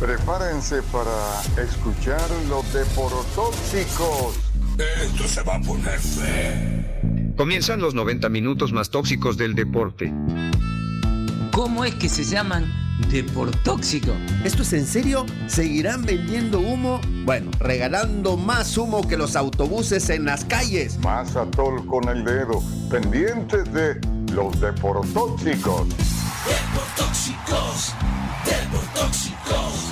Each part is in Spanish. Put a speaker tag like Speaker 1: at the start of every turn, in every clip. Speaker 1: Prepárense para escuchar los deporotóxicos.
Speaker 2: Esto se va a poner fe.
Speaker 3: Comienzan los 90 minutos más tóxicos del deporte.
Speaker 4: ¿Cómo es que se llaman deportóxico?
Speaker 5: ¿Esto es en serio? ¿Seguirán vendiendo humo? Bueno, regalando más humo que los autobuses en las calles.
Speaker 1: Más atol con el dedo, pendientes de los deportóxicos.
Speaker 2: Deportóxicos. Deportóxicos,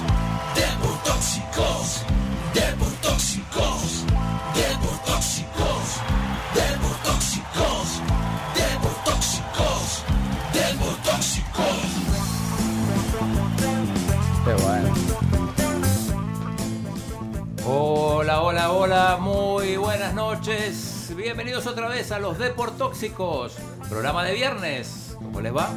Speaker 2: deportóxicos, deportóxicos, deportóxicos, deportóxicos, deportóxicos, deportóxicos.
Speaker 6: Qué bueno. Hola, hola, hola, muy buenas noches. Bienvenidos otra vez a los Deportóxicos, programa de viernes. ¿Cómo les va?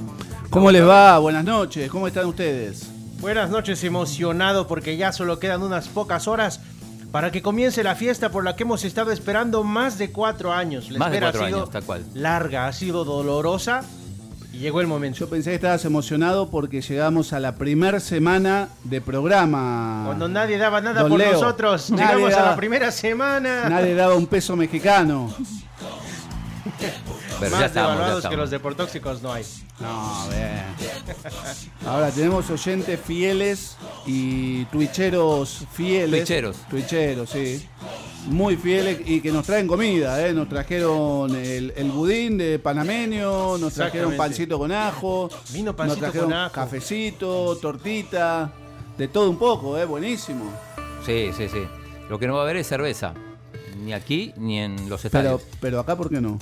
Speaker 7: ¿Cómo les va? Buenas noches, ¿cómo están ustedes?
Speaker 8: Buenas noches, emocionado porque ya solo quedan unas pocas horas para que comience la fiesta por la que hemos estado esperando más de cuatro años.
Speaker 6: La más espera de cuatro ha sido años, tal cual.
Speaker 8: larga, ha sido dolorosa y llegó el momento.
Speaker 7: Yo pensé que estabas emocionado porque llegamos a la primera semana de programa.
Speaker 8: Cuando nadie daba nada Don por Leo. nosotros, nadie llegamos daba, a la primera semana.
Speaker 7: Nadie daba un peso mexicano.
Speaker 8: Pero más ya estamos, devaluados ya estamos. que los deportóxicos no hay.
Speaker 7: No, a ver. Ahora tenemos oyentes fieles y twitcheros fieles.
Speaker 6: Twitcheros.
Speaker 7: Twitcheros, sí. Muy fieles y que nos traen comida, ¿eh? Nos trajeron el, el budín de panameño, nos trajeron pancito con ajo,
Speaker 8: Vino
Speaker 7: pancito nos trajeron
Speaker 8: con ajo.
Speaker 7: cafecito, tortita, de todo un poco, ¿eh? Buenísimo.
Speaker 6: Sí, sí, sí. Lo que no va a haber es cerveza. Ni aquí ni en los estadios.
Speaker 7: Pero, pero acá, ¿por qué no?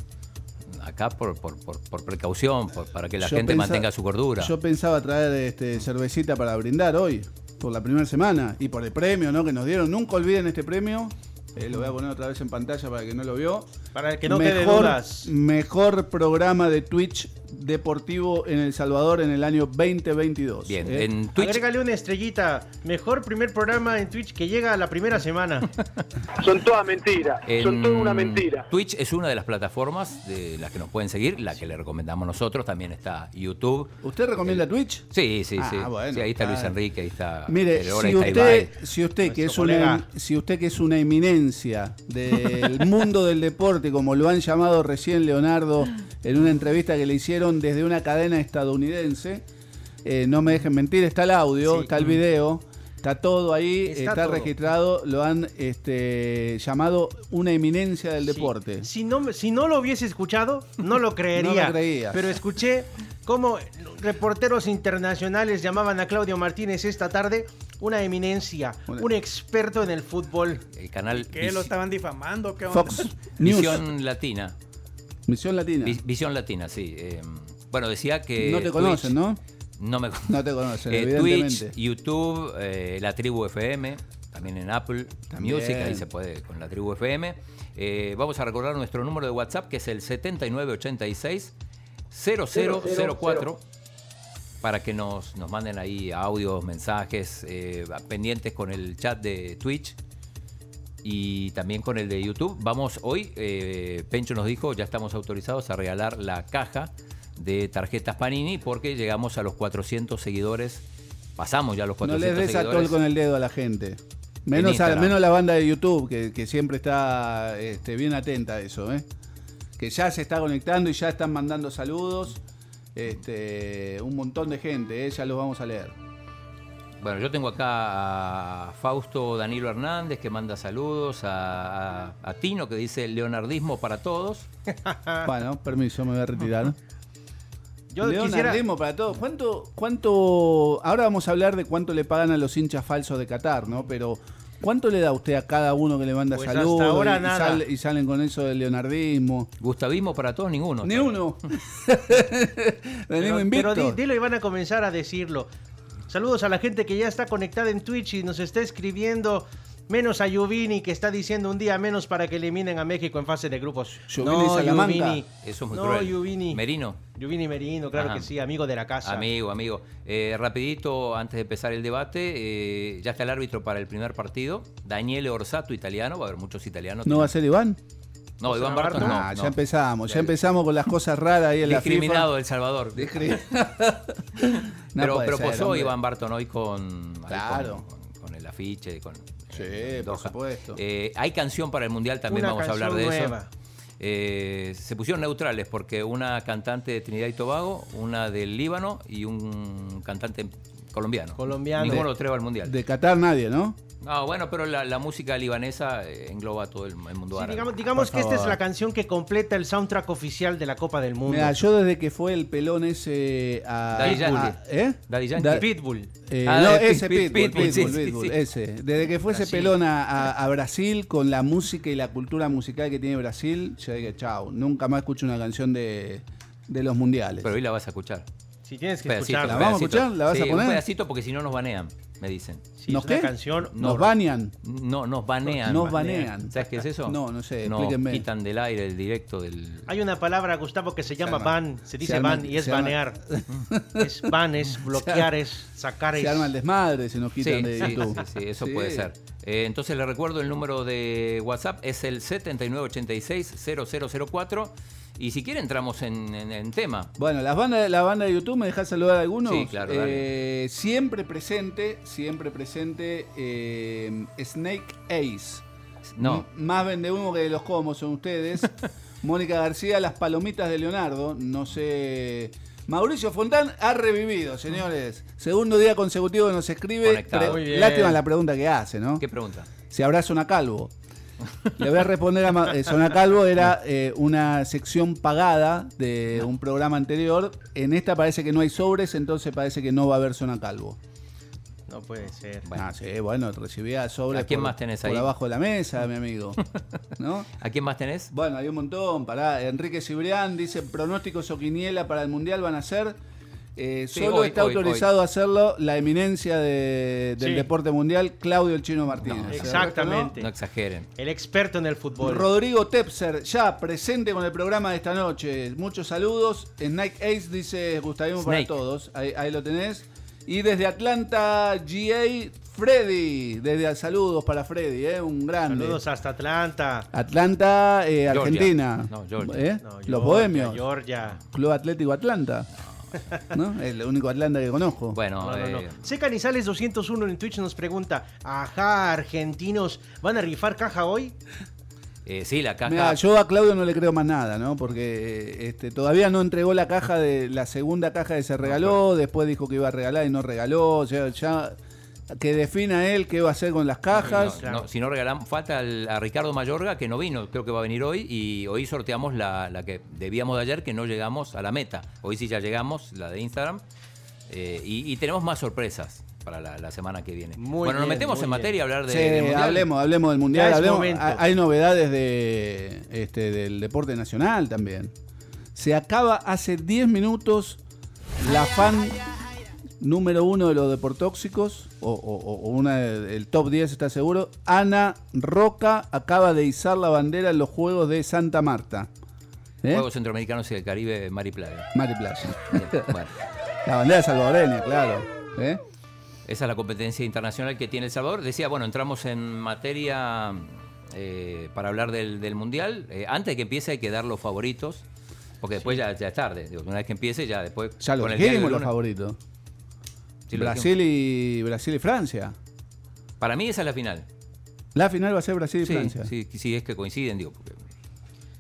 Speaker 6: acá por, por, por, por precaución, para que la yo gente pensaba, mantenga su cordura.
Speaker 7: Yo pensaba traer este, cervecita para brindar hoy, por la primera semana, y por el premio ¿no? que nos dieron. Nunca olviden este premio. Eh, lo voy a poner otra vez en pantalla para el que no lo vio.
Speaker 8: Para el que no mejor, quede dudas.
Speaker 7: Mejor programa de Twitch deportivo en El Salvador en el año 2022.
Speaker 6: Bien, eh. en Twitch.
Speaker 8: Agrégale una estrellita. Mejor primer programa en Twitch que llega a la primera semana.
Speaker 9: Son todas mentiras. Son todas una mentira.
Speaker 6: Twitch es una de las plataformas de las que nos pueden seguir, la que le recomendamos nosotros. También está YouTube.
Speaker 7: ¿Usted recomienda eh, Twitch?
Speaker 6: Sí, sí, ah, sí. Bueno, sí. Ahí está claro. Luis Enrique, ahí está.
Speaker 7: Mire, si, Ah, está usted, si, usted, que es una, em-, si usted que es una eminencia del mundo del deporte, como lo han llamado recién Leonardo en una entrevista que le hicieron desde una cadena estadounidense. Eh, no me dejen mentir, está el audio, sí, está el video, está todo ahí, está, está todo. registrado, lo han este, llamado una eminencia del sí. deporte.
Speaker 8: Si no, si no lo hubiese escuchado, no lo creería.
Speaker 7: no lo
Speaker 8: pero escuché cómo reporteros internacionales llamaban a Claudio Martínez esta tarde una eminencia, bueno. un experto en el fútbol.
Speaker 6: El canal...
Speaker 10: Que lo estaban difamando, ¿qué onda?
Speaker 7: Fox
Speaker 6: News. Visión Latina.
Speaker 7: Visión Latina.
Speaker 6: Visión Latina, sí. Eh, bueno, decía que.
Speaker 7: No te conocen, Eh, Twitch, ¿no?
Speaker 6: No me
Speaker 7: No te conocen,
Speaker 6: eh,
Speaker 7: evidentemente.
Speaker 6: Twitch, YouTube, eh, la tribu FM, también en Apple también. Music, ahí se puede con la tribu FM. vamos a recordar nuestro número de WhatsApp que es el 7986 0004 para que nos, nos manden ahí audios, mensajes, eh, pendientes con el chat de Twitch y también con el de YouTube. Vamos hoy, eh, Pencho nos dijo, ya estamos autorizados a regalar la caja de tarjetas Panini porque llegamos a los 400 seguidores. Pasamos ya a los 400
Speaker 7: seguidores.
Speaker 6: No les
Speaker 7: des con el dedo a la gente. Menos, a, menos la banda de YouTube, que, que siempre está este, bien atenta a eso. ¿eh? Que ya se está conectando y ya están mandando saludos. Este, un montón de gente, ¿eh? ya los vamos a leer.
Speaker 6: Bueno, yo tengo acá a Fausto Danilo Hernández que manda saludos, a, a, a Tino que dice leonardismo para todos.
Speaker 7: bueno, permiso, me voy a retirar.
Speaker 8: Yo
Speaker 7: leonardismo
Speaker 8: quisiera...
Speaker 7: para todos. ¿Cuánto, ¿Cuánto, Ahora vamos a hablar de cuánto le pagan a los hinchas falsos de Qatar, ¿no? Pero ¿cuánto le da usted a cada uno que le manda
Speaker 8: pues
Speaker 7: saludos
Speaker 8: hasta ahora
Speaker 7: y,
Speaker 8: nada.
Speaker 7: Y, sal, y, salen con eso del leonardismo?
Speaker 6: Gustavismo para todos, ninguno.
Speaker 7: Ni uno.
Speaker 8: pero, pero di, dilo y van a comenzar a decirlo. Saludos a la gente que ya está conectada en Twitch y nos está escribiendo. Menos a Yuvini que está diciendo un día menos para que eliminen a México en fase de grupos.
Speaker 7: Yuvini no, Yuvini.
Speaker 6: Eso es muy
Speaker 8: no,
Speaker 6: cruel.
Speaker 8: Yuvini.
Speaker 6: Merino.
Speaker 8: Yuvini Merino, claro Ajá. que sí, amigo de la casa.
Speaker 6: Amigo, amigo. Eh, rapidito, antes de empezar el debate, eh, ya está el árbitro para el primer partido. Daniele Orsato, italiano. Va a haber muchos italianos.
Speaker 7: ¿No va a ser Iván?
Speaker 6: No, Iván Barton no.
Speaker 7: Ah,
Speaker 6: no.
Speaker 7: ya empezamos, ya empezamos con las cosas raras ahí en la
Speaker 6: Discriminado
Speaker 7: FIFA.
Speaker 6: El Salvador.
Speaker 7: No
Speaker 6: pero
Speaker 7: puede
Speaker 6: pero
Speaker 7: ser,
Speaker 6: posó
Speaker 7: hombre.
Speaker 6: Iván Barton hoy con, ahí
Speaker 7: Claro.
Speaker 6: con, con- con el afiche, con. Sí,
Speaker 7: por supuesto.
Speaker 6: hay canción para el mundial también,
Speaker 8: Una
Speaker 6: vamos a hablar de
Speaker 8: canción
Speaker 6: eso.
Speaker 8: nueva.
Speaker 6: Eh, se pusieron neutrales porque una cantante de Trinidad y Tobago, una del Líbano y un cantante colombiano.
Speaker 8: Colombiano.
Speaker 6: Ninguno de los tres va al mundial.
Speaker 7: De Qatar nadie, ¿no?
Speaker 6: No, bueno, pero la, la música libanesa eh, engloba todo el, el mundo
Speaker 8: Sí,
Speaker 6: árabe.
Speaker 8: digamos digamos
Speaker 7: Por
Speaker 8: que esta es
Speaker 7: favor.
Speaker 8: la canción que completa el soundtrack oficial de la Copa del Mundo.
Speaker 7: Mira, yo desde que fue el pelón ese a.
Speaker 6: Daddy Yankee.
Speaker 7: a- ¿Eh?
Speaker 6: Daddy Yankee.
Speaker 7: Da-
Speaker 8: Pitbull.
Speaker 7: Eh,
Speaker 6: Ah,
Speaker 7: no,
Speaker 6: de
Speaker 7: ese
Speaker 6: Pit-
Speaker 7: Pitbull,
Speaker 6: Pit- Pitbull,
Speaker 7: Pitbull,
Speaker 6: sí, sí,
Speaker 7: Pitbull,
Speaker 6: sí.
Speaker 7: ese. Desde que fue ese
Speaker 6: Brasil.
Speaker 7: pelón a, a- a Brasil con la música y la cultura musical que tiene Brasil, ya dije, chao, nunca más escucho una canción de, de los mundiales.
Speaker 6: Pero hoy la vas a escuchar.
Speaker 8: Si tienes que
Speaker 6: Pedacito,
Speaker 8: escucharla.
Speaker 7: ¿La vamos a
Speaker 6: pedacito.
Speaker 7: escuchar? ¿La vas
Speaker 6: Sí,
Speaker 7: a poner?
Speaker 6: Un pedacito porque si no nos banean, me dicen.
Speaker 8: Sí,
Speaker 7: ¿Nos
Speaker 8: es una
Speaker 7: qué?
Speaker 8: canción.
Speaker 7: Nos
Speaker 8: no,
Speaker 7: banean.
Speaker 6: No, nos banean.
Speaker 7: Nos banean.
Speaker 6: ¿Sabes qué es eso?
Speaker 7: No, no sé,
Speaker 6: Nos
Speaker 7: explíquenme.
Speaker 6: quitan del aire el directo del.
Speaker 8: Hay una palabra, Gustavo, que se llama
Speaker 7: arma.
Speaker 8: ban. Se dice
Speaker 7: Se arma-
Speaker 8: ban y es
Speaker 7: se arma-
Speaker 8: banear. es ban, es bloquear, es sacar, es.
Speaker 7: Se arma el desmadre si nos
Speaker 6: Sí,
Speaker 7: quitan de
Speaker 6: sí,
Speaker 7: YouTube.
Speaker 6: sí, sí, eso
Speaker 7: Sí.
Speaker 6: puede ser. Eh, entonces le recuerdo el número de WhatsApp, es el 7986-0004. Y si quiere entramos en, en- en tema.
Speaker 7: Bueno, las bandas, la banda de YouTube, ¿me dejás saludar a algunos?
Speaker 6: Sí, claro,
Speaker 7: Eh, Siempre presente, siempre presente, eh, Snake Ace.
Speaker 6: No.
Speaker 7: M- más vende uno que de los comos son ustedes. Mónica García, las palomitas de Leonardo, no sé. Mauricio Fontán ha revivido, señores.
Speaker 6: Ah.
Speaker 7: Segundo día consecutivo que nos escribe.
Speaker 6: Conectado.
Speaker 7: Pre-
Speaker 6: Muy
Speaker 8: bien.
Speaker 7: Lástima la pregunta que hace, ¿no?
Speaker 6: ¿Qué pregunta?
Speaker 7: Si habrá Zona Calvo. Le voy a responder a Ma- eh, Zona Calvo, era eh, una sección pagada de un programa anterior. En esta parece que no hay sobres, entonces parece que no va a haber Zona Calvo.
Speaker 8: No puede ser.
Speaker 7: Ah, sí, bueno, recibía sobres
Speaker 6: ¿A quién
Speaker 7: por,
Speaker 6: más tenés
Speaker 7: por
Speaker 6: ahí?
Speaker 7: abajo de la mesa, mi amigo. ¿No?
Speaker 6: ¿A quién más tenés?
Speaker 7: Bueno, hay un montón. Pará, Enrique Cibrián dice: pronósticos o quiniela para el mundial van a ser. eh,
Speaker 6: Sí,
Speaker 7: solo
Speaker 6: hoy,
Speaker 7: está
Speaker 6: hoy,
Speaker 7: autorizado a hacerlo la eminencia de- del
Speaker 8: Sí.
Speaker 7: deporte mundial, Claudio el Chino Martínez. El resto no.
Speaker 8: Exactamente.
Speaker 6: No exageren.
Speaker 8: El experto en el fútbol.
Speaker 7: Rodrigo Tepser, ya presente con el programa de esta noche. Muchos saludos. Snake Ace dice Gustavino para
Speaker 6: Snake.
Speaker 7: todos. Ahí, ahí lo tenés. Y desde Atlanta, GA, Freddy. Desde saludos para Freddy, ¿eh? un grande.
Speaker 8: Saludos hasta Atlanta.
Speaker 7: Atlanta, eh,
Speaker 6: Georgia.
Speaker 7: Argentina.
Speaker 6: No, Georgia.
Speaker 7: ¿Eh?
Speaker 8: No, Georgia,
Speaker 7: Los Bohemios.
Speaker 8: Georgia.
Speaker 7: Club Atlético Atlanta. ¿No? El único Atlanta que conozco.
Speaker 6: Bueno,
Speaker 8: No, no, no.
Speaker 6: eh,
Speaker 8: C. Canizales 201 en Twitch nos pregunta: Ajá, argentinos, ¿van a rifar caja hoy?
Speaker 6: eh, sí, la caja.
Speaker 7: Mirá, yo a Claudio no le creo más nada, ¿no? Porque eh, este, todavía no entregó la caja de la segunda caja que se regaló, después dijo que iba a regalar y no regaló, o sea, ya que defina él qué va a hacer con las cajas.
Speaker 6: No, no, si no regalamos, falta al- a Ricardo Mayorga, que no vino, creo que va a venir hoy, y hoy sorteamos la, la que debíamos de ayer, que no llegamos a la meta. Hoy sí ya llegamos, la de Instagram, eh, y, y tenemos más sorpresas para la, la semana que viene.
Speaker 8: Muy
Speaker 6: bueno, nos
Speaker 8: bien,
Speaker 6: metemos
Speaker 8: muy
Speaker 6: en materia a hablar de,
Speaker 7: Sí,
Speaker 6: del Mundial.
Speaker 7: hablemos, hablemos del mundial,
Speaker 8: Ya es
Speaker 7: hablemos-
Speaker 8: momento.
Speaker 7: ha- hay novedades de este, del deporte nacional también. Se acaba hace 10 minutos la fan número uno de los deportóxicos, o, o- o- o una de- el top 10 está seguro, Ana Roca acaba de izar la bandera en los Juegos de Santa Marta. ¿Eh?
Speaker 6: Juegos Centroamericanos y del Caribe, Mari Playa.
Speaker 7: Mari Playa.
Speaker 6: Bien, bueno.
Speaker 7: La bandera salvadoreña, claro. ¿Eh?
Speaker 6: Esa es la competencia internacional que tiene El Salvador. Decía, bueno, entramos en materia eh, para hablar del, del Mundial. Eh, antes de que empiece hay que dar los favoritos, porque después ya, ya es tarde. Digo, una vez que empiece, ya después...
Speaker 7: Ya lo
Speaker 6: con el diario
Speaker 7: dijimos
Speaker 6: del
Speaker 7: los
Speaker 6: lunes-
Speaker 7: favoritos.
Speaker 6: Sí, lo
Speaker 7: Brasil y Brasil y Francia.
Speaker 6: dijimos. Para mí esa es la final.
Speaker 7: La final va a ser Brasil y
Speaker 6: Sí,
Speaker 7: Francia.
Speaker 6: sí, sí, es que coinciden, digo, porque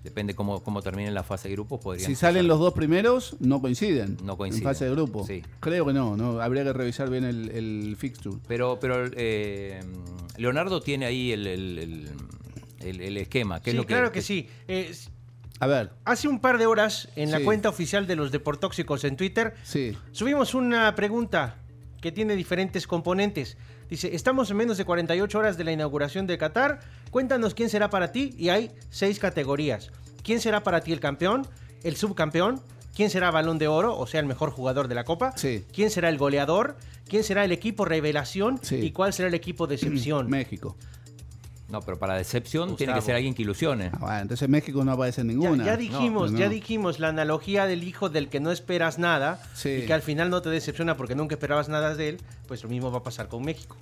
Speaker 6: depende cómo, cómo termine la fase de grupos. podrían
Speaker 7: Si salen los dos primeros, no coinciden.
Speaker 6: No coinciden.
Speaker 7: En fase de grupo.
Speaker 6: Sí.
Speaker 7: Creo que no, no. Habría que revisar bien el, el fixture.
Speaker 6: Pero, pero eh, Leonardo tiene ahí el, el- el- el- el esquema. Que
Speaker 8: Sí,
Speaker 6: es lo que,
Speaker 8: claro que, sí. Eh, s-
Speaker 7: A ver,
Speaker 8: hace un par de horas, en la
Speaker 7: Sí.
Speaker 8: cuenta oficial de los Deportóxicos en Twitter,
Speaker 7: sí.
Speaker 8: subimos una pregunta que tiene diferentes componentes. Dice, estamos en menos de 48 horas de la inauguración de Qatar. Cuéntanos quién será para ti. Y hay seis categorías. ¿Quién será para ti el campeón? ¿El subcampeón? ¿Quién será balón de oro? O sea, el mejor jugador de la Copa.
Speaker 7: Sí.
Speaker 8: ¿Quién será el goleador? ¿Quién será el equipo revelación?
Speaker 7: Sí.
Speaker 8: ¿Y cuál será el equipo decepción?
Speaker 7: México.
Speaker 6: No, pero para decepción tiene que
Speaker 8: Gustavo.
Speaker 6: ser alguien que ilusione.
Speaker 7: Ah, bueno, entonces México no aparece en
Speaker 8: Ya,
Speaker 7: ninguna.
Speaker 8: ya dijimos,
Speaker 7: No, no.
Speaker 8: ya dijimos la analogía del hijo del que no esperas nada
Speaker 7: Sí.
Speaker 8: y que al final no te decepciona porque nunca esperabas nada de él, pues lo mismo va a pasar con México.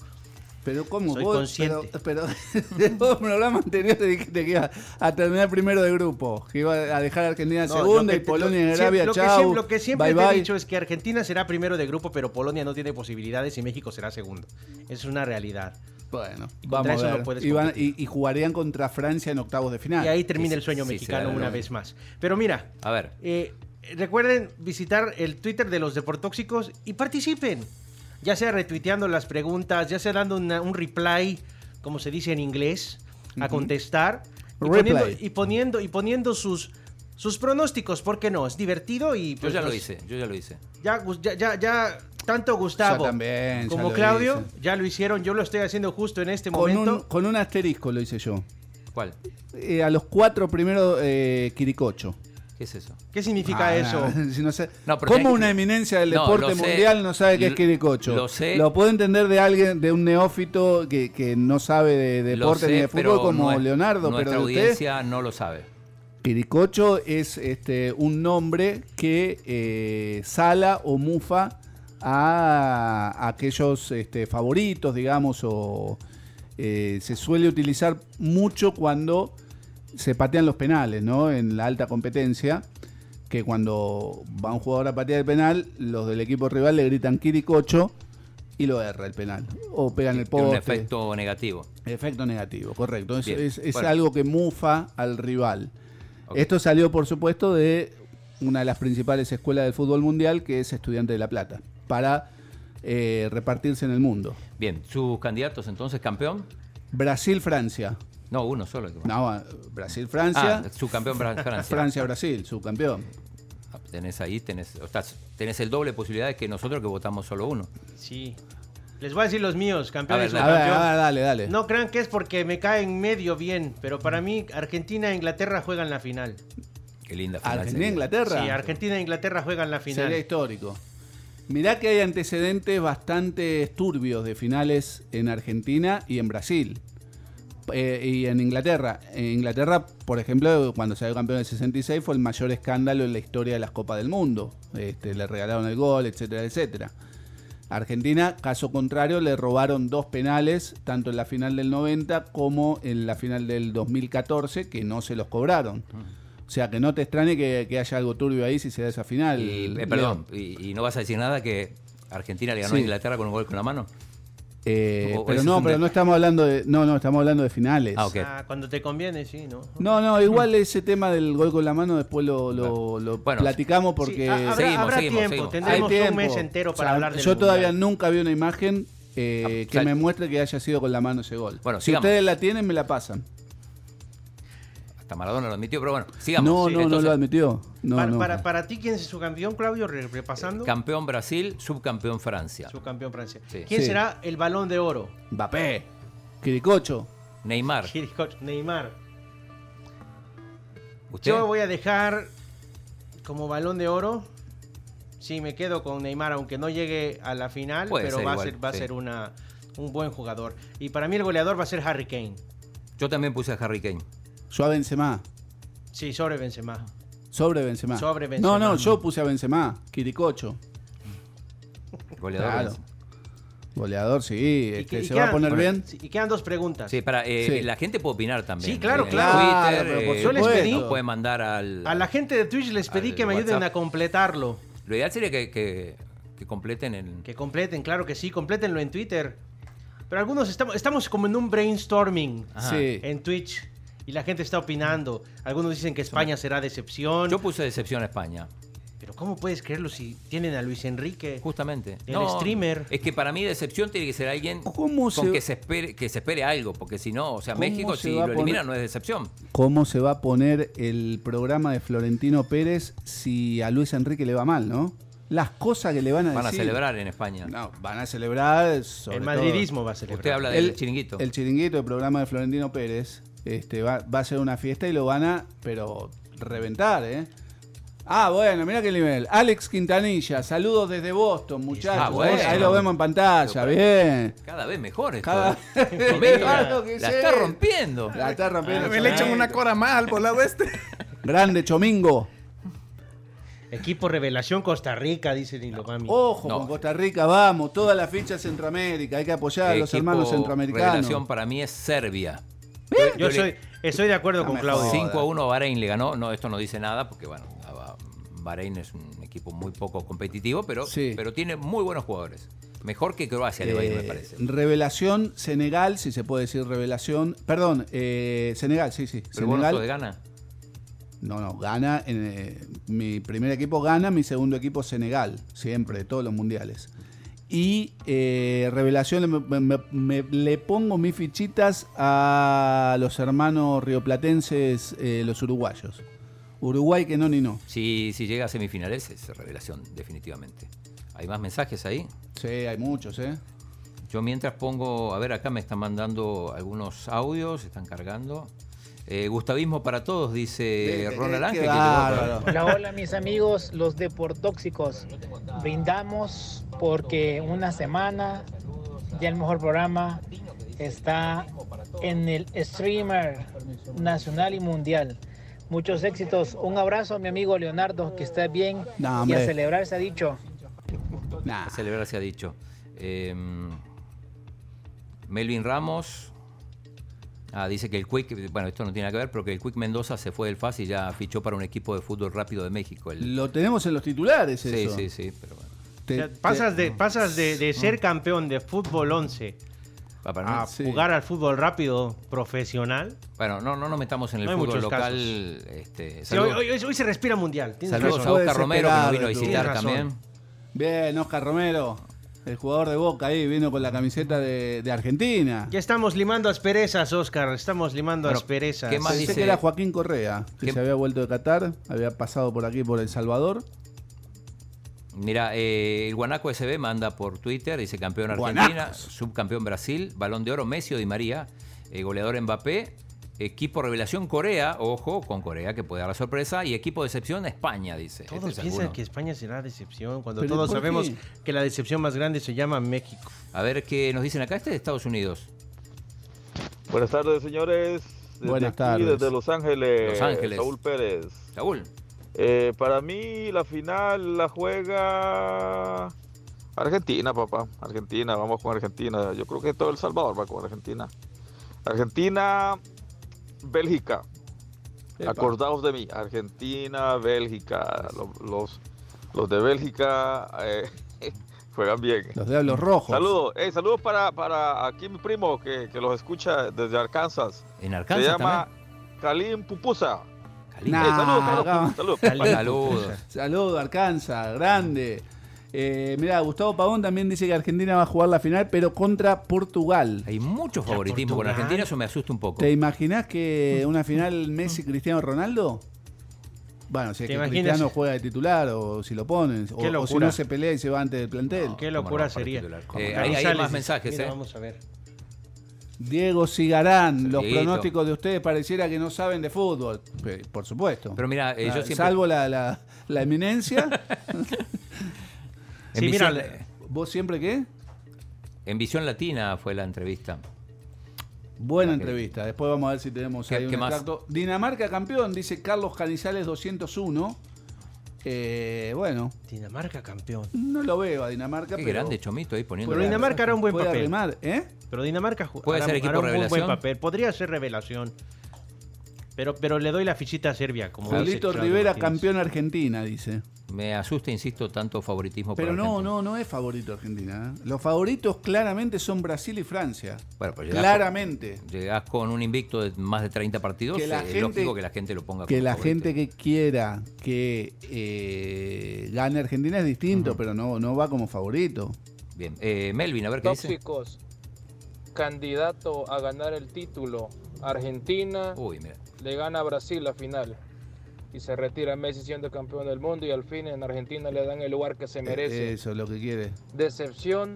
Speaker 7: Pero ¿cómo?
Speaker 8: Soy
Speaker 7: vos,
Speaker 8: consciente.
Speaker 7: Pero, pero vos en el programa anterior te dijiste que iba a terminar primero de grupo, que iba a dejar a Argentina en
Speaker 8: No, lo
Speaker 7: segunda
Speaker 8: que
Speaker 7: y
Speaker 8: te-
Speaker 7: Polonia en
Speaker 8: lo-
Speaker 7: Arabia,
Speaker 8: lo que
Speaker 7: chau,
Speaker 8: siem- lo que siempre
Speaker 7: bye
Speaker 8: te he
Speaker 7: bye.
Speaker 8: dicho es que Argentina será primero de grupo, pero Polonia no tiene posibilidades y México será segundo. Es una realidad.
Speaker 7: Bueno,
Speaker 8: Y contra
Speaker 7: Vamos a
Speaker 8: eso no
Speaker 7: ver.
Speaker 8: puedes
Speaker 7: Y van-
Speaker 8: competir.
Speaker 7: y, y jugarían contra Francia en octavos de final.
Speaker 8: Y ahí termina
Speaker 6: Sí,
Speaker 8: el sueño
Speaker 6: sí,
Speaker 8: mexicano
Speaker 6: será lo
Speaker 8: una
Speaker 6: mismo.
Speaker 8: vez más. Pero mira,
Speaker 6: A ver.
Speaker 8: eh, recuerden visitar el Twitter de los Deportóxicos y participen. Ya sea retuiteando las preguntas, ya sea dando una- un reply, como se dice en inglés, a contestar. Y
Speaker 7: Reply.
Speaker 8: poniendo, y poniendo, y poniendo sus, sus pronósticos, ¿por qué no? Es divertido y...
Speaker 6: Yo
Speaker 8: pues,
Speaker 6: ya lo
Speaker 8: nos-
Speaker 6: hice, yo ya lo hice.
Speaker 8: Ya, Gus- ya, ya, ya tanto Gustavo
Speaker 7: Yo también, ya
Speaker 8: como
Speaker 7: lo
Speaker 8: Claudio
Speaker 7: hice.
Speaker 8: ya lo hicieron. Yo lo estoy haciendo justo en este
Speaker 7: Con un,
Speaker 8: momento.
Speaker 7: con un asterisco lo hice yo.
Speaker 6: ¿Cuál?
Speaker 7: Eh, a los cuatro primeros, eh, Quiricocho.
Speaker 6: ¿Qué es eso?
Speaker 8: ¿Qué significa
Speaker 7: Ah,
Speaker 8: eso?
Speaker 7: si no sé-
Speaker 6: No, pero
Speaker 7: ¿Cómo
Speaker 6: tenés-
Speaker 7: una eminencia del
Speaker 6: No,
Speaker 7: deporte
Speaker 6: lo sé.
Speaker 7: mundial no sabe qué es
Speaker 6: Lo-
Speaker 7: Quiricocho?
Speaker 6: lo sé.
Speaker 7: puedo entender de alguien, de un neófito que, que no sabe de
Speaker 6: Lo
Speaker 7: deporte
Speaker 6: sé,
Speaker 7: ni de
Speaker 6: pero
Speaker 7: fútbol como
Speaker 6: nue-
Speaker 7: Leonardo, pero
Speaker 6: Nuestra
Speaker 7: de usted,
Speaker 6: audiencia no lo sabe.
Speaker 7: Quiricocho es este, un nombre que eh, sala o mufa a aquellos este, favoritos, digamos, o eh, se suele utilizar mucho cuando se patean los penales, ¿no? En la alta competencia, que cuando va un jugador a patear el penal, los del equipo rival le gritan Quiricocho y lo erra el penal, o pegan el
Speaker 6: Tiene
Speaker 7: poste.
Speaker 6: un efecto negativo.
Speaker 7: Efecto negativo, correcto. Es,
Speaker 6: Bien,
Speaker 7: es- es
Speaker 6: bueno.
Speaker 7: algo que mufa al rival.
Speaker 6: Ok.
Speaker 7: Esto salió, por supuesto, de una de las principales escuelas del fútbol mundial, que es Estudiante de La Plata, para eh, repartirse en el mundo.
Speaker 6: Bien, sus candidatos entonces, campeón.
Speaker 7: Brasil-Francia.
Speaker 6: No, uno solo.
Speaker 7: No, eh,
Speaker 6: Ah,
Speaker 7: Brasil-Francia.
Speaker 6: subcampeón Fra- Francia.
Speaker 7: Francia-Brasil, subcampeón.
Speaker 6: Ah, Tenés ahí, tenés, o estás- tenés el doble de posibilidades que nosotros que votamos solo uno.
Speaker 8: Sí. Les voy a decir los míos, campeón
Speaker 6: A
Speaker 8: y
Speaker 6: ver,
Speaker 7: A ver,
Speaker 8: subcampeón.
Speaker 7: a ver, dale, dale.
Speaker 8: No crean que es porque me caen medio bien, pero para mí Argentina e Inglaterra juegan la final.
Speaker 6: Qué linda final. sería.
Speaker 7: Argentina-Inglaterra.
Speaker 8: Sí, Argentina e Inglaterra juegan la final.
Speaker 7: e Sería histórico. Mirá que hay antecedentes bastante turbios de finales en Argentina y en Brasil. Eh, y en Inglaterra. En Inglaterra, por ejemplo, cuando salió campeón del 66 fue el mayor escándalo en la historia de las Copas del Mundo. Este, le regalaron el gol, etcétera, etcétera. Argentina, caso contrario, le robaron dos penales, tanto en la final del 90 como en la final del 2014, que no se los cobraron.
Speaker 6: Ah.
Speaker 7: O sea, que no te extrañe que, que haya algo turbio ahí si se da esa final.
Speaker 6: Y, eh,
Speaker 7: Leo.
Speaker 6: perdón, y, y no vas a decir nada que Argentina le ganó
Speaker 7: Sí.
Speaker 6: a Inglaterra con un gol con la mano?
Speaker 7: Eh,
Speaker 6: O- o
Speaker 7: pero
Speaker 6: ese es
Speaker 7: no,
Speaker 6: un
Speaker 7: pero
Speaker 6: de-
Speaker 7: no estamos hablando de. No, no, estamos hablando de finales.
Speaker 6: Ah, ok.
Speaker 8: Ah, cuando te conviene, sí, ¿no?
Speaker 7: No, no, igual ese tema del gol con la mano después lo, lo- lo
Speaker 6: Bueno,
Speaker 7: platicamos
Speaker 8: Sí,
Speaker 7: porque
Speaker 8: ah, habrá
Speaker 6: Seguimos,
Speaker 8: habrá
Speaker 6: seguimos,
Speaker 8: tiempo,
Speaker 6: seguimos.
Speaker 8: tendremos
Speaker 7: hay
Speaker 8: un
Speaker 7: tiempo.
Speaker 8: mes entero para
Speaker 7: O sea,
Speaker 8: hablar de
Speaker 7: Yo todavía nunca vi una imagen eh,
Speaker 6: Ah,
Speaker 7: que
Speaker 6: sal-
Speaker 7: me muestre que haya sido con la mano ese gol.
Speaker 6: Bueno,
Speaker 7: si
Speaker 6: sigamos.
Speaker 7: ustedes la tienen, me la pasan.
Speaker 6: Hasta Maradona lo admitió, pero bueno, sigamos.
Speaker 7: no, no,
Speaker 6: Sí,
Speaker 7: no
Speaker 6: entonces,
Speaker 7: lo admitió. No,
Speaker 8: para,
Speaker 7: no.
Speaker 8: Para, para ti, ¿quién es su campeón, Claudio? Re- Repasando.
Speaker 6: Campeón Brasil, subcampeón Francia.
Speaker 8: su campeón Francia.
Speaker 6: Sí.
Speaker 8: ¿Quién
Speaker 7: Sí.
Speaker 8: será el balón de oro?
Speaker 7: Mbappé, Quiricocho.
Speaker 6: Neymar,
Speaker 8: Kirchhoff, Neymar.
Speaker 6: ¿usted?
Speaker 8: Yo voy a dejar como balón de oro. Sí, me quedo con Neymar, aunque no llegue a la final,
Speaker 6: Puede
Speaker 8: pero
Speaker 6: ser
Speaker 8: va,
Speaker 6: igual,
Speaker 8: a ser, va a
Speaker 6: sí.
Speaker 8: ser una, un buen jugador. Y para mí el goleador va a ser Harry Kane.
Speaker 6: Yo también puse a Harry Kane.
Speaker 7: Yo a Benzema.
Speaker 8: Sí, sobre Benzema.
Speaker 7: Sobre Benzema.
Speaker 8: Sobre Benzema.
Speaker 7: No, no, yo puse a Benzema. Quiricocho.
Speaker 6: Goleador.
Speaker 7: Claro.
Speaker 6: Benzema.
Speaker 7: Goleador, sí.
Speaker 8: Y
Speaker 7: este,
Speaker 8: que- y
Speaker 7: se va a
Speaker 8: quedan-
Speaker 7: poner bien.
Speaker 8: sí, y quedan dos preguntas.
Speaker 6: Sí, para, eh,
Speaker 7: Sí.
Speaker 6: la gente puede opinar también.
Speaker 8: Sí, claro,
Speaker 6: En
Speaker 8: claro.
Speaker 6: Twitter,
Speaker 7: Claro, pero
Speaker 8: por
Speaker 6: eh,
Speaker 8: supuesto.
Speaker 6: puede- no puede mandar al.
Speaker 8: A la gente de Twitch les pedí
Speaker 6: Al
Speaker 8: que me ayuden
Speaker 6: WhatsApp.
Speaker 8: a completarlo.
Speaker 6: Lo ideal sería que, que- que completen el.
Speaker 8: Que completen, claro que sí, complétenlo en Twitter. Pero algunos estamos, estamos como en un brainstorming
Speaker 6: Ajá.
Speaker 7: Sí.
Speaker 8: en Twitch y la gente está opinando. Algunos dicen que España será decepción.
Speaker 6: Yo puse decepción a España,
Speaker 8: Pero ¿cómo puedes creerlo si tienen a Luis Enrique?
Speaker 6: justamente.
Speaker 8: El streamer.
Speaker 6: Es que para mí decepción tiene que ser alguien
Speaker 7: ¿Cómo
Speaker 6: con
Speaker 7: se-
Speaker 6: que se espere que se espere algo, porque si no, o sea,
Speaker 7: ¿Cómo
Speaker 6: México
Speaker 7: se
Speaker 6: si
Speaker 7: va a
Speaker 6: lo elimina
Speaker 7: poner?
Speaker 6: no es decepción.
Speaker 7: ¿Cómo se va a poner el programa de Florentino Pérez si a Luis Enrique le va mal, no? Las cosas que le van a
Speaker 6: Van a
Speaker 7: decir.
Speaker 6: celebrar en España.
Speaker 7: No, van a celebrar. sobre
Speaker 8: El
Speaker 7: todo-
Speaker 8: madridismo va a celebrar.
Speaker 6: Usted habla del
Speaker 7: El
Speaker 6: chiringuito.
Speaker 7: El chiringuito, el programa de Florentino Pérez, este, va, va a ser una fiesta y lo van a, pero, reventar, ¿eh? Ah, bueno, mira qué nivel. Alex Quintanilla, saludos desde Boston, muchachos.
Speaker 6: Ah, bueno.
Speaker 7: Ahí lo vemos en pantalla, bien.
Speaker 6: Cada vez mejor esto.
Speaker 7: Cada-
Speaker 6: Con México la-
Speaker 7: Claro que
Speaker 6: la
Speaker 7: sí.
Speaker 6: está rompiendo.
Speaker 7: La está rompiendo.
Speaker 10: Me le echan una cora más al volado este.
Speaker 7: Grande Chomingo.
Speaker 8: Equipo Revelación Costa Rica, dicen y lo mami.
Speaker 7: Ojo con Costa Rica, vamos, todas las fichas Centroamérica, hay que apoyar a los
Speaker 6: Equipo
Speaker 7: hermanos
Speaker 6: Revelación
Speaker 7: centroamericanos.
Speaker 6: para mí es Serbia.
Speaker 8: Yo soy, estoy de acuerdo con Claudio.
Speaker 6: 5 a 1 Bahrein le ganó. No, esto no dice nada porque, bueno, a- a- Bahrein es un equipo muy poco competitivo, pero,
Speaker 7: Sí.
Speaker 6: pero tiene muy buenos jugadores. Mejor que Croacia le va a ir, me
Speaker 7: Eh,
Speaker 6: parece.
Speaker 7: Revelación, Senegal, si se puede decir revelación. Perdón, eh, Senegal, sí, sí.
Speaker 6: Pero vos no
Speaker 7: Senegal.
Speaker 6: sos de Ghana.
Speaker 7: No, no, gana. en, eh, mi primer equipo gana, mi segundo equipo Senegal, siempre, de todos los mundiales. Y eh, revelación, me- me- me- le pongo mis fichitas a los hermanos rioplatenses, eh, los uruguayos. Uruguay que no ni no.
Speaker 6: Si, si llega a semifinales es revelación, definitivamente. ¿Hay más mensajes ahí?
Speaker 7: Sí, hay muchos, ¿eh?
Speaker 6: Yo mientras pongo, a ver, acá me están mandando algunos audios, están cargando. Eh, Gustavismo para todos, dice
Speaker 7: Ve-
Speaker 6: Ronald
Speaker 7: eh,
Speaker 6: Ángel.
Speaker 7: qué
Speaker 6: que llegó acá.
Speaker 7: bárbaro.
Speaker 11: Hola, hola mis amigos, los deportóxicos. Brindamos porque una semana ya el mejor programa está en el streamer nacional y mundial. Muchos éxitos. Un abrazo a mi amigo Leonardo, que esté bien
Speaker 7: No,
Speaker 11: y
Speaker 7: hombre.
Speaker 11: a celebrar se ha dicho.
Speaker 7: Nah.
Speaker 6: A celebrar se ha dicho. Eh, Melvin Ramos. Ah, dice que el Quick, bueno, esto no tiene nada que ver, pero que el Quick Mendoza se fue del FAS y ya fichó para un equipo de fútbol rápido de México. El,
Speaker 7: Lo tenemos en los titulares,
Speaker 6: sí,
Speaker 7: eso.
Speaker 6: sí, sí, pero bueno.
Speaker 7: Te-
Speaker 8: O sea, pasas de, pasas de, de ser campeón de fútbol 11
Speaker 6: Mm. Va para
Speaker 8: a
Speaker 6: nada.
Speaker 7: sí.
Speaker 8: jugar al fútbol rápido profesional.
Speaker 6: Bueno, no, no nos metamos en el
Speaker 8: No hay
Speaker 6: fútbol
Speaker 8: muchos
Speaker 6: local.
Speaker 8: casos.
Speaker 6: este,
Speaker 8: Sí, hoy,
Speaker 6: saludos
Speaker 8: hoy- hoy- hoy se respira mundial. tienes
Speaker 6: saludos
Speaker 8: razón.
Speaker 6: a Oscar
Speaker 7: Puedes
Speaker 6: Romero que nos
Speaker 7: esperar,
Speaker 6: vino a
Speaker 7: tú.
Speaker 6: visitar
Speaker 8: Tienes
Speaker 6: también.
Speaker 8: razón.
Speaker 7: Bien, Oscar Romero, el jugador de Boca ahí, vino con la camiseta de, de Argentina.
Speaker 8: Ya estamos limando asperezas, Oscar. Estamos limando
Speaker 6: Bueno,
Speaker 8: asperezas.
Speaker 6: ¿qué más
Speaker 7: Pensé
Speaker 6: dice?
Speaker 7: que era Joaquín Correa, que
Speaker 6: ¿Qué-
Speaker 7: se había vuelto de Qatar, había pasado por aquí por El Salvador.
Speaker 6: Mira, eh, el Guanaco SB manda por Twitter, dice campeón Argentina,
Speaker 7: Guanacos.
Speaker 6: subcampeón Brasil, balón de oro Messi o Di María, eh, goleador Mbappé, equipo revelación Corea, ojo con Corea que puede dar la sorpresa, y equipo decepción España, dice.
Speaker 8: Todos
Speaker 6: Este es
Speaker 8: piensan
Speaker 6: alguno.
Speaker 8: que España será decepción cuando
Speaker 7: ¿Pero
Speaker 8: todos
Speaker 7: por qué?
Speaker 8: sabemos que la decepción más grande se llama México.
Speaker 6: A ver qué nos dicen acá, este es de Estados Unidos.
Speaker 12: Buenas tardes, señores. Desde
Speaker 7: Buenas
Speaker 12: aquí,
Speaker 7: tardes.
Speaker 12: Desde Los Ángeles.
Speaker 6: Los Ángeles.
Speaker 12: Saúl Pérez.
Speaker 6: Saúl,
Speaker 12: Eh, para mí, la final la juega Argentina, papá. Argentina, vamos con Argentina. Yo creo que todo El Salvador va con Argentina. Argentina, Bélgica.
Speaker 7: Epa.
Speaker 12: Acordaos de mí. Argentina, Bélgica. Los, los, los de Bélgica eh, juegan bien.
Speaker 7: Los Diablos Rojos.
Speaker 12: Saludos, eh, saludos para, para aquí mi primo que, que los escucha desde Arkansas.
Speaker 6: en
Speaker 12: Se
Speaker 6: Arkansas
Speaker 12: llama Kalim Pupusa.
Speaker 6: también. Cali.
Speaker 7: Nah.
Speaker 12: Eh, saludos, Carlos,
Speaker 7: acá-
Speaker 12: saludos.
Speaker 6: Saludos.
Speaker 7: Saludos, Arkansas, grande. Eh, mirá, Gustavo Pavón también dice que Argentina va a jugar la final, pero contra Portugal.
Speaker 6: Hay mucho favoritismo con
Speaker 8: Portugal.
Speaker 6: Argentina, eso me asusta un poco.
Speaker 7: ¿Te imaginás que una final Messi-Cristiano Ronaldo? Bueno, si
Speaker 8: ¿Te
Speaker 7: es que
Speaker 8: imaginas?
Speaker 7: Cristiano juega de titular o si lo ponen, o,
Speaker 8: Qué
Speaker 7: o si
Speaker 8: locura.
Speaker 7: no se pelea y se va antes del plantel.
Speaker 8: Qué
Speaker 6: no,
Speaker 8: locura
Speaker 6: para
Speaker 8: sería.
Speaker 6: titular.
Speaker 8: Como
Speaker 6: Eh,
Speaker 8: Carlos
Speaker 6: ahí hay
Speaker 8: Sales
Speaker 6: más
Speaker 8: dice,
Speaker 6: mensajes,
Speaker 8: mira,
Speaker 6: eh.
Speaker 8: Vamos a ver.
Speaker 7: Diego Cigarán, los
Speaker 6: Dieguito.
Speaker 7: pronósticos de ustedes pareciera que no saben de fútbol. Pe- Por supuesto.
Speaker 6: Pero mira, eh, yo
Speaker 7: Ah,
Speaker 6: siempre-
Speaker 7: Salvo la, la- la eminencia,
Speaker 6: En,
Speaker 8: Sí, mira,
Speaker 6: visión,
Speaker 8: le-
Speaker 7: ¿vos siempre qué?
Speaker 6: en Visión Latina fue la entrevista.
Speaker 7: Buena
Speaker 6: Ah,
Speaker 7: entrevista. Después vamos a ver si tenemos
Speaker 6: ¿Qué-
Speaker 7: ahí un
Speaker 6: qué más?
Speaker 7: extracto. Dinamarca campeón, dice Carlos Canizales 201. Eh, bueno,
Speaker 8: Dinamarca campeón.
Speaker 7: no lo veo a Dinamarca.
Speaker 6: Qué
Speaker 7: pero
Speaker 6: grande Chomito ahí poniendo.
Speaker 8: Pero
Speaker 6: la-
Speaker 8: Dinamarca hará un buen
Speaker 7: puede
Speaker 8: papel.
Speaker 7: arrimar, ¿eh?
Speaker 8: Pero Dinamarca ju-
Speaker 6: Puede
Speaker 8: hará-
Speaker 6: ser equipo
Speaker 8: hará un muy
Speaker 6: revelación.
Speaker 8: buen papel. Podría ser revelación. Pero, pero le doy la fichita a Serbia. Como dice
Speaker 7: Julito
Speaker 8: Claudio
Speaker 7: Rivera,
Speaker 8: Martínez.
Speaker 7: campeón Argentina, dice.
Speaker 6: Me asusta, insisto, tanto favoritismo
Speaker 7: Pero
Speaker 6: por
Speaker 7: no,
Speaker 6: Argentina.
Speaker 7: no, no es favorito Argentina. ¿eh? Los favoritos claramente son Brasil y Francia.
Speaker 6: Bueno, pues llegás
Speaker 7: claramente.
Speaker 6: con- Llegás con un invicto de más de 30 partidos,
Speaker 7: Que la
Speaker 6: es
Speaker 7: gente-
Speaker 6: lógico que la gente lo ponga
Speaker 7: Que
Speaker 6: como
Speaker 7: la
Speaker 6: favorito.
Speaker 7: gente que quiera que eh, gane Argentina es distinto, pero no, no va como favorito.
Speaker 6: Bien, eh, Melvin, a ver qué dice.
Speaker 13: Tóxicos, candidato a ganar el título. Argentina
Speaker 6: Uy, mira.
Speaker 13: le gana a Brasil la final. Y se retira Messi siendo campeón del mundo y al fin en Argentina le dan el lugar que se
Speaker 6: Eh,
Speaker 13: merece.
Speaker 7: Eso es lo que quiere.
Speaker 13: Decepción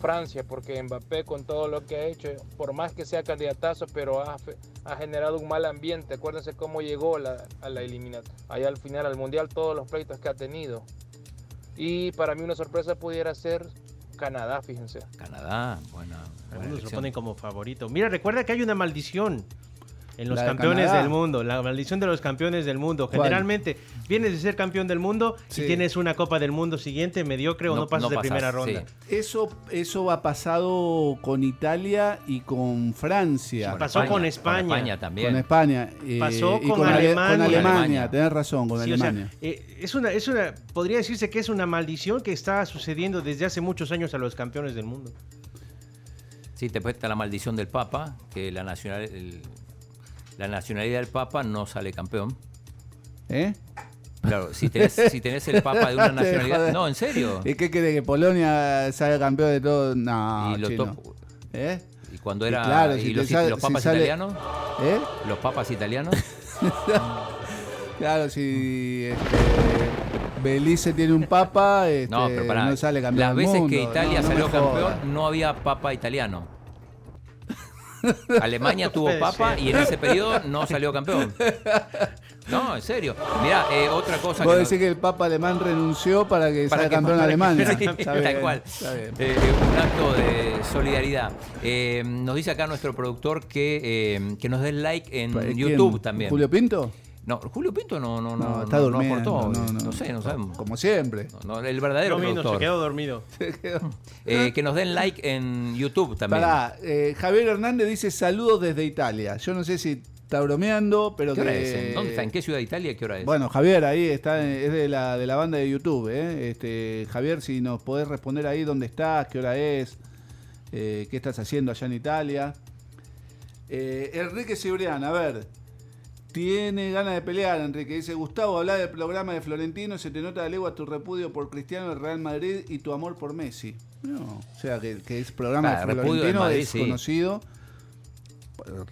Speaker 13: Francia, porque Mbappé con todo lo que ha hecho, por más que sea candidatazo, pero ha, fe- ha generado un mal ambiente. Acuérdense cómo llegó la- a la eliminatoria. Allá al final, al Mundial, todos los pleitos que ha tenido. Y para mí una sorpresa pudiera ser Canadá, fíjense.
Speaker 6: Canadá, buena. buena
Speaker 8: Algunos lo
Speaker 6: elección.
Speaker 8: ponen como favorito. Mira, recuerda que hay una maldición. En los
Speaker 7: La de
Speaker 8: campeones
Speaker 7: Canadá.
Speaker 8: del mundo, la maldición de los campeones del mundo.
Speaker 7: ¿Cuál?
Speaker 8: Generalmente vienes de ser campeón del mundo
Speaker 7: Sí.
Speaker 8: y tienes una Copa del Mundo siguiente mediocre o no, pasas de primera ronda.
Speaker 7: Eso, eso ha pasado con Italia y con Francia.
Speaker 8: Sí, Pasó España, con España. con España también.
Speaker 7: Con España. eh,
Speaker 8: Pasó
Speaker 7: y
Speaker 8: con
Speaker 7: Ale-
Speaker 8: Alemania.
Speaker 7: Con Alemania,
Speaker 8: Alemania.
Speaker 7: tenés razón, con
Speaker 8: Sí, o sea,
Speaker 7: Alemania.
Speaker 8: eh, es una, es una, podría decirse que es una maldición que está sucediendo desde hace muchos años a los campeones del mundo.
Speaker 6: Sí, te cuesta la maldición del Papa, que la, nacional, el- la nacionalidad del Papa no sale campeón.
Speaker 7: ¿Eh?
Speaker 6: Claro, si tenés, si tenés el Papa de una
Speaker 7: Te
Speaker 6: nacionalidad.
Speaker 7: jodas.
Speaker 6: No, en serio.
Speaker 7: ¿Y qué quiere que Polonia salga campeón de todo? No,
Speaker 6: Y lo
Speaker 7: chino.
Speaker 6: topo-
Speaker 7: ¿Eh?
Speaker 6: Y cuando
Speaker 7: Y
Speaker 6: era.
Speaker 7: claro,
Speaker 6: y
Speaker 7: si te
Speaker 6: los,
Speaker 7: sale-
Speaker 6: los
Speaker 7: si
Speaker 6: papas
Speaker 7: sale-
Speaker 6: italianos.
Speaker 7: ¿Eh?
Speaker 6: Los papas italianos.
Speaker 7: Claro, si este, Belice tiene un papa, este,
Speaker 6: No,
Speaker 7: no,
Speaker 6: pero pará.
Speaker 7: sale campeón.
Speaker 6: Las
Speaker 7: del
Speaker 6: veces que
Speaker 7: mundo.
Speaker 6: Italia
Speaker 7: No, no me
Speaker 6: salió
Speaker 7: jodas.
Speaker 6: campeón, no había papa italiano. Alemania tuvo
Speaker 7: Puede
Speaker 6: papa
Speaker 7: ser.
Speaker 6: y en ese periodo no salió campeón. No, en serio. Mirá, eh, otra cosa
Speaker 7: Vos
Speaker 6: que. no-
Speaker 7: decís que el Papa alemán renunció para que
Speaker 6: para
Speaker 7: salga
Speaker 6: que-
Speaker 7: campeón
Speaker 6: para que-
Speaker 7: Alemania.
Speaker 6: Sí,
Speaker 7: Está
Speaker 6: tal
Speaker 7: bien,
Speaker 6: cual.
Speaker 7: está bien.
Speaker 6: Eh, un acto de solidaridad. Eh, nos dice acá nuestro productor que, eh, que nos den like en
Speaker 7: ¿Quién?
Speaker 6: YouTube también.
Speaker 7: ¿Julio Pinto?
Speaker 6: No, Julio Pinto no, no, no,
Speaker 7: No, está
Speaker 6: no- no
Speaker 7: durmiendo,
Speaker 6: aportó.
Speaker 7: no,
Speaker 6: No,
Speaker 7: no.
Speaker 6: sé, no sabemos.
Speaker 7: Como siempre.
Speaker 6: No, no, el verdadero
Speaker 8: No vino, se
Speaker 6: productor.
Speaker 8: quedó dormido.
Speaker 6: Eh, que nos den like en YouTube también.
Speaker 7: Pará, eh, Javier Hernández dice saludos desde Italia. Yo no sé si está bromeando, pero
Speaker 6: ¿Qué
Speaker 7: que...
Speaker 6: hora es? ¿En ¿Dónde está? ¿En qué ciudad de Italia? ¿Qué hora es?
Speaker 7: Bueno, Javier, ahí está, eh, es de la, de la banda de YouTube. ¿eh? Este, Javier, si nos podés responder ahí dónde estás, qué hora es, eh, qué estás haciendo allá en Italia. Eh, Enrique Cibrián, a ver. Tiene ganas de pelear, Enrique. Dice, Gustavo, habla del programa de Florentino, se te nota de legua tu repudio por Cristiano del Real Madrid y tu amor por Messi. No, o sea, que, que es programa
Speaker 6: Ah,
Speaker 7: de
Speaker 6: repudio del
Speaker 7: Florentino,
Speaker 6: Madrid,
Speaker 7: es
Speaker 6: sí.
Speaker 7: conocido.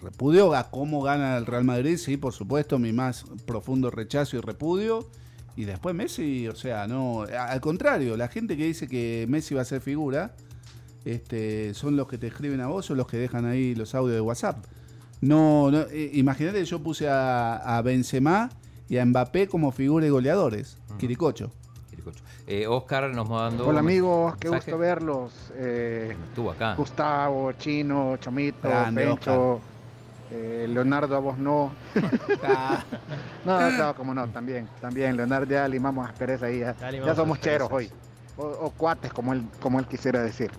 Speaker 7: Repudio a cómo gana el Real Madrid, sí, por supuesto, mi más profundo rechazo y repudio. Y después Messi, o sea, no, a- al contrario, la gente que dice que Messi va a ser figura, este, son los que te escriben a vos o los que dejan ahí los audios de WhatsApp. No, no eh, imagínate que yo puse a, a Benzema y a Mbappé como figura de goleadores. Quiricocho.
Speaker 6: Eh, Oscar nos mandó.
Speaker 14: Hola
Speaker 6: un
Speaker 14: amigos, qué
Speaker 6: mensaje.
Speaker 14: gusto verlos. Eh,
Speaker 6: Estuvo acá.
Speaker 14: Gustavo, Chino, Chomito,
Speaker 6: Grande,
Speaker 14: Pencho, eh, Leonardo, a vos no. no, no, como no, también, también. Leonardo, ya limamos aspereza ahí. Ya,
Speaker 8: limamos
Speaker 14: ya somos cheros
Speaker 8: asperezas.
Speaker 14: hoy. O, o cuates, como él, como él quisiera decir.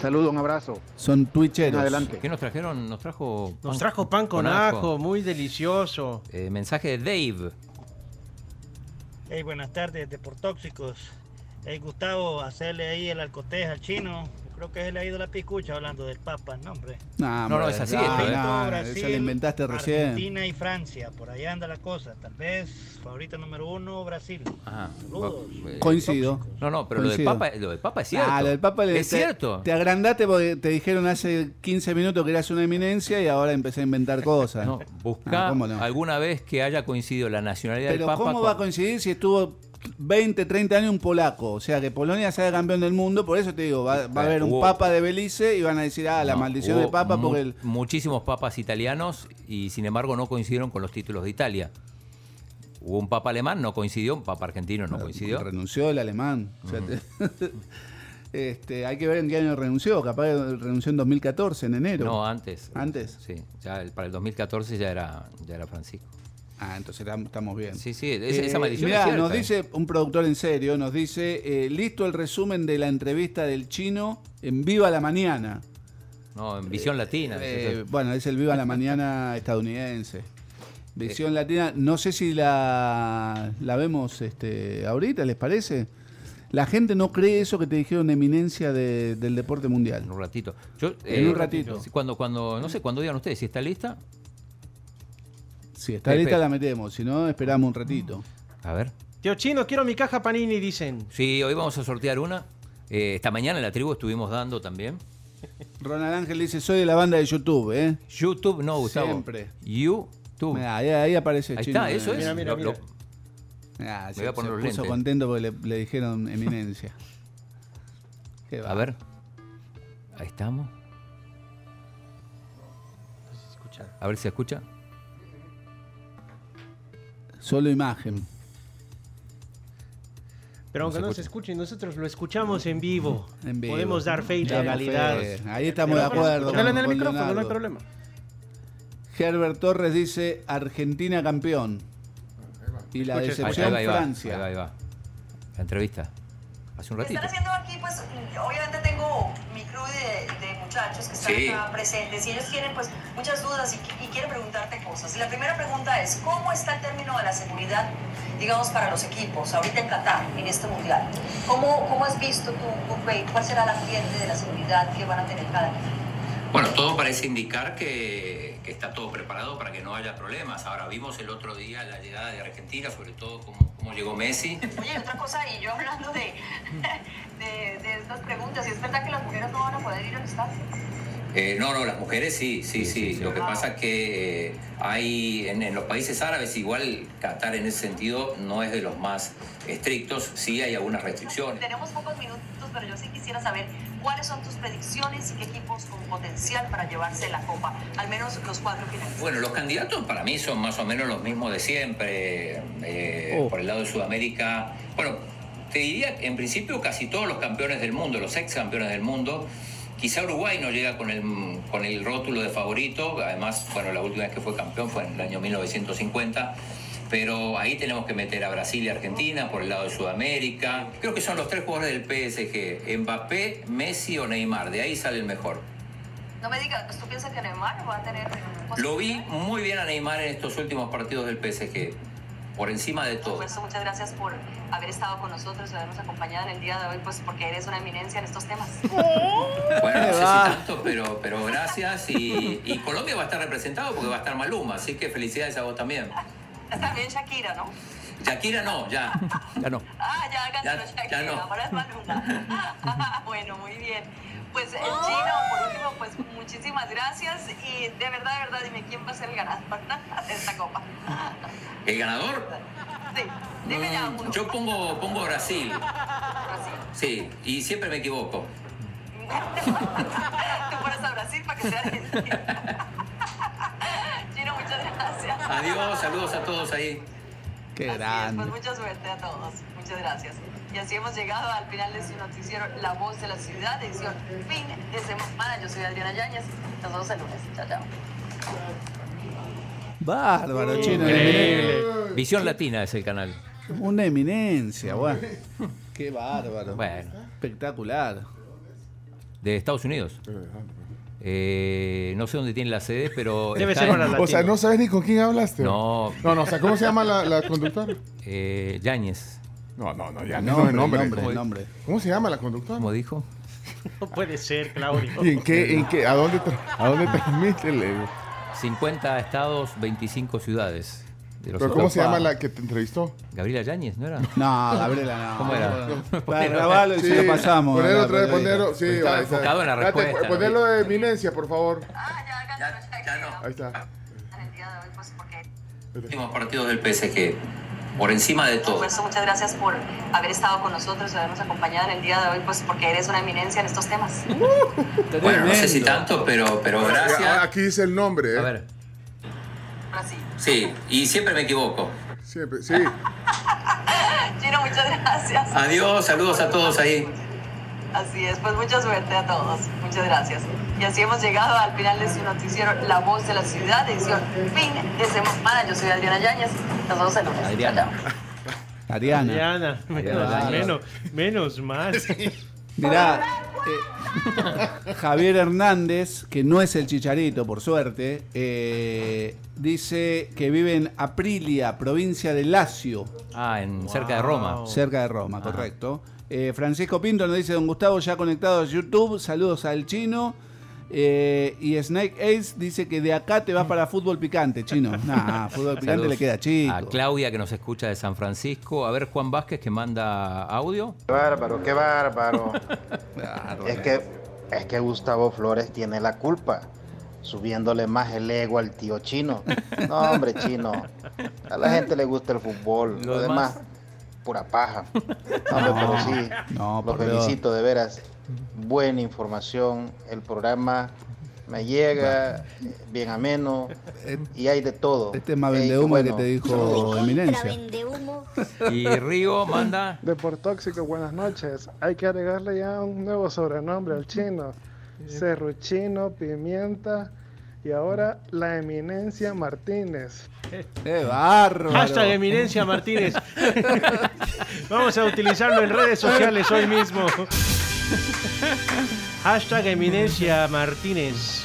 Speaker 14: Saludo, un abrazo.
Speaker 7: Son
Speaker 14: Bien,
Speaker 7: twitcheros.
Speaker 14: adelante.
Speaker 6: ¿Qué nos trajeron? Nos trajo.
Speaker 8: Nos trajo pan con, ajo, muy delicioso.
Speaker 6: Eh, mensaje de Dave.
Speaker 15: Hey, buenas tardes, Deportóxicos. Hey, Gustavo, hacerle ahí el alcotés al chino. Yo creo que se le ha ido la picucha hablando del Papa, no, hombre.
Speaker 7: Nah,
Speaker 6: No, no,
Speaker 7: hombre,
Speaker 6: es así
Speaker 7: nah,
Speaker 6: esto, ¿eh?
Speaker 7: nah,
Speaker 15: Brasil,
Speaker 7: esa la inventaste recién.
Speaker 15: Argentina y Francia, por ahí anda la cosa. Tal vez favorita número uno, Brasil.
Speaker 6: Ajá.
Speaker 15: Saludos.
Speaker 6: Eh,
Speaker 7: Coincido.
Speaker 6: No, no, pero lo del,
Speaker 7: Coincido.
Speaker 6: papa, lo del Papa es cierto.
Speaker 7: Ah, lo del Papa le-
Speaker 6: es
Speaker 7: te-
Speaker 6: cierto.
Speaker 7: Te agrandaste porque te dijeron hace 15 minutos que eras una eminencia y ahora empecé a inventar cosas.
Speaker 6: No,
Speaker 7: Ah,
Speaker 6: Busca
Speaker 7: ¿cómo no?
Speaker 6: alguna vez que haya coincidido la nacionalidad
Speaker 7: Pero
Speaker 6: del Papa.
Speaker 7: ¿cómo
Speaker 6: con-
Speaker 7: va a coincidir si estuvo 20, 30 años un polaco? O sea, que Polonia sea campeón del mundo, por eso te digo, va, va a haber un
Speaker 6: Hubo-
Speaker 7: papa de Belice y van a decir, ah, la
Speaker 6: No,
Speaker 7: maldición
Speaker 6: hubo
Speaker 7: del papa
Speaker 6: mu-
Speaker 7: porque el...
Speaker 6: Muchísimos papas italianos y sin embargo no coincidieron con los títulos de Italia. Hubo un papa alemán, no coincidió, un papa argentino no coincidió.
Speaker 7: Renunció el alemán. O sea, te- este, hay que ver en qué año renunció. Capaz que renunció en 2014, en enero.
Speaker 6: No, antes.
Speaker 7: Antes.
Speaker 6: Sí, ya el- para el 2014 ya era, ya era Francisco.
Speaker 7: Ah, entonces tam- estamos bien.
Speaker 6: Sí, sí, es- esa
Speaker 7: Eh,
Speaker 6: maldición
Speaker 7: mirá,
Speaker 6: es cierta,
Speaker 7: nos
Speaker 6: ¿eh?
Speaker 7: dice un productor en serio, nos dice, eh, listo el resumen de la entrevista del chino en Viva la Mañana.
Speaker 6: ¿eh? No, en visión latina.
Speaker 7: Eh,
Speaker 6: eso es-
Speaker 7: bueno, es el Viva la Mañana estadounidense.
Speaker 6: Eh.
Speaker 7: Visión Latina, no sé si la, la vemos este, ahorita, ¿les parece? La gente no cree eso que te dijeron eminencia de- del deporte mundial. En
Speaker 6: un ratito. Yo,
Speaker 7: en
Speaker 6: eh,
Speaker 7: un ratito.
Speaker 6: si- Cuando, cuando, no sé, cuando digan ustedes, si está lista.
Speaker 7: Si está
Speaker 6: Pepe.
Speaker 7: lista la metemos, si no esperamos un ratito.
Speaker 6: A ver.
Speaker 8: Tío Chino, quiero mi caja panini, dicen.
Speaker 6: Sí, hoy vamos a sortear una. Eh, esta mañana en la tribu estuvimos dando también.
Speaker 7: Ronald Ángel dice, soy de la banda de YouTube, ¿eh?
Speaker 6: YouTube, no, Gustavo.
Speaker 7: Siempre.
Speaker 6: YouTube.
Speaker 7: Mirá, ahí, ahí aparece
Speaker 6: Ahí
Speaker 7: Chino.
Speaker 6: está, eso es.
Speaker 7: Mirá, mirá,
Speaker 6: Lo-
Speaker 7: mirá.
Speaker 6: lo-
Speaker 7: Ah,
Speaker 6: Me
Speaker 7: se,
Speaker 6: voy a poner
Speaker 7: se
Speaker 6: los
Speaker 7: puso
Speaker 6: lentes.
Speaker 7: contento porque le, le dijeron eminencia. Qué va.
Speaker 6: a ver. Ahí estamos. A ver si se escucha.
Speaker 7: Solo imagen.
Speaker 8: Pero aunque
Speaker 7: se
Speaker 8: no se escuche, nosotros lo escuchamos en vivo.
Speaker 7: En vivo.
Speaker 8: Podemos dar fe y
Speaker 7: Damos
Speaker 8: legalidad.
Speaker 7: fe. Ahí estamos de acuerdo.
Speaker 10: Hablan en el
Speaker 7: con
Speaker 10: micrófono, no hay
Speaker 7: Leonardo.
Speaker 10: problema.
Speaker 7: Herbert Torres dice Argentina campeón. Y la
Speaker 16: Escuche,
Speaker 7: decepción
Speaker 16: ahí va, ahí va,
Speaker 7: Francia.
Speaker 16: ahí va, ahí va. La entrevista. Hace un
Speaker 17: Lo que
Speaker 16: ratito.
Speaker 17: están haciendo aquí, pues obviamente tengo mi crew de, de muchachos que están
Speaker 16: Sí.
Speaker 17: acá presentes y ellos tienen pues muchas dudas y, qui- y quieren preguntarte cosas. Y la primera pregunta es, ¿cómo está el término de la seguridad, digamos, para los equipos ahorita en Qatar, en este Mundial? ¿Cómo, cómo has visto tú, Kuwait? ¿Cuál será el ambiente de la seguridad que van a tener cada equipo?
Speaker 6: Bueno, todo parece indicar que, que está todo preparado para que no haya problemas. Ahora vimos el otro día la llegada de Argentina, sobre todo cómo, cómo llegó Messi.
Speaker 17: Oye, y otra cosa, y yo hablando de, de, de estas preguntas, ¿es verdad que las mujeres no van a poder ir al estadio?
Speaker 6: Eh, no, no, las mujeres sí, sí, sí. Lo que pasa es que eh, hay en, en los países árabes, igual Qatar en ese sentido no es de los más estrictos, sí hay algunas restricciones.
Speaker 17: Tenemos pocos minutos, pero yo sí quisiera saber cuáles son tus predicciones y qué equipos con potencial para llevarse la copa, al menos los cuatro finalistas.
Speaker 6: Bueno, los candidatos para mí son más o menos los mismos de siempre. Eh, Por el lado de Sudamérica, bueno, te diría que en principio casi todos los campeones del mundo, los ex campeones del mundo. Quizá Uruguay no llega con el, con el rótulo de favorito, además, bueno, la última vez que fue campeón fue en el año 1950, pero ahí tenemos que meter a Brasil y Argentina por el lado de Sudamérica. Creo que son los tres jugadores del PSG, Mbappé, Messi o Neymar, de ahí sale el mejor.
Speaker 17: No me digas, pues ¿tú piensas que Neymar va a tener
Speaker 6: Lo vi muy bien a Neymar en estos últimos partidos del PSG, por encima de todo.
Speaker 17: esfuerzo? Muchas gracias por haber estado con nosotros y habernos acompañado en el día de hoy, pues porque eres una eminencia en estos temas.
Speaker 6: Bueno, no sé si tanto, pero, pero gracias. Y, y Colombia va a estar representado porque va a estar Maluma, así que felicidades a vos también.
Speaker 17: Está bien Shakira, ¿no?
Speaker 6: Shakira no, ya. Ya no.
Speaker 17: Ah, ya ganó
Speaker 6: Ya- ya
Speaker 17: Shakira,
Speaker 6: no.
Speaker 17: ahora es Maluma. bueno, muy bien. Pues el chino, por último, pues muchísimas gracias y de verdad, de verdad, dime quién va a ser el ganador de esta copa.
Speaker 6: ¿El ganador?
Speaker 17: Sí, dime ya
Speaker 6: Mm,
Speaker 17: uno.
Speaker 6: Yo pongo, pongo Brasil. Sí, y siempre me equivoco.
Speaker 17: Te pones a Brasil para que sea Argentina. Chino, muchas gracias.
Speaker 6: Adiós, saludos a todos ahí.
Speaker 7: Qué
Speaker 17: Pues mucha suerte a todos. Muchas gracias. Y así hemos llegado al final de su noticiero La Voz de la Ciudad, edición fin de semana. Yo soy Adriana Yáñez. Nos vemos el lunes. Chao, chao.
Speaker 6: Uh,
Speaker 7: Bárbaro, chino. ¿eh? una
Speaker 16: Increíble.
Speaker 7: eminencia.
Speaker 16: Visión Latina es el canal.
Speaker 7: Una eminencia, guau. Qué bárbaro.
Speaker 16: Bueno.
Speaker 7: Espectacular.
Speaker 16: De Estados Unidos. Eh, no sé dónde tiene la sede, pero. está en-
Speaker 5: O sea, no sabes ni con quién hablaste.
Speaker 16: No.
Speaker 5: No, no, o sea, ¿cómo se llama la, la conductora?
Speaker 16: Eh, Yáñez.
Speaker 5: No, no, no,
Speaker 16: ya
Speaker 5: Yáñez no, el nombre, el nombre, el nombre. ¿Cómo se llama la conductora?
Speaker 16: Como dijo.
Speaker 8: No puede ser, Claudio.
Speaker 5: ¿Y en qué, en qué, a dónde, tra- a dónde transmite el
Speaker 16: 50 estados, 25 ciudades. de los
Speaker 5: ¿Pero cómo se llama
Speaker 16: Estados-
Speaker 5: la que te entrevistó?
Speaker 16: Gabriela Yáñez, ¿no era?
Speaker 7: No, Gabriela, no.
Speaker 16: ¿Cómo era?
Speaker 7: Para grabarlo y se lo pasamos.
Speaker 5: Ponerlo
Speaker 7: ¿verdad?
Speaker 5: otra vez,
Speaker 7: Pero
Speaker 5: ponerlo.
Speaker 7: digo,
Speaker 5: Sí,
Speaker 16: Estaba
Speaker 5: ahí está.
Speaker 16: enfocado en la
Speaker 5: Espérate,
Speaker 16: respuesta, ¿no?
Speaker 5: Ponerlo de eminencia, por favor. Ahí está.
Speaker 6: Últimos partidos del PSG, por encima de todo.
Speaker 17: Por eso, muchas gracias por haber estado con nosotros y habernos acompañado en el día de hoy, pues porque eres una eminencia en estos temas.
Speaker 6: Uh. Bueno, no sé si tanto, pero, pero gracias.
Speaker 5: Aquí dice el nombre. eh. A ver.
Speaker 6: Sí, y siempre me equivoco.
Speaker 5: Siempre, sí.
Speaker 17: Chino, muchas gracias.
Speaker 6: Adiós, saludos a todos ahí.
Speaker 17: Así es, pues mucha suerte a todos. Muchas gracias. Y así hemos llegado al final de su noticiero La Voz de la Ciudad, edición fin de semana. Yo soy Adriana Yáñez. Nos vemos el lunes.
Speaker 16: Adriana.
Speaker 7: Ariana.
Speaker 8: Diana, menos,
Speaker 7: Claro.
Speaker 8: menos, menos mal.
Speaker 7: Mirá, eh, Javier Hernández, que no es el chicharito, por suerte, eh, dice que vive en Aprilia, provincia de Lacio.
Speaker 16: Ah, en, cerca de Roma.
Speaker 7: Cerca de Roma, correcto. Eh, Francisco Pinto nos dice, don Gustavo ya conectado a YouTube, saludos al chino. Eh, y Snake Ace dice que de acá te vas para fútbol picante, chino. Nah, fútbol picante
Speaker 16: Saludos
Speaker 7: le queda
Speaker 16: A
Speaker 7: chico.
Speaker 16: Claudia que nos escucha de San Francisco. A ver, Juan Vázquez que manda audio.
Speaker 18: Qué bárbaro, qué bárbaro.
Speaker 7: Ah,
Speaker 18: es, que, es que Gustavo Flores tiene la culpa, subiéndole más el ego al tío chino. No, hombre, chino. A la gente le gusta el fútbol. Lo,
Speaker 7: Lo
Speaker 18: demás,
Speaker 7: demás.
Speaker 18: pura paja. No, hombre, pero sí,
Speaker 7: no,
Speaker 18: lo
Speaker 7: por Dios.
Speaker 18: felicito de veras. Buena información. El programa me llega, bien ameno. Y hay de todo.
Speaker 7: Este es más
Speaker 18: Ey,
Speaker 7: vendehumo
Speaker 18: qué
Speaker 7: el que
Speaker 18: bueno.
Speaker 7: te dijo Eminencia.
Speaker 16: Y Río manda.
Speaker 14: Deportóxico, buenas noches. Hay que agregarle ya un nuevo sobrenombre al chino. Cerruchino, pimienta
Speaker 19: Y ahora la eminencia Martínez.
Speaker 7: ¡Qué bárbaro!
Speaker 8: Hashtag Eminencia Martínez. Vamos a utilizarlo en redes sociales hoy mismo. Hashtag Eminencia Martínez.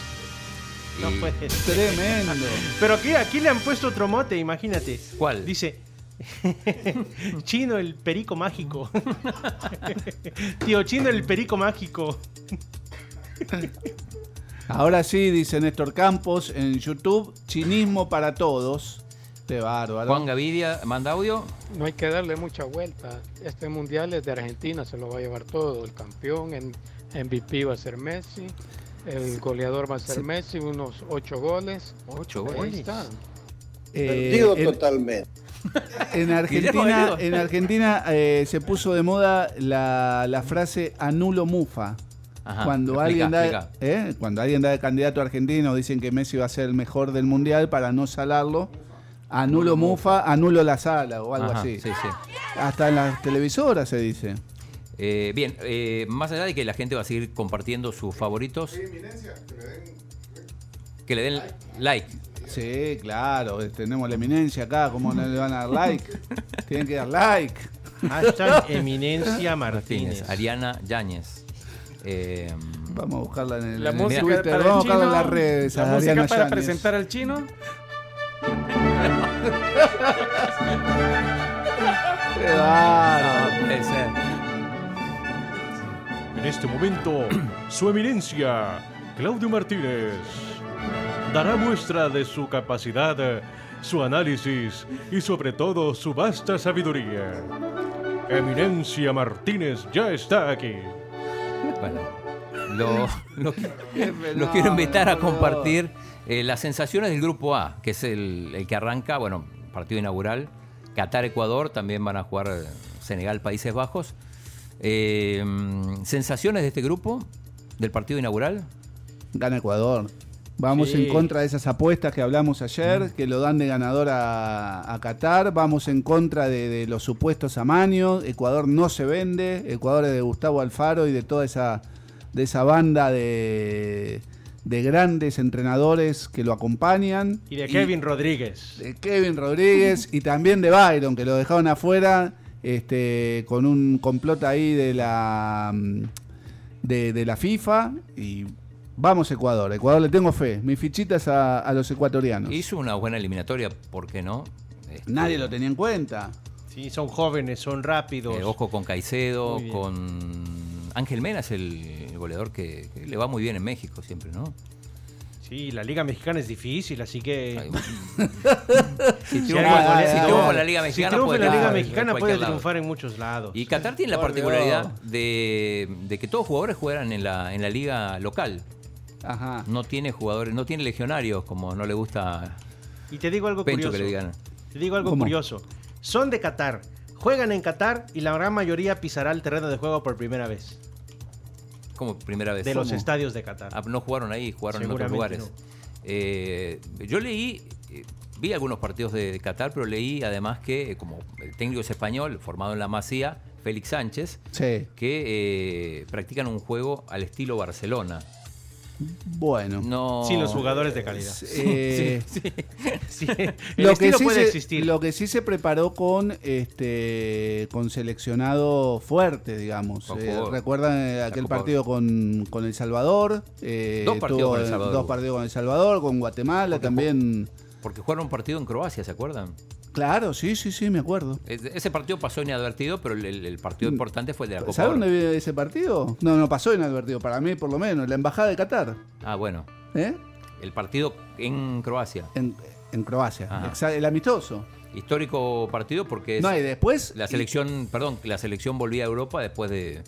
Speaker 8: No puede ser.
Speaker 7: Tremendo.
Speaker 8: Pero aquí, aquí le han puesto otro mote, imagínate.
Speaker 6: ¿Cuál?
Speaker 8: Dice. Chino el perico mágico. Tío Chino el perico mágico.
Speaker 7: Ahora sí, dice Néstor Campos en YouTube, chinismo para todos. Te bárbaro.
Speaker 6: Juan Gavidia, manda audio.
Speaker 20: No hay que darle mucha vuelta. Este mundial es de Argentina, se lo va a llevar todo. El campeón, en MVP va a ser Messi. El goleador va a ser Messi, unos ocho goles.
Speaker 6: Ocho
Speaker 20: Ahí
Speaker 6: goles.
Speaker 20: está.
Speaker 7: Perdido Eh, en-
Speaker 21: totalmente.
Speaker 7: En Argentina, en Argentina eh, se puso de moda la, la frase anulo mufa.
Speaker 6: Ajá,
Speaker 7: cuando,
Speaker 6: explica,
Speaker 7: alguien da,
Speaker 6: explica.
Speaker 7: ¿eh? cuando alguien da de candidato argentino, dicen que Messi va a ser el mejor del mundial para no salarlo. Anulo mufa, anulo la sala o algo
Speaker 6: Ajá,
Speaker 7: así.
Speaker 6: sí, sí.
Speaker 7: Hasta en las televisoras se dice.
Speaker 6: Eh, bien, eh, más allá de que la gente va a seguir compartiendo sus favoritos, que le den like.
Speaker 7: Sí, claro, eh, tenemos la eminencia acá, ¿cómo no le van a dar like? Tienen que dar like.
Speaker 8: Hashtag Eminencia Martínez.
Speaker 6: Ariana Yáñez. Eh,
Speaker 7: Vamos a buscarla en el,
Speaker 6: La
Speaker 7: en el
Speaker 6: música
Speaker 7: Twitter,
Speaker 6: para el
Speaker 7: vamos a buscarla en
Speaker 6: chino,
Speaker 7: las redes.
Speaker 6: la
Speaker 7: a
Speaker 6: música
Speaker 7: Ariana
Speaker 6: para
Speaker 7: Yáñez.
Speaker 10: Presentar al chino.
Speaker 7: Qué bárbaro.
Speaker 22: En este momento, su eminencia, Claudio Martínez, dará muestra de su capacidad, su análisis y sobre todo su vasta sabiduría. Eminencia Martínez ya está aquí.
Speaker 6: Bueno, lo, lo qui- los quiero invitar a compartir eh, las sensaciones del grupo A, que es el, el que arranca, bueno, partido inaugural. Qatar-Ecuador, también van a jugar eh, Senegal-Países Bajos. Eh, mm, sensaciones de este grupo, del partido inaugural.
Speaker 7: Gana Ecuador. Vamos
Speaker 6: Sí.
Speaker 7: en contra de esas apuestas que hablamos
Speaker 8: Mm.
Speaker 7: ayer, que lo dan de ganador a, a Qatar. Vamos en contra de, de los supuestos amaños. Ecuador no se vende. Ecuador es de Gustavo Alfaro y de toda esa, de esa banda de, de grandes entrenadores que lo acompañan.
Speaker 8: Y de Kevin Rodríguez.
Speaker 7: De Kevin Rodríguez y también de Byron, que lo dejaron afuera este, con un complot ahí de la, mm, de, de la FIFA. Y vamos, Ecuador. Ecuador le tengo fe. Mis fichitas a, a los ecuatorianos.
Speaker 6: Hizo una buena eliminatoria, ¿por qué no? Este,
Speaker 7: Nadie lo tenía en cuenta.
Speaker 8: Sí, son jóvenes, son rápidos.
Speaker 6: Eh, ojo con Caicedo,
Speaker 8: Muy bien.
Speaker 6: con Ángel Mena es el, el goleador que, que le va muy bien en México siempre, ¿no?
Speaker 8: Sí, la Liga Mexicana es difícil, así que.
Speaker 6: Si
Speaker 8: Sí,
Speaker 6: triunfa-
Speaker 8: hay-
Speaker 6: si
Speaker 8: hay-
Speaker 6: triunfa la Liga
Speaker 8: si
Speaker 6: Mexicana,
Speaker 8: triunfa
Speaker 6: puede
Speaker 8: la Liga
Speaker 6: triunfar en
Speaker 8: Mexicana, puede
Speaker 6: cualquier lado.
Speaker 8: triunfar en muchos lados.
Speaker 6: Y Qatar tiene la
Speaker 8: Por
Speaker 6: particularidad
Speaker 8: Dios.
Speaker 6: de, de que todos jugadores juegan en la, en la liga local.
Speaker 7: Ajá.
Speaker 6: No tiene jugadores, no tiene legionarios, como no le gusta
Speaker 8: Y te digo algo
Speaker 6: Pencho
Speaker 8: curioso.
Speaker 6: que le digan.
Speaker 8: Te digo algo
Speaker 6: ¿Cómo?
Speaker 8: curioso. Son de Qatar, juegan en Qatar y la gran mayoría pisará el terreno de juego por primera vez.
Speaker 6: como primera vez.
Speaker 8: De los
Speaker 6: ¿Cómo?
Speaker 8: estadios de Qatar.
Speaker 6: Ah, no jugaron ahí, jugaron en otros
Speaker 8: Seguramente
Speaker 6: lugares. Eh, yo leí, eh, vi algunos partidos de, de Qatar, pero leí además que, eh, como el técnico es español, formado en la Masía, Félix Sánchez,
Speaker 7: Sí.
Speaker 6: que eh, practican un juego al estilo Barcelona.
Speaker 7: Bueno.
Speaker 6: No,
Speaker 8: Sin los jugadores de calidad.
Speaker 7: Eh,
Speaker 6: Sí, sí,
Speaker 8: Sí, El
Speaker 7: Lo que,
Speaker 8: estilo
Speaker 7: sí
Speaker 8: puede
Speaker 7: se,
Speaker 8: existir.
Speaker 7: lo que sí se preparó con este con seleccionado fuerte, digamos.
Speaker 6: Con
Speaker 7: Eh,
Speaker 6: jugador.
Speaker 7: Recuerdan eh, aquel
Speaker 6: Copa Oro.
Speaker 7: partido con, con El Salvador. Eh,
Speaker 6: Dos partidos
Speaker 7: tuvo,
Speaker 6: con El
Speaker 7: eh,
Speaker 6: Salvador.
Speaker 7: Dos partidos con El Salvador, con Guatemala también.
Speaker 6: Porque jugaron un partido en Croacia, ¿se acuerdan?
Speaker 7: Claro, sí, sí, sí, me acuerdo.
Speaker 6: Es- Ese partido pasó inadvertido, pero el, el- el partido importante fue el de la Copa
Speaker 7: Mm. ¿Sabes
Speaker 6: Oro.
Speaker 7: dónde vive ese partido? No, no pasó inadvertido, para mí por lo menos. La Embajada de Qatar,
Speaker 6: Ah, bueno.
Speaker 7: ¿eh?
Speaker 6: El partido en Croacia.
Speaker 7: En, en Croacia.
Speaker 6: Ajá.
Speaker 7: Exa- El amistoso.
Speaker 6: Histórico partido porque es-
Speaker 7: No, y después-
Speaker 6: la selección, perdón, la selección volvía a Europa después de,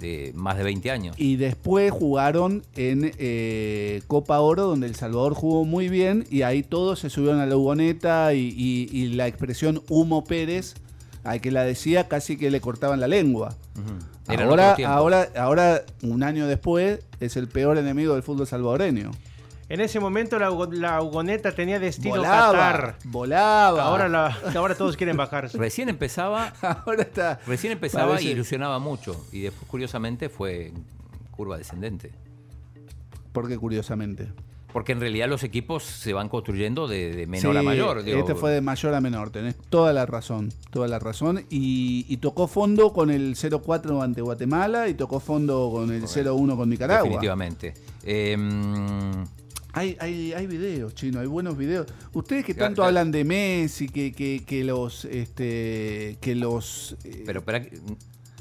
Speaker 6: de más de 20 años.
Speaker 7: Y después jugaron en eh, Copa Oro, donde El Salvador jugó muy bien y ahí todos se subieron a la hugoneta y, y- y la expresión humo Pérez, al que la decía casi que le cortaban la lengua.
Speaker 6: Ujú. Eran
Speaker 7: Ahora,
Speaker 6: otros tiempos.
Speaker 7: ahora, ahora, un año después, es el peor enemigo del fútbol salvadoreño.
Speaker 8: En ese momento la, hugo- la Ugoneta tenía destino
Speaker 7: Volaba,
Speaker 8: Qatar.
Speaker 7: Volaba.
Speaker 8: Ahora, la- ahora todos quieren bajarse.
Speaker 6: Recién empezaba,
Speaker 7: ahora está.
Speaker 6: recién empezaba
Speaker 7: Parece-
Speaker 6: y ilusionaba mucho. Y después, curiosamente, fue en curva descendente.
Speaker 7: Porque curiosamente.
Speaker 6: Porque en realidad los equipos se van construyendo de, de menor a
Speaker 7: Sí,
Speaker 6: mayor. digo,
Speaker 7: este fue de mayor a menor, tenés toda la razón, toda la razón. Y, y tocó fondo con el 0-4 ante Guatemala y tocó fondo con el 0-1 con Nicaragua.
Speaker 6: Definitivamente. Em,
Speaker 7: Hay, hay, hay videos, chino, hay buenos videos. Ustedes que
Speaker 6: Ya,
Speaker 7: tanto
Speaker 6: ya.
Speaker 7: hablan de Messi, que, que, que los este que los eh,
Speaker 6: pero espera, que-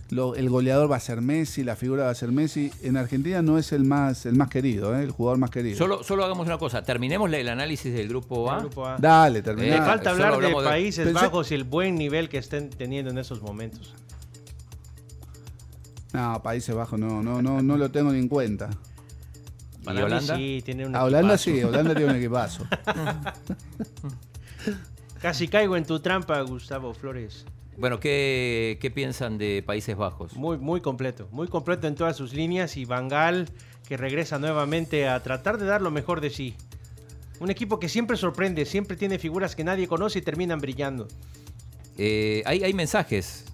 Speaker 7: lo- el goleador va a ser Messi, la figura va a ser Messi. En Argentina no es el más el más querido, ¿eh? el jugador más querido.
Speaker 6: solo, solo hagamos una cosa. Terminemos el análisis del grupo A.
Speaker 7: Dale,
Speaker 8: Me
Speaker 7: terminá.
Speaker 8: falta
Speaker 6: solo
Speaker 8: hablar de
Speaker 6: hablamos de-
Speaker 8: Países
Speaker 6: Pensé-
Speaker 8: Bajos y el buen nivel que estén teniendo en esos momentos.
Speaker 7: No, Países Bajos no, no, no, no lo tengo ni en cuenta.
Speaker 8: Para mí
Speaker 7: Holanda?
Speaker 8: sí, tiene un
Speaker 7: A Ah, Holanda
Speaker 8: equipazo.
Speaker 7: sí, Holanda tiene un equipazo.
Speaker 8: Casi caigo en tu trampa, Gustavo Flores.
Speaker 6: Bueno, ¿qué, qué piensan de Países Bajos?
Speaker 8: Muy, muy completo, muy completo en todas sus líneas y Bangal que regresa nuevamente a tratar de dar lo mejor de sí. Un equipo que siempre sorprende, siempre tiene figuras que nadie conoce y terminan brillando.
Speaker 6: Eh, hay, hay mensajes.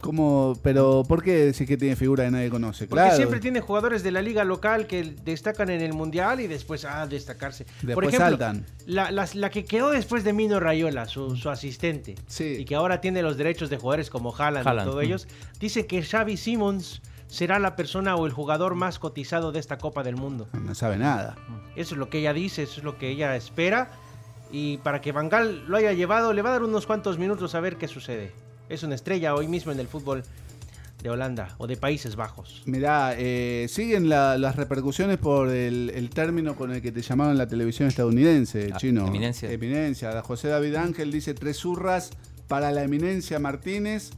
Speaker 7: ¿Cómo? Pero ¿por qué decís que tiene figura que nadie conoce?
Speaker 8: Porque
Speaker 7: Claro.
Speaker 8: siempre tiene jugadores de la liga local que destacan en el mundial y después ah, destacarse. Por
Speaker 7: Después
Speaker 8: ejemplo,
Speaker 7: saltan.
Speaker 8: La, las- la que quedó después de Mino Rayola, su, su asistente, y que ahora tiene los derechos de jugadores como Haaland,
Speaker 6: Haaland,
Speaker 8: y todos
Speaker 6: mm.
Speaker 8: ellos, dice que Xavi Simmons será la persona o el jugador más cotizado de esta Copa del Mundo.
Speaker 7: No sabe nada.
Speaker 8: Eso es lo que ella dice, eso es lo que ella espera. Y para que Bangal lo haya llevado, le va a dar unos cuantos minutos a ver qué sucede. Es una estrella hoy mismo en el fútbol de Holanda o de Países Bajos.
Speaker 7: Mirá, eh, siguen la- las repercusiones por el, el término con el que te llamaron la televisión estadounidense, chino.
Speaker 6: Ah, eminencia.
Speaker 7: Eminencia. José David Ángel dice tres hurras para la eminencia Martínez.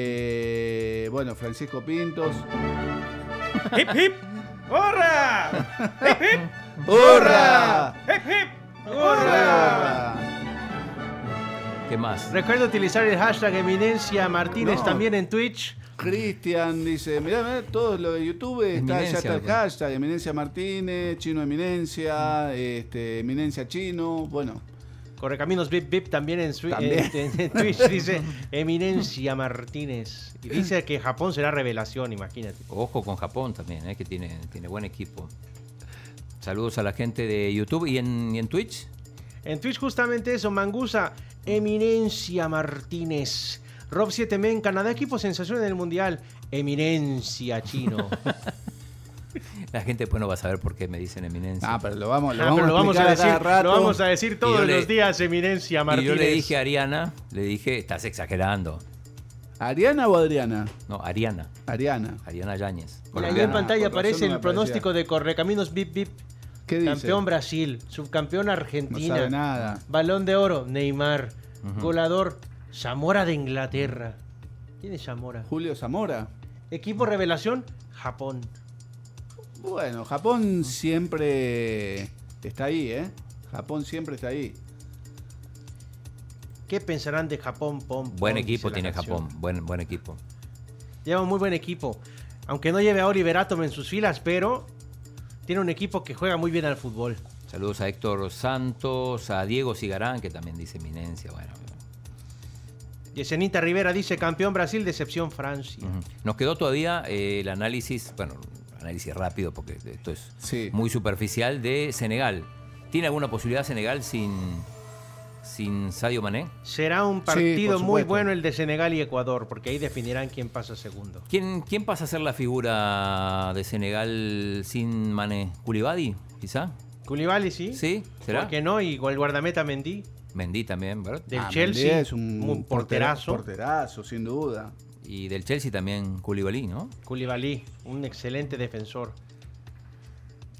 Speaker 7: Eh, bueno, Francisco Pintos.
Speaker 10: ¡Hip, hip! ¡Hurra! ¡Hip, hip!
Speaker 7: ¡Hurra!
Speaker 10: ¡Hip, hip! ¡Hurra!
Speaker 6: ¿Qué más?
Speaker 8: Recuerda utilizar el hashtag Eminencia Martínez
Speaker 7: No.
Speaker 8: también en Twitch.
Speaker 7: Cristian dice, mirá, mirá, todo lo de YouTube está, ya
Speaker 8: Eminencia,
Speaker 7: está el
Speaker 8: loco.
Speaker 7: hashtag, Eminencia Martínez, Chino Eminencia, este, Eminencia Chino, bueno.
Speaker 8: Correcaminos Bip Bip también en, swi-
Speaker 7: También.
Speaker 8: en- en- en Twitch dice Eminencia Martínez. Y dice que Japón será revelación, imagínate.
Speaker 6: Ojo con Japón también, eh, que tiene, tiene buen equipo. Saludos a la gente de YouTube y en, y en Twitch.
Speaker 8: En Twitch justamente eso, Mangusa, Eminencia Martínez. Rob 7M, Canadá, equipo sensación en el Mundial. Eminencia Chino.
Speaker 6: La gente después no va a saber por qué me dicen eminencia.
Speaker 7: Ah, pero lo vamos,
Speaker 8: Ah, pero lo vamos a decir, lo vamos a decir todos los
Speaker 6: días.
Speaker 8: días, Eminencia Martínez.
Speaker 6: Y yo le dije a Ariana, le dije, estás exagerando.
Speaker 7: ¿Ariana o Adriana?
Speaker 6: No, Ariana.
Speaker 7: Ariana.
Speaker 6: Ariana Yáñez.
Speaker 8: Ahí en pantalla
Speaker 7: con razón
Speaker 8: aparece
Speaker 7: no
Speaker 8: el
Speaker 7: me
Speaker 8: pronóstico de Correcaminos Bip Bip.
Speaker 7: dice?
Speaker 8: Campeón Brasil, subcampeón
Speaker 7: No
Speaker 8: Argentina.
Speaker 7: sabe nada.
Speaker 8: Balón de oro, Neymar.
Speaker 7: Ujú.
Speaker 8: Golador, Zamora de Inglaterra. ¿Quién es Zamora?
Speaker 7: Julio Zamora.
Speaker 8: Equipo revelación, Japón.
Speaker 7: Bueno, Japón siempre está ahí, ¿eh? Japón siempre está ahí.
Speaker 8: ¿Qué pensarán de Japón, Pom?
Speaker 6: Buen
Speaker 8: pom, dice
Speaker 6: equipo
Speaker 8: la
Speaker 6: tiene
Speaker 8: canción.
Speaker 6: Japón, buen, buen equipo.
Speaker 8: Lleva un muy buen equipo. Aunque no lleve a Oliver Atom en sus filas, pero tiene un equipo que juega muy bien al fútbol.
Speaker 6: Saludos a Héctor Santos, a Diego Cigarán, que también dice eminencia. Bueno,
Speaker 8: Yesenita Rivera dice campeón Brasil, decepción Francia.
Speaker 6: nos quedó todavía eh, el análisis, bueno, análisis rápido porque esto es muy superficial, de Senegal. ¿Tiene alguna posibilidad Senegal sin, sin Sadio Mané?
Speaker 8: Será un
Speaker 6: Sí,
Speaker 8: partido
Speaker 6: por
Speaker 8: muy
Speaker 6: supuesto.
Speaker 8: bueno el de Senegal y Ecuador, porque ahí definirán quién pasa segundo.
Speaker 6: ¿Quién, ¿Quién pasa a ser la figura de Senegal sin Mané? ¿Culibadi, quizá?
Speaker 8: Koulibaly, sí.
Speaker 6: Sí, será.
Speaker 8: ¿Por qué no? Y el guardameta Mendy.
Speaker 6: Mendy también, ¿verdad?
Speaker 8: Del Ah, Chelsea,
Speaker 7: Eh,
Speaker 8: Mendy es un un porterazo.
Speaker 7: Porterazo, sin duda.
Speaker 6: Y del Chelsea también Koulibaly, ¿no?
Speaker 8: Koulibaly, un excelente defensor.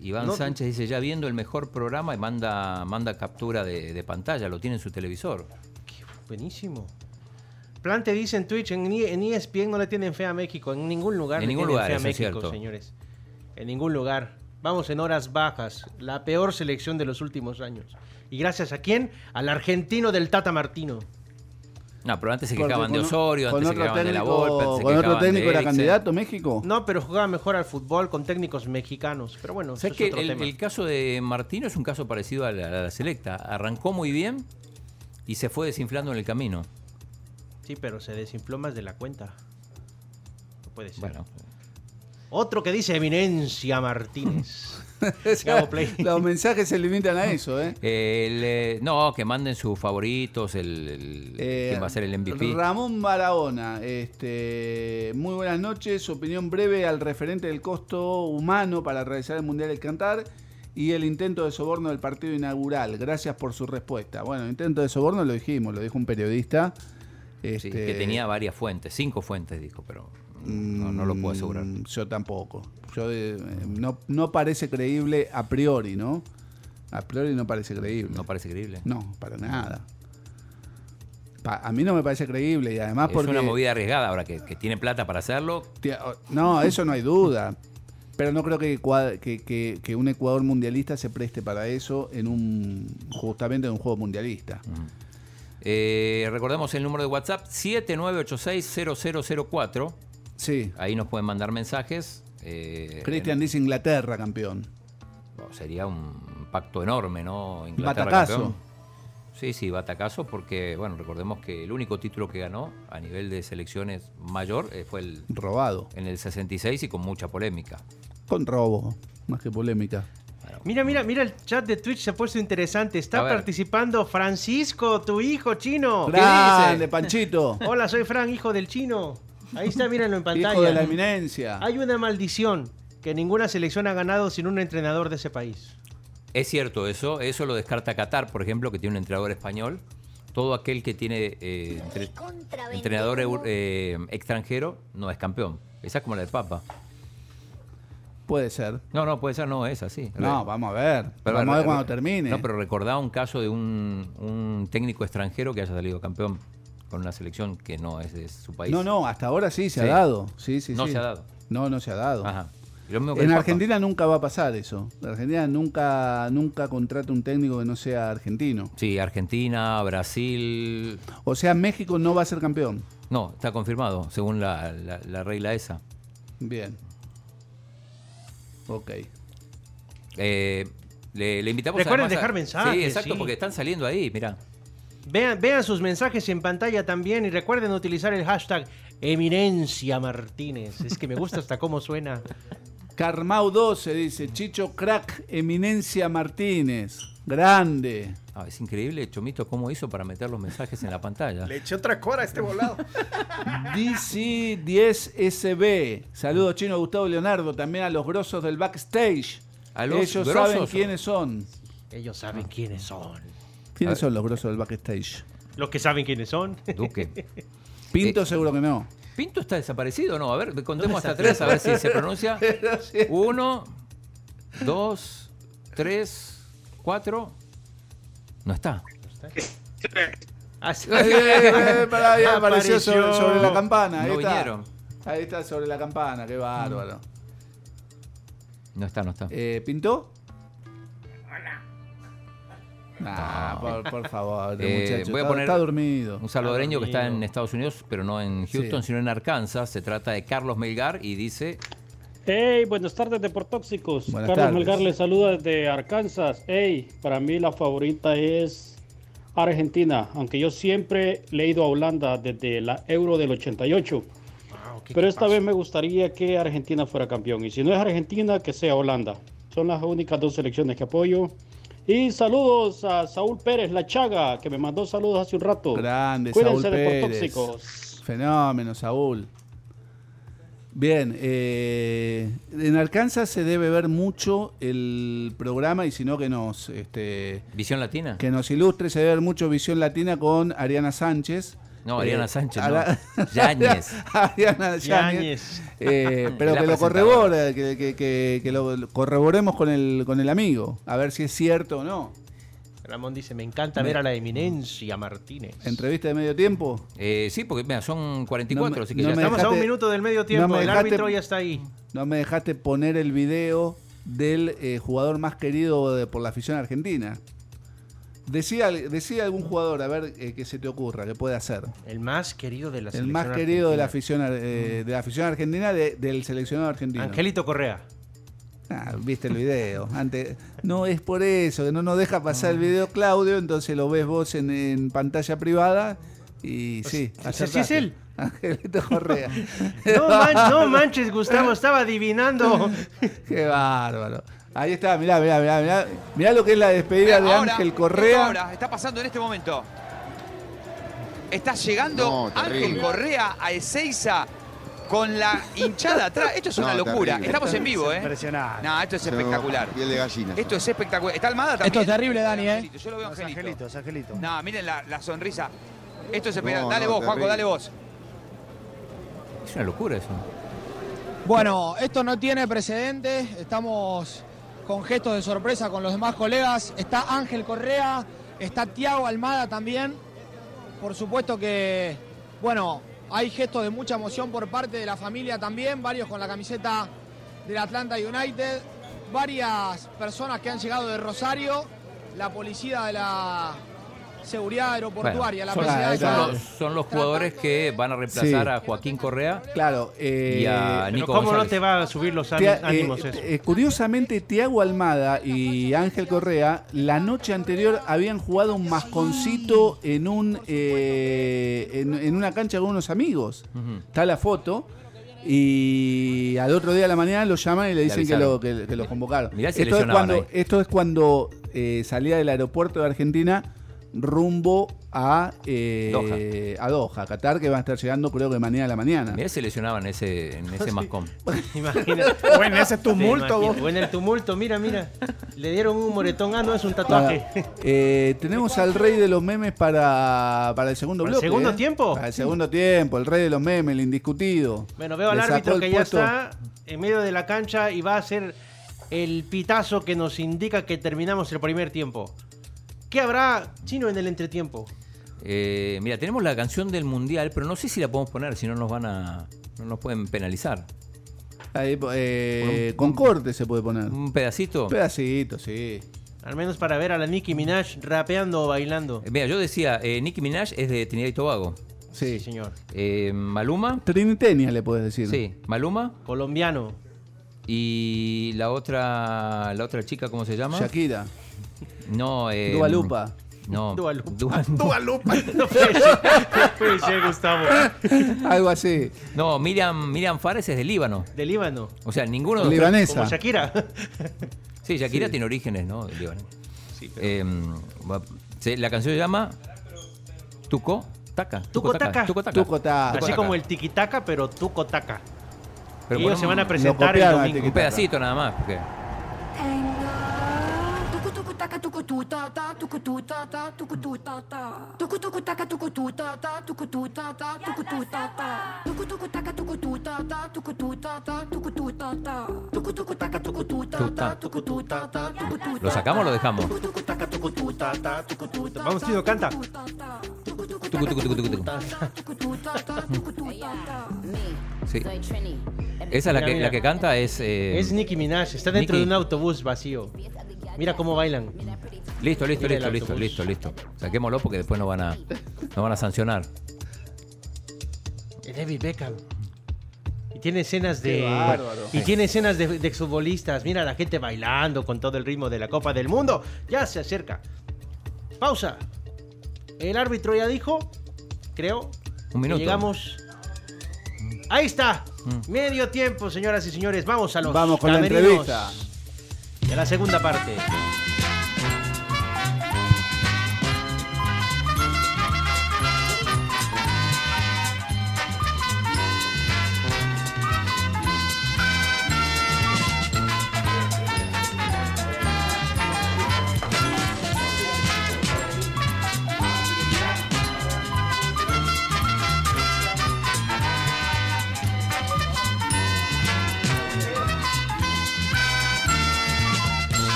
Speaker 6: Iván
Speaker 8: No-
Speaker 6: Sánchez dice, ya viendo el mejor programa y manda, manda captura de, de pantalla, lo tiene en su televisor.
Speaker 8: Buenísimo. Plante dice en Twitch, en, E- en ESPN no le tienen fe a México, en ningún lugar.
Speaker 6: En
Speaker 8: le
Speaker 6: ningún
Speaker 8: tienen
Speaker 6: lugar,
Speaker 8: fe a
Speaker 6: eso es
Speaker 8: México,
Speaker 6: cierto.
Speaker 8: señores. En ningún lugar. Vamos en horas bajas, la peor selección de los últimos años. ¿Y gracias a quién? Al argentino del Tata Martino.
Speaker 6: No, pero antes se
Speaker 8: Porque
Speaker 6: quejaban de
Speaker 8: con-
Speaker 6: Osorio,
Speaker 8: con
Speaker 6: antes se
Speaker 8: otro
Speaker 6: quejaban de la
Speaker 8: técnico-
Speaker 6: Volpe, antes se
Speaker 7: ¿Con otro
Speaker 6: quejaban de
Speaker 7: técnico era
Speaker 6: Eriksen.
Speaker 7: candidato México?
Speaker 8: No, pero jugaba mejor al fútbol con técnicos mexicanos. Pero bueno, eso
Speaker 6: ¿Sabes
Speaker 8: es
Speaker 6: que
Speaker 8: otro
Speaker 6: el,
Speaker 8: tema.
Speaker 6: el caso de Martino es un caso parecido a la, a la selecta? Arrancó muy bien y se fue desinflando en el camino.
Speaker 8: Sí, pero se desinfló más de la cuenta. No puede ser.
Speaker 6: Bueno.
Speaker 8: Otro que dice Eminencia Martínez.
Speaker 7: Los mensajes se limitan a eso, ¿eh?
Speaker 6: El, eh, no, que manden sus favoritos, el, el-
Speaker 7: Eh,
Speaker 6: quién va a ser el MVP.
Speaker 7: Ramón Barahona, este, muy buenas noches. Opinión breve al referente del costo humano para realizar el Mundial del Cantar y el intento de soborno del partido inaugural. Gracias por su respuesta. Bueno, intento de soborno lo dijimos, lo dijo un periodista.
Speaker 6: Sí,
Speaker 7: Este,
Speaker 6: que tenía varias fuentes, cinco fuentes dijo, pero no, no lo puedo asegurar.
Speaker 7: Mm, Yo tampoco. Yo, eh, no, no parece creíble a priori, ¿no? A priori no parece creíble.
Speaker 6: No parece creíble.
Speaker 7: No, para nada. Pa- a mí no me parece creíble y además
Speaker 6: es
Speaker 7: porque...
Speaker 6: una movida arriesgada ahora que, que tiene plata para hacerlo.
Speaker 7: Tía, o- No, eso no hay duda. Pero no creo que, cua- que- que- que un Ecuador mundialista se preste para eso en un justamente en un juego mundialista.
Speaker 6: Mm. Eh, recordemos el número de WhatsApp 79860004.
Speaker 7: Sí.
Speaker 6: Ahí nos pueden mandar mensajes. eh,
Speaker 7: Cristian dice Inglaterra campeón.
Speaker 6: Bueno, sería un pacto enorme, ¿no? Inglaterra
Speaker 7: Batacazo.
Speaker 6: campeón. Sí, sí, batacazo, porque, bueno, recordemos que el único título que ganó a nivel de selecciones mayor eh, fue el.
Speaker 7: Robado.
Speaker 6: En el 66 y con mucha polémica.
Speaker 7: Con robo, más que polémica.
Speaker 8: Mira, mira, mira el chat de Twitch se ha puesto interesante.
Speaker 6: A
Speaker 8: Está
Speaker 6: ver.
Speaker 8: participando Francisco, tu hijo chino.
Speaker 7: Grande, Panchito.
Speaker 8: Hola, soy Fran, hijo del chino. Ahí está, mírenlo en pantalla.
Speaker 7: Hijo de la eminencia.
Speaker 8: Hay una maldición que ninguna selección ha ganado sin un entrenador de ese país.
Speaker 6: Es cierto eso, eso lo descarta Qatar, por ejemplo, que tiene un entrenador español. Todo aquel que tiene eh, entre- entrenador eu- eh, extranjero no es campeón. Esa es como la del Papa.
Speaker 7: Puede ser.
Speaker 6: No, no, puede ser, no es así.
Speaker 7: No, vamos a ver. Vamos a ver cuando termine.
Speaker 6: No, pero recordá un caso de un, un técnico extranjero que haya salido campeón con una selección que no es de su país.
Speaker 7: No, no, hasta ahora sí se
Speaker 6: Sí.
Speaker 7: ha dado. Sí, sí,
Speaker 6: No
Speaker 7: sí.
Speaker 6: se ha dado. Ah,
Speaker 7: No, no se ha dado.
Speaker 6: Ajá. Y lo mismo que el
Speaker 7: En
Speaker 6: Papa.
Speaker 7: Argentina nunca va a pasar eso. La Argentina nunca, nunca contrata un técnico que no sea argentino.
Speaker 6: Sí, Argentina, Brasil.
Speaker 7: O sea, México no va a ser campeón.
Speaker 6: No, está confirmado, según la, la- la regla esa.
Speaker 7: Bien. Ok.
Speaker 6: Eh, le, le invitamos
Speaker 8: Recuerden
Speaker 6: además a-
Speaker 8: dejar mensajes,
Speaker 6: Sí, exacto,
Speaker 8: sí.
Speaker 6: porque están saliendo ahí, mirá.
Speaker 8: Vean, vean sus mensajes en pantalla también y recuerden utilizar el hashtag Eminencia Martínez. Es que me gusta hasta cómo suena.
Speaker 7: Carmau 12 dice, Chicho Crack, Eminencia Martínez. Grande.
Speaker 6: Ah, es increíble, Chomito, cómo hizo para meter los mensajes en la pantalla.
Speaker 10: Le eché otra cora a este volado.
Speaker 7: DC10SB. Saludos chino Gustavo Leonardo, también a los grosos del backstage.
Speaker 6: A los
Speaker 7: Ellos
Speaker 6: grosos.
Speaker 7: saben quiénes son.
Speaker 8: Ellos saben quiénes son.
Speaker 7: ¿Quiénes son los grosos del backstage?
Speaker 8: Los que saben quiénes son.
Speaker 6: Duque. Eh,
Speaker 7: Pinto seguro que no.
Speaker 6: Pinto está desaparecido, ¿no? A ver, contemos
Speaker 7: ¿Dónde
Speaker 6: hasta
Speaker 7: está?
Speaker 6: tres, a ver si se pronuncia. Uno, dos, tres, cuatro. No está.
Speaker 7: Eh, pará, ahí apareció
Speaker 6: Apareció.
Speaker 7: sobre, sobre la campana. Ahí
Speaker 6: No
Speaker 7: está.
Speaker 6: vinieron.
Speaker 7: Ahí está sobre la campana, qué bárbaro.
Speaker 6: No está, no está.
Speaker 7: Eh, ¿Pintó? Nah, por, por favor, este
Speaker 6: Eh,
Speaker 7: muchacho.
Speaker 6: voy a
Speaker 7: está-
Speaker 6: poner
Speaker 7: está dormido.
Speaker 6: Un salvadoreño que está en Estados Unidos, pero no en Houston,
Speaker 7: Sí.
Speaker 6: sino en Arkansas. Se trata de Carlos Melgar y dice
Speaker 3: Hey, buenas tardes, Deportóxicos.
Speaker 6: Buenas
Speaker 3: Carlos
Speaker 6: tardes.
Speaker 3: Melgar les saluda desde Arkansas. Hey, para mí la favorita es Argentina, aunque yo siempre le he ido a Holanda desde la Euro del 88. Pero esta vez me gustaría que Argentina fuera campeón. Y si no es Argentina, que sea Holanda. Son las únicas dos selecciones que apoyo. Y saludos a Saúl Pérez La Chaga, que me mandó saludos hace un rato.
Speaker 7: Grande,
Speaker 3: Cuídense,
Speaker 7: Saúl Pérez.
Speaker 3: Deportóxicos.
Speaker 7: Fenómeno, Saúl. Bien, eh, en Arkansas se debe ver mucho el programa y si no que nos este,
Speaker 6: Visión Latina.
Speaker 7: que nos ilustre, se debe ver mucho Visión Latina con Ariana Sánchez. Eh,
Speaker 6: No, Ariana Sánchez,
Speaker 7: Ara-
Speaker 6: no. Yáñez.
Speaker 7: Ariana Yáñez.
Speaker 6: Yáñez.
Speaker 7: Eh, pero
Speaker 6: La
Speaker 7: que lo
Speaker 6: presentadora.
Speaker 7: corrobore, que, que- que- que lo lo corroboremos con el, con el amigo, a ver si es cierto o no.
Speaker 8: Ramón dice, me encanta
Speaker 7: Me-
Speaker 8: ver a la Eminencia Martínez.
Speaker 7: Entrevista de medio tiempo.
Speaker 6: Eh, sí, porque mira, son 44,
Speaker 7: No me-
Speaker 6: así que ya
Speaker 7: no me
Speaker 6: estamos.
Speaker 8: Estamos a un
Speaker 7: Dejate-
Speaker 8: minuto del medio
Speaker 7: no
Speaker 8: tiempo,
Speaker 7: me
Speaker 8: el
Speaker 7: dejaste-
Speaker 8: árbitro ya está ahí.
Speaker 7: No me dejaste poner el video del eh, jugador más querido de- por la afición argentina. Decía, decía algún jugador, a ver, eh, que se te ocurra, que puede hacer.
Speaker 8: El más querido de la
Speaker 7: El
Speaker 8: selección
Speaker 7: más querido de la,
Speaker 8: argentina.
Speaker 7: afición, ar- eh, de la afición argentina de- del seleccionado argentino.
Speaker 8: Angelito Correa.
Speaker 7: Ah, viste el video. Antes, no es por eso, que no nos deja pasar el video Claudio, entonces lo ves vos en, en pantalla privada y sí.
Speaker 8: sea, Pues, sí es
Speaker 7: acertaste.
Speaker 8: él.
Speaker 7: Angelito Correa.
Speaker 8: No, man- no manches, Gustavo, estaba adivinando.
Speaker 7: Qué bárbaro. Ahí está, mirá, mirá, mirá, mirá. Mirá lo que es la despedida de
Speaker 4: Ahora,
Speaker 7: Ángel
Speaker 4: esto
Speaker 7: Correa.
Speaker 4: Ahora, está pasando en este momento. Está llegando
Speaker 7: No, terrible.
Speaker 4: Ángel Correa a Ezeiza con la hinchada atrás. Esto es una
Speaker 23: No,
Speaker 4: locura.
Speaker 23: terrible.
Speaker 4: Estamos en vivo, ¿eh?
Speaker 23: Impresionante.
Speaker 4: No, esto es espectacular.
Speaker 23: Piel de gallina.
Speaker 4: Esto es espectacular. Está Almada también.
Speaker 23: Esto es terrible, Dani, ¿eh?
Speaker 4: Yo lo veo a
Speaker 23: Los
Speaker 4: Angelito.
Speaker 23: angelitos, angelitos.
Speaker 4: No, miren la, la sonrisa. Esto es espectacular.
Speaker 23: No,
Speaker 4: dale
Speaker 23: no,
Speaker 4: vos, Juaco,
Speaker 23: terrible.
Speaker 4: dale vos.
Speaker 6: Es una locura eso.
Speaker 5: Bueno, esto no tiene precedentes. Estamos con gestos de sorpresa con los demás colegas. Está Ángel Correa, está Tiago Almada también. Por supuesto que, bueno, hay gestos de mucha emoción por parte de la familia también. Varios con la camiseta del Atlanta United. Varias personas que han llegado de Rosario. La policía de la seguridad aeroportuaria, la
Speaker 6: son,
Speaker 5: PSA
Speaker 6: son
Speaker 5: está-
Speaker 6: los, son los jugadores que van a reemplazar
Speaker 7: Sí.
Speaker 6: a Joaquín Correa.
Speaker 7: Claro, eh,
Speaker 6: y a
Speaker 7: Pero
Speaker 6: Nico
Speaker 8: ¿Cómo no
Speaker 6: González.
Speaker 8: te va a subir los
Speaker 7: Tia-
Speaker 8: ánim-
Speaker 7: eh,
Speaker 8: ánimos eso?
Speaker 7: eh, curiosamente, Tiago Almada y Ángel Correa la noche anterior habían jugado un masconcito en, un, eh, en, en una cancha con unos amigos. Está la foto. Y al otro día de la mañana lo llaman y le dicen que,
Speaker 6: avisaron.
Speaker 7: lo, que, que los convocaron.
Speaker 6: Mirá si
Speaker 7: esto, es
Speaker 6: lesionaban
Speaker 7: cuando, esto es cuando eh, salía del aeropuerto de Argentina rumbo a, eh, a Doha, Qatar, que va a estar llegando creo que mañana a la mañana.
Speaker 6: Mirá si lesionaban ese, en ese mascom.
Speaker 8: Imagina.
Speaker 7: O en ese tumulto,
Speaker 8: Te imagino.
Speaker 7: vos.
Speaker 8: O en el tumulto, mira, mira. Le dieron un moretón. Ah, no, es un tatuaje.
Speaker 7: Ahora, eh, tenemos al rey de los memes para, para el segundo
Speaker 8: ¿Para el
Speaker 7: bloque.
Speaker 8: segundo
Speaker 7: ¿eh?
Speaker 8: tiempo?
Speaker 7: Para el segundo tiempo, el rey de los memes, el indiscutido.
Speaker 8: Bueno, veo al
Speaker 7: Le sacó
Speaker 8: árbitro
Speaker 7: el
Speaker 8: que ya
Speaker 7: puesto.
Speaker 8: está en medio de la cancha y va a hacer el pitazo que nos indica que terminamos el primer tiempo. ¿Qué habrá chino en el entretiempo?
Speaker 6: Eh, mira, tenemos la canción del mundial, pero no sé si la podemos poner, si no nos van a. No nos pueden penalizar.
Speaker 7: Ahí, eh, con corte se puede poner.
Speaker 6: Un pedacito.
Speaker 7: Un pedacito, sí.
Speaker 8: Al menos para ver a la Nicki Minaj rapeando o bailando.
Speaker 6: Eh, Mira, yo decía, eh, Nicki Minaj es de Trinidad y Tobago. Eh,
Speaker 7: Sí,
Speaker 8: señor.
Speaker 6: Maluma.
Speaker 7: Trinitenia le puedes decir.
Speaker 6: Sí, Maluma.
Speaker 8: Colombiano.
Speaker 6: Y la otra, la otra chica, ¿cómo se llama?
Speaker 7: Shakira.
Speaker 6: No, eh.
Speaker 7: Dua Lipa.
Speaker 6: No.
Speaker 7: Dua Lipa.
Speaker 6: Dua-
Speaker 8: No puede ser, no puede ser, Gustavo.
Speaker 7: Algo así.
Speaker 6: No, Miriam, Miriam Fares es de Líbano.
Speaker 8: De Líbano.
Speaker 6: O sea, ninguno de los
Speaker 7: Libanesa.
Speaker 6: tres-
Speaker 8: Como Shakira.
Speaker 6: Sí, Shakira
Speaker 8: Sí.
Speaker 6: tiene orígenes, ¿no? De Líbano. Em, va- se- la canción se llama Tuco Taca.
Speaker 8: Tuco Taca.
Speaker 6: Tuco Taca.
Speaker 8: Así
Speaker 6: Tuco
Speaker 8: como
Speaker 6: Taca.
Speaker 8: el tiquitaca, pero Tuco Taca.
Speaker 6: Pero
Speaker 8: Ellos
Speaker 6: con
Speaker 8: se
Speaker 6: un-
Speaker 8: van a presentar el domingo.
Speaker 6: Un pedacito nada más. porque- ¿Lo sacamos o lo dejamos?
Speaker 8: Vamos, Tino, canta.
Speaker 6: Tucu, tucu, tucu, tucu, tucu. Sí. Esa es la
Speaker 8: Mira,
Speaker 6: que,
Speaker 8: mira.
Speaker 6: la que canta es. eh,
Speaker 8: Es Nicki Minaj, está dentro de
Speaker 6: Nicki.
Speaker 8: un autobús vacío. Mira cómo bailan.
Speaker 6: Listo, listo,
Speaker 8: Mira el
Speaker 6: listo, listo,
Speaker 8: autobús.
Speaker 6: listo, listo. Saquémoslo porque después nos van a, nos van a sancionar.
Speaker 8: David Beckham. Y tiene escenas de.
Speaker 6: Qué bárbaro.
Speaker 8: Y
Speaker 6: Sí.
Speaker 8: tiene escenas de, de exfutbolistas. Mira a la gente bailando con todo el ritmo de la Copa del Mundo. Ya se acerca. Pausa. El árbitro ya dijo, creo. que
Speaker 6: minuto.
Speaker 8: Llegamos. Ahí está. Medio tiempo, señoras y señores. Vamos a los.
Speaker 7: Vamos con la
Speaker 8: camerinos
Speaker 7: entrevista.
Speaker 8: De la segunda parte.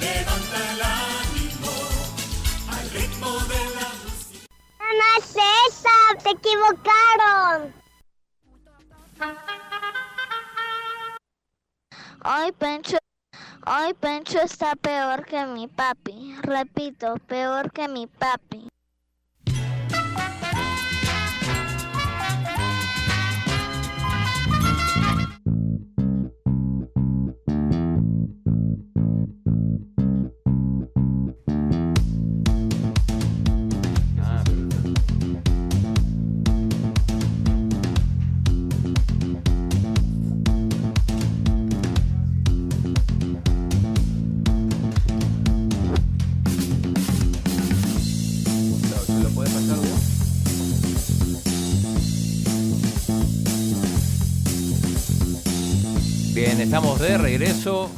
Speaker 10: Levanta el ánimo al ritmo de la
Speaker 21: No es esa, te equivocaron. Hoy Pencho, hoy Pencho está peor que mi papi. Repito, peor que mi papi.
Speaker 6: bien, estamos de regreso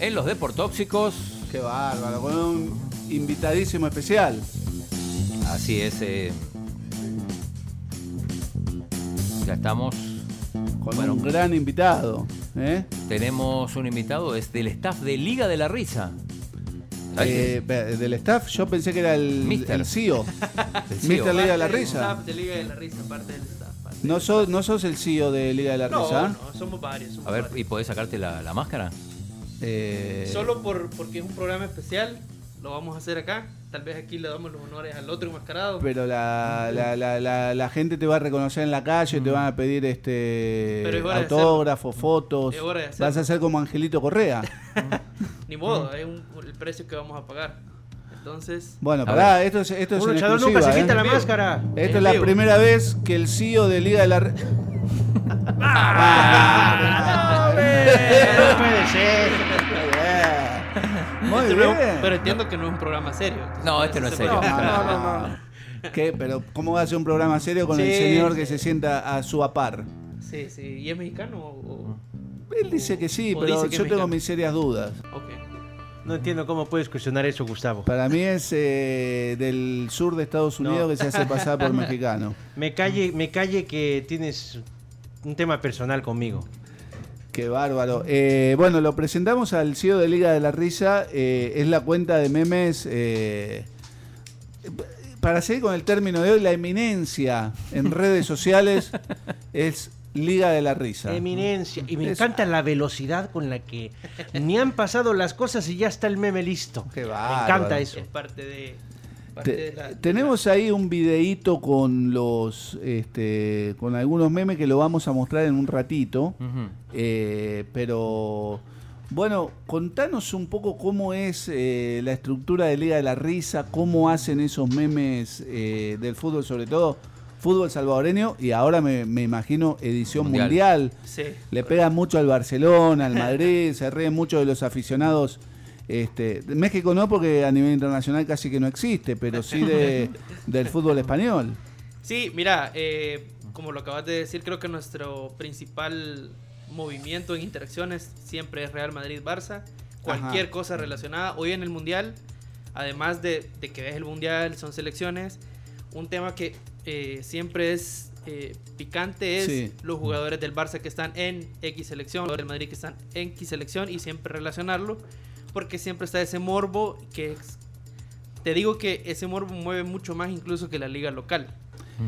Speaker 6: en los Deportóxicos.
Speaker 7: Qué bárbaro, con un invitadísimo especial.
Speaker 6: Así es. eh, ya estamos.
Speaker 7: Con un gran invitado. ¿eh?
Speaker 6: Tenemos un invitado, es del staff de Liga de la Risa. ¿Sabes
Speaker 7: Eh, ve- del staff, yo pensé que era el, E
Speaker 6: Mister.
Speaker 7: el CEO.
Speaker 6: El
Speaker 1: E
Speaker 6: CEO.
Speaker 7: Mister Liga de la
Speaker 1: Parte del
Speaker 7: Risa.
Speaker 1: staff de Liga de la Risa, parte del staff. parte
Speaker 7: No sos, no sos el CEO de Liga de la
Speaker 1: del- No,
Speaker 7: Risa. ¿eh?
Speaker 1: no, somos varios. somos
Speaker 6: A ver, ¿y podés sacarte la, la máscara?
Speaker 7: eh,
Speaker 1: varios. Solo por, porque es un programa especial, lo vamos a hacer acá. Tal vez aquí le damos los honores al otro enmascarado.
Speaker 7: Pero la, la, la, la, la gente te va a reconocer en la calle, te van a pedir
Speaker 1: Mm. Pero
Speaker 7: este
Speaker 1: es hora de
Speaker 7: autógrafos, fotos.
Speaker 1: Es hora de hacerlo.
Speaker 7: Vas a ser como Angelito Correa.
Speaker 1: Ni modo,
Speaker 7: Mm.
Speaker 1: es un- el precio que vamos a pagar. Entonces.
Speaker 7: Bueno, pará, esto es, esto es
Speaker 1: Uno,
Speaker 7: en
Speaker 1: Chador,
Speaker 7: exclusiva,
Speaker 1: nunca se
Speaker 7: ¿eh?
Speaker 1: quita la máscara.
Speaker 7: Esto
Speaker 1: En
Speaker 7: es la
Speaker 1: vivo.
Speaker 7: primera vez que el CEO de Liga de la Ah, Risa.
Speaker 1: Ah, No
Speaker 15: puede ser.
Speaker 7: Muy
Speaker 1: Este no-
Speaker 7: bien.
Speaker 1: pero entiendo que no es un programa serio. entonces
Speaker 6: No, este no es
Speaker 1: se
Speaker 6: serio.
Speaker 1: puede-
Speaker 7: ¿Qué? Pero ¿cómo va a ser un programa serio con el
Speaker 1: Sí.
Speaker 7: señor que se sienta a su apar?
Speaker 1: Sí, sí. ¿Y es mexicano o-
Speaker 7: Él dice que sí,
Speaker 1: O
Speaker 7: pero
Speaker 1: dice que
Speaker 7: yo
Speaker 1: es
Speaker 7: tengo
Speaker 1: mexicano.
Speaker 7: mis serias dudas.
Speaker 1: o- ok.
Speaker 8: No entiendo cómo puedes cuestionar eso, Gustavo.
Speaker 7: Para mí es eh, del sur de Estados Unidos
Speaker 8: No.
Speaker 7: que se hace pasar por mexicano.
Speaker 8: Me calle, me calle que tienes un tema personal conmigo.
Speaker 7: Qué bárbaro. Eh, bueno, lo presentamos al CEO de Liga de la Risa. eh, es la cuenta de memes. eh, para seguir con el término de hoy, la eminencia en redes sociales es Liga de la Risa.
Speaker 8: Eminencia. Y me
Speaker 7: Es-
Speaker 8: encanta la velocidad con la que ni han pasado las cosas y ya está el meme listo. Me encanta eso.
Speaker 1: Es parte de. parte
Speaker 7: Te-
Speaker 1: de la-
Speaker 7: tenemos ahí un videíto con los este, con algunos memes que lo vamos a mostrar en un ratito.
Speaker 6: Ujú.
Speaker 7: Eh, pero bueno, contanos un poco cómo es eh, la estructura de Liga de la Risa, cómo hacen esos memes eh, del fútbol, sobre todo fútbol salvadoreño y ahora me, me imagino edición
Speaker 6: Mundial.
Speaker 7: mundial.
Speaker 1: Sí.
Speaker 7: Le pegan mucho al Barcelona, al Madrid, se ríen mucho de los aficionados. Este, de México no, porque a nivel internacional casi que no existe, pero sí de, del fútbol español.
Speaker 1: Sí, mira, eh, como lo acabas de decir, creo que nuestro principal movimiento en interacciones siempre es Real Madrid-Barça. Cualquier
Speaker 2: Ajá.
Speaker 1: cosa relacionada. Hoy en el Mundial, además de, de que ves el Mundial, son selecciones. Un tema que eh, siempre es eh, picante es
Speaker 2: Sí.
Speaker 1: los jugadores del Barça que están en X selección, los del Madrid que están en X selección y siempre relacionarlo. Porque siempre está ese morbo que es- Te digo que ese morbo mueve mucho más incluso que la liga local.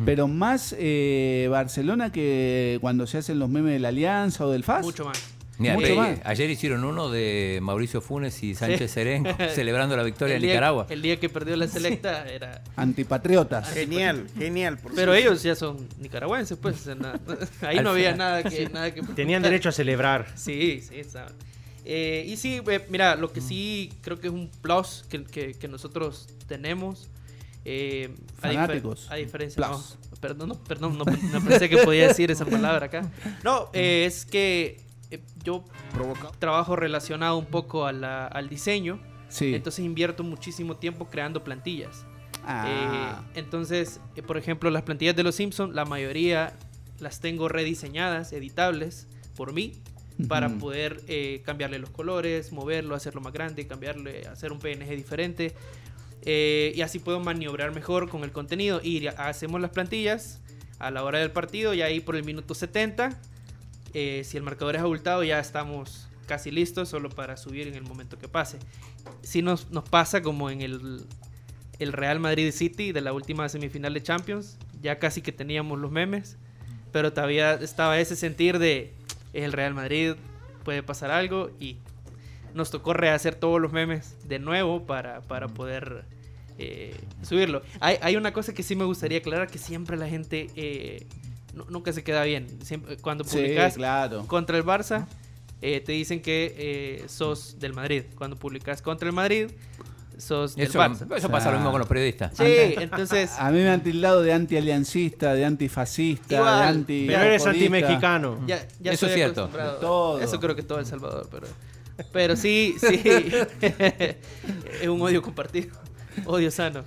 Speaker 7: Pero más eh, Barcelona que cuando se hacen los memes de la Alianza o del FAS.
Speaker 1: Mucho más.
Speaker 6: Mira,
Speaker 7: Mucho
Speaker 6: eh,
Speaker 7: más.
Speaker 6: Ayer hicieron uno de Mauricio Funes y Sánchez Serenco celebrando la victoria
Speaker 1: El
Speaker 6: de
Speaker 1: día-
Speaker 6: Nicaragua.
Speaker 1: El día que perdió la selecta era.
Speaker 7: Antipatriotas.
Speaker 1: Genial,
Speaker 2: genial. por
Speaker 1: Pero
Speaker 2: cierto.
Speaker 1: ellos ya son nicaragüenses, pues. o sea, na- ahí
Speaker 8: Al
Speaker 1: no había
Speaker 8: final.
Speaker 1: nada que, nada que
Speaker 8: Tenían derecho a celebrar.
Speaker 1: Sí, sí, está. Eh, y sí, eh, mira, lo
Speaker 6: Mm.
Speaker 1: que sí creo que es un plus que, que- que nosotros tenemos. eh, a difer-
Speaker 7: Fanáticos.
Speaker 1: A, diferencia.
Speaker 7: Plus.
Speaker 1: no, perdón, no, perdón, no, no pensé que podía decir esa palabra acá. No, eh, es que eh, yo trabajo relacionado un poco a la- al diseño.
Speaker 7: Sí.
Speaker 1: Entonces invierto muchísimo tiempo creando plantillas.
Speaker 7: Ah.
Speaker 1: Eh, entonces, eh, por ejemplo, las plantillas de los Simpsons, la mayoría las tengo rediseñadas, editables por mí, para
Speaker 2: Ujú.
Speaker 1: poder eh, cambiarle los colores, moverlo, hacerlo más grande, cambiarle, hacer un PNG diferente. Eh, y así puedo maniobrar mejor con el contenido. Y hacemos las plantillas a la hora del partido y ahí por el minuto 70, eh, si el marcador es abultado, ya estamos casi listos solo para subir en el momento que pase. Si nos, nos pasa como en el, el Real Madrid City de la última semifinal de Champions, ya casi que teníamos los memes, pero todavía estaba ese sentir de es el Real Madrid, puede pasar algo y nos tocó rehacer todos los memes de nuevo para, para poder eh, subirlo. Hay, hay una cosa que sí me gustaría aclarar, que siempre la gente eh, nu- nunca se queda bien. Siempre, cuando
Speaker 7: Sí,
Speaker 1: publicas
Speaker 7: claro.
Speaker 1: contra el Barça, eh, te dicen que eh, sos del Madrid. Cuando publicas contra el Madrid, sos del
Speaker 6: Eso-
Speaker 1: Barça.
Speaker 6: eso pasa lo mismo con los periodistas.
Speaker 1: Sí,
Speaker 7: Anda.
Speaker 1: entonces...
Speaker 7: A mí me han tildado de antialiancista, de antifascista, de
Speaker 1: Igual.
Speaker 7: anti.
Speaker 1: Ya, ya
Speaker 7: Eso
Speaker 1: estoy
Speaker 7: es cierto.
Speaker 1: acostumbrado.
Speaker 7: Todo.
Speaker 1: Eso creo que todo El Salvador, pero, pero sí, sí. es un odio compartido. Odio sano.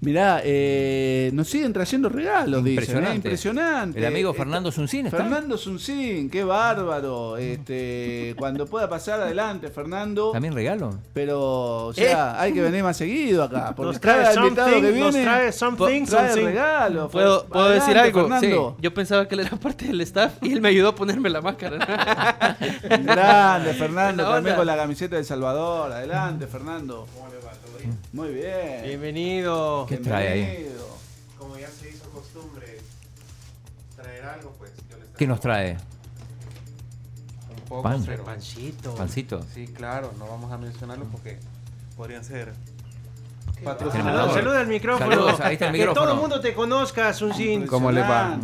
Speaker 7: Mirá, eh, nos siguen trayendo regalos, dicen. ¿eh?
Speaker 6: Impresionante.
Speaker 7: Impresionante.
Speaker 6: El amigo
Speaker 7: Eh,
Speaker 6: Fernando Zunzín está.
Speaker 7: Fernando Zunzín, qué bárbaro. Este, cuando pueda pasar adelante, Fernando.
Speaker 6: También regalo.
Speaker 7: Pero, o sea,
Speaker 6: Eh.
Speaker 7: hay que venir más seguido acá. Porque
Speaker 6: Nos trae
Speaker 7: cada invitado
Speaker 6: something,
Speaker 7: que
Speaker 6: nos
Speaker 7: viene
Speaker 6: trae something,
Speaker 7: trae
Speaker 1: something.
Speaker 7: regalo. pues.
Speaker 1: ¿Puedo, puedo
Speaker 7: Adelante,
Speaker 1: decir algo?
Speaker 7: Fernando.
Speaker 1: Sí. Yo pensaba que él era parte del staff y él me ayudó a ponerme la máscara.
Speaker 7: Grande, Fernando,
Speaker 1: Buena
Speaker 7: también
Speaker 1: onda.
Speaker 7: con la camiseta de El Salvador. Adelante, Fernando. ¿Cómo le va? ¿Todo bien? Muy bien.
Speaker 8: Bienvenido.
Speaker 6: ¿Qué trae ahí?
Speaker 2: Como ya se hizo costumbre traer algo, pues yo les
Speaker 6: ¿Qué nos trae?
Speaker 2: un poco,
Speaker 6: Pan.
Speaker 2: pero-
Speaker 6: Pancito. Pancito.
Speaker 2: Sí, claro, no vamos a mencionarlo porque podrían ser
Speaker 8: Saludos, saluda al micrófono.
Speaker 2: Saludos, ahí está el
Speaker 8: Que todo
Speaker 2: micrófono.
Speaker 8: el mundo te conozca, Sunsin.
Speaker 2: ¿Cómo le va?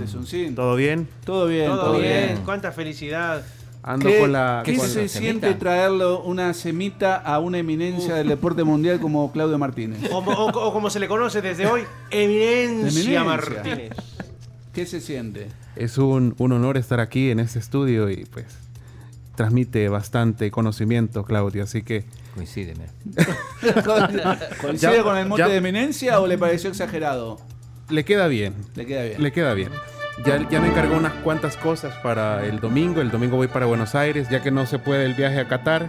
Speaker 7: ¿Todo
Speaker 2: bien?
Speaker 7: Todo bien,
Speaker 8: Todo,
Speaker 7: todo,
Speaker 8: bien.
Speaker 7: bien.
Speaker 8: Cuánta felicidad.
Speaker 2: Ando
Speaker 7: ¿Qué-
Speaker 2: con la.
Speaker 7: ¿Qué
Speaker 2: con
Speaker 7: se
Speaker 2: la
Speaker 7: siente
Speaker 2: semita.
Speaker 7: traerlo una semita a una eminencia del deporte mundial como Claudio Martínez?
Speaker 8: O, o- o como se le conoce desde hoy, Eminencia,
Speaker 7: Eminencia.
Speaker 8: Martínez.
Speaker 7: ¿Qué se siente?
Speaker 2: Es un, un honor estar aquí en este estudio y pues transmite bastante conocimiento, Claudio, así que.
Speaker 6: Coincide, mira.
Speaker 7: ¿Coincide
Speaker 2: Ya-
Speaker 7: con el mote
Speaker 2: ya-
Speaker 7: de eminencia o le pareció exagerado?
Speaker 2: Le queda bien.
Speaker 7: Le queda bien.
Speaker 2: Le queda bien. Ya, ya me encargó unas cuantas cosas para el domingo. El domingo voy para Buenos Aires, ya que no se puede el viaje a Qatar.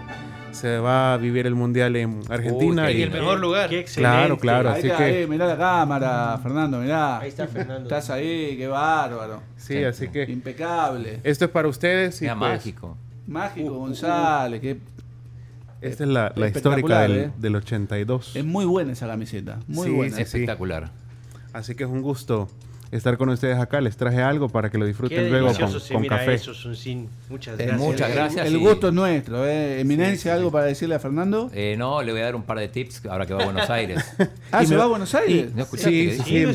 Speaker 2: Se va a vivir el mundial Oh, en Argentina.
Speaker 7: Uy, qué
Speaker 2: y-
Speaker 7: bien. lugar.
Speaker 8: Qué
Speaker 2: Claro, claro,
Speaker 7: Ahí
Speaker 2: así
Speaker 7: está,
Speaker 2: que-
Speaker 7: eh, mirá la cámara, Fernando, mirá. Ahí
Speaker 8: está Fernando.
Speaker 7: Estás ahí, qué bárbaro.
Speaker 2: Sí, así que.
Speaker 7: Impecable.
Speaker 2: Esto es para ustedes. Y
Speaker 7: Era
Speaker 2: pues,
Speaker 7: mágico. Mágico, González. qué-
Speaker 2: Esta es la, la
Speaker 7: espectacular,
Speaker 2: histórica del,
Speaker 7: eh.
Speaker 2: del 82.
Speaker 7: Es muy buena esa camiseta. Muy
Speaker 2: Sí, sí,
Speaker 7: buena.
Speaker 2: sí. Así que es un gusto estar con ustedes acá. Les traje algo para que lo disfruten
Speaker 8: Qué
Speaker 2: luego con,
Speaker 8: delicioso se
Speaker 2: con
Speaker 8: mira
Speaker 2: café.
Speaker 8: eso, Sunsin. Muchas
Speaker 2: Eh,
Speaker 8: gracias.
Speaker 6: muchas gracias.
Speaker 7: El
Speaker 6: y-
Speaker 7: gusto es nuestro, eh. Eminencia, ¿algo para decirle a Fernando?
Speaker 6: Eh, no, le voy a dar un par de tips ahora que va a Buenos Aires.
Speaker 7: Ah,
Speaker 6: Y
Speaker 7: ¿se
Speaker 6: me-
Speaker 7: va a Buenos Aires?
Speaker 6: ¿No escuchaste que dije?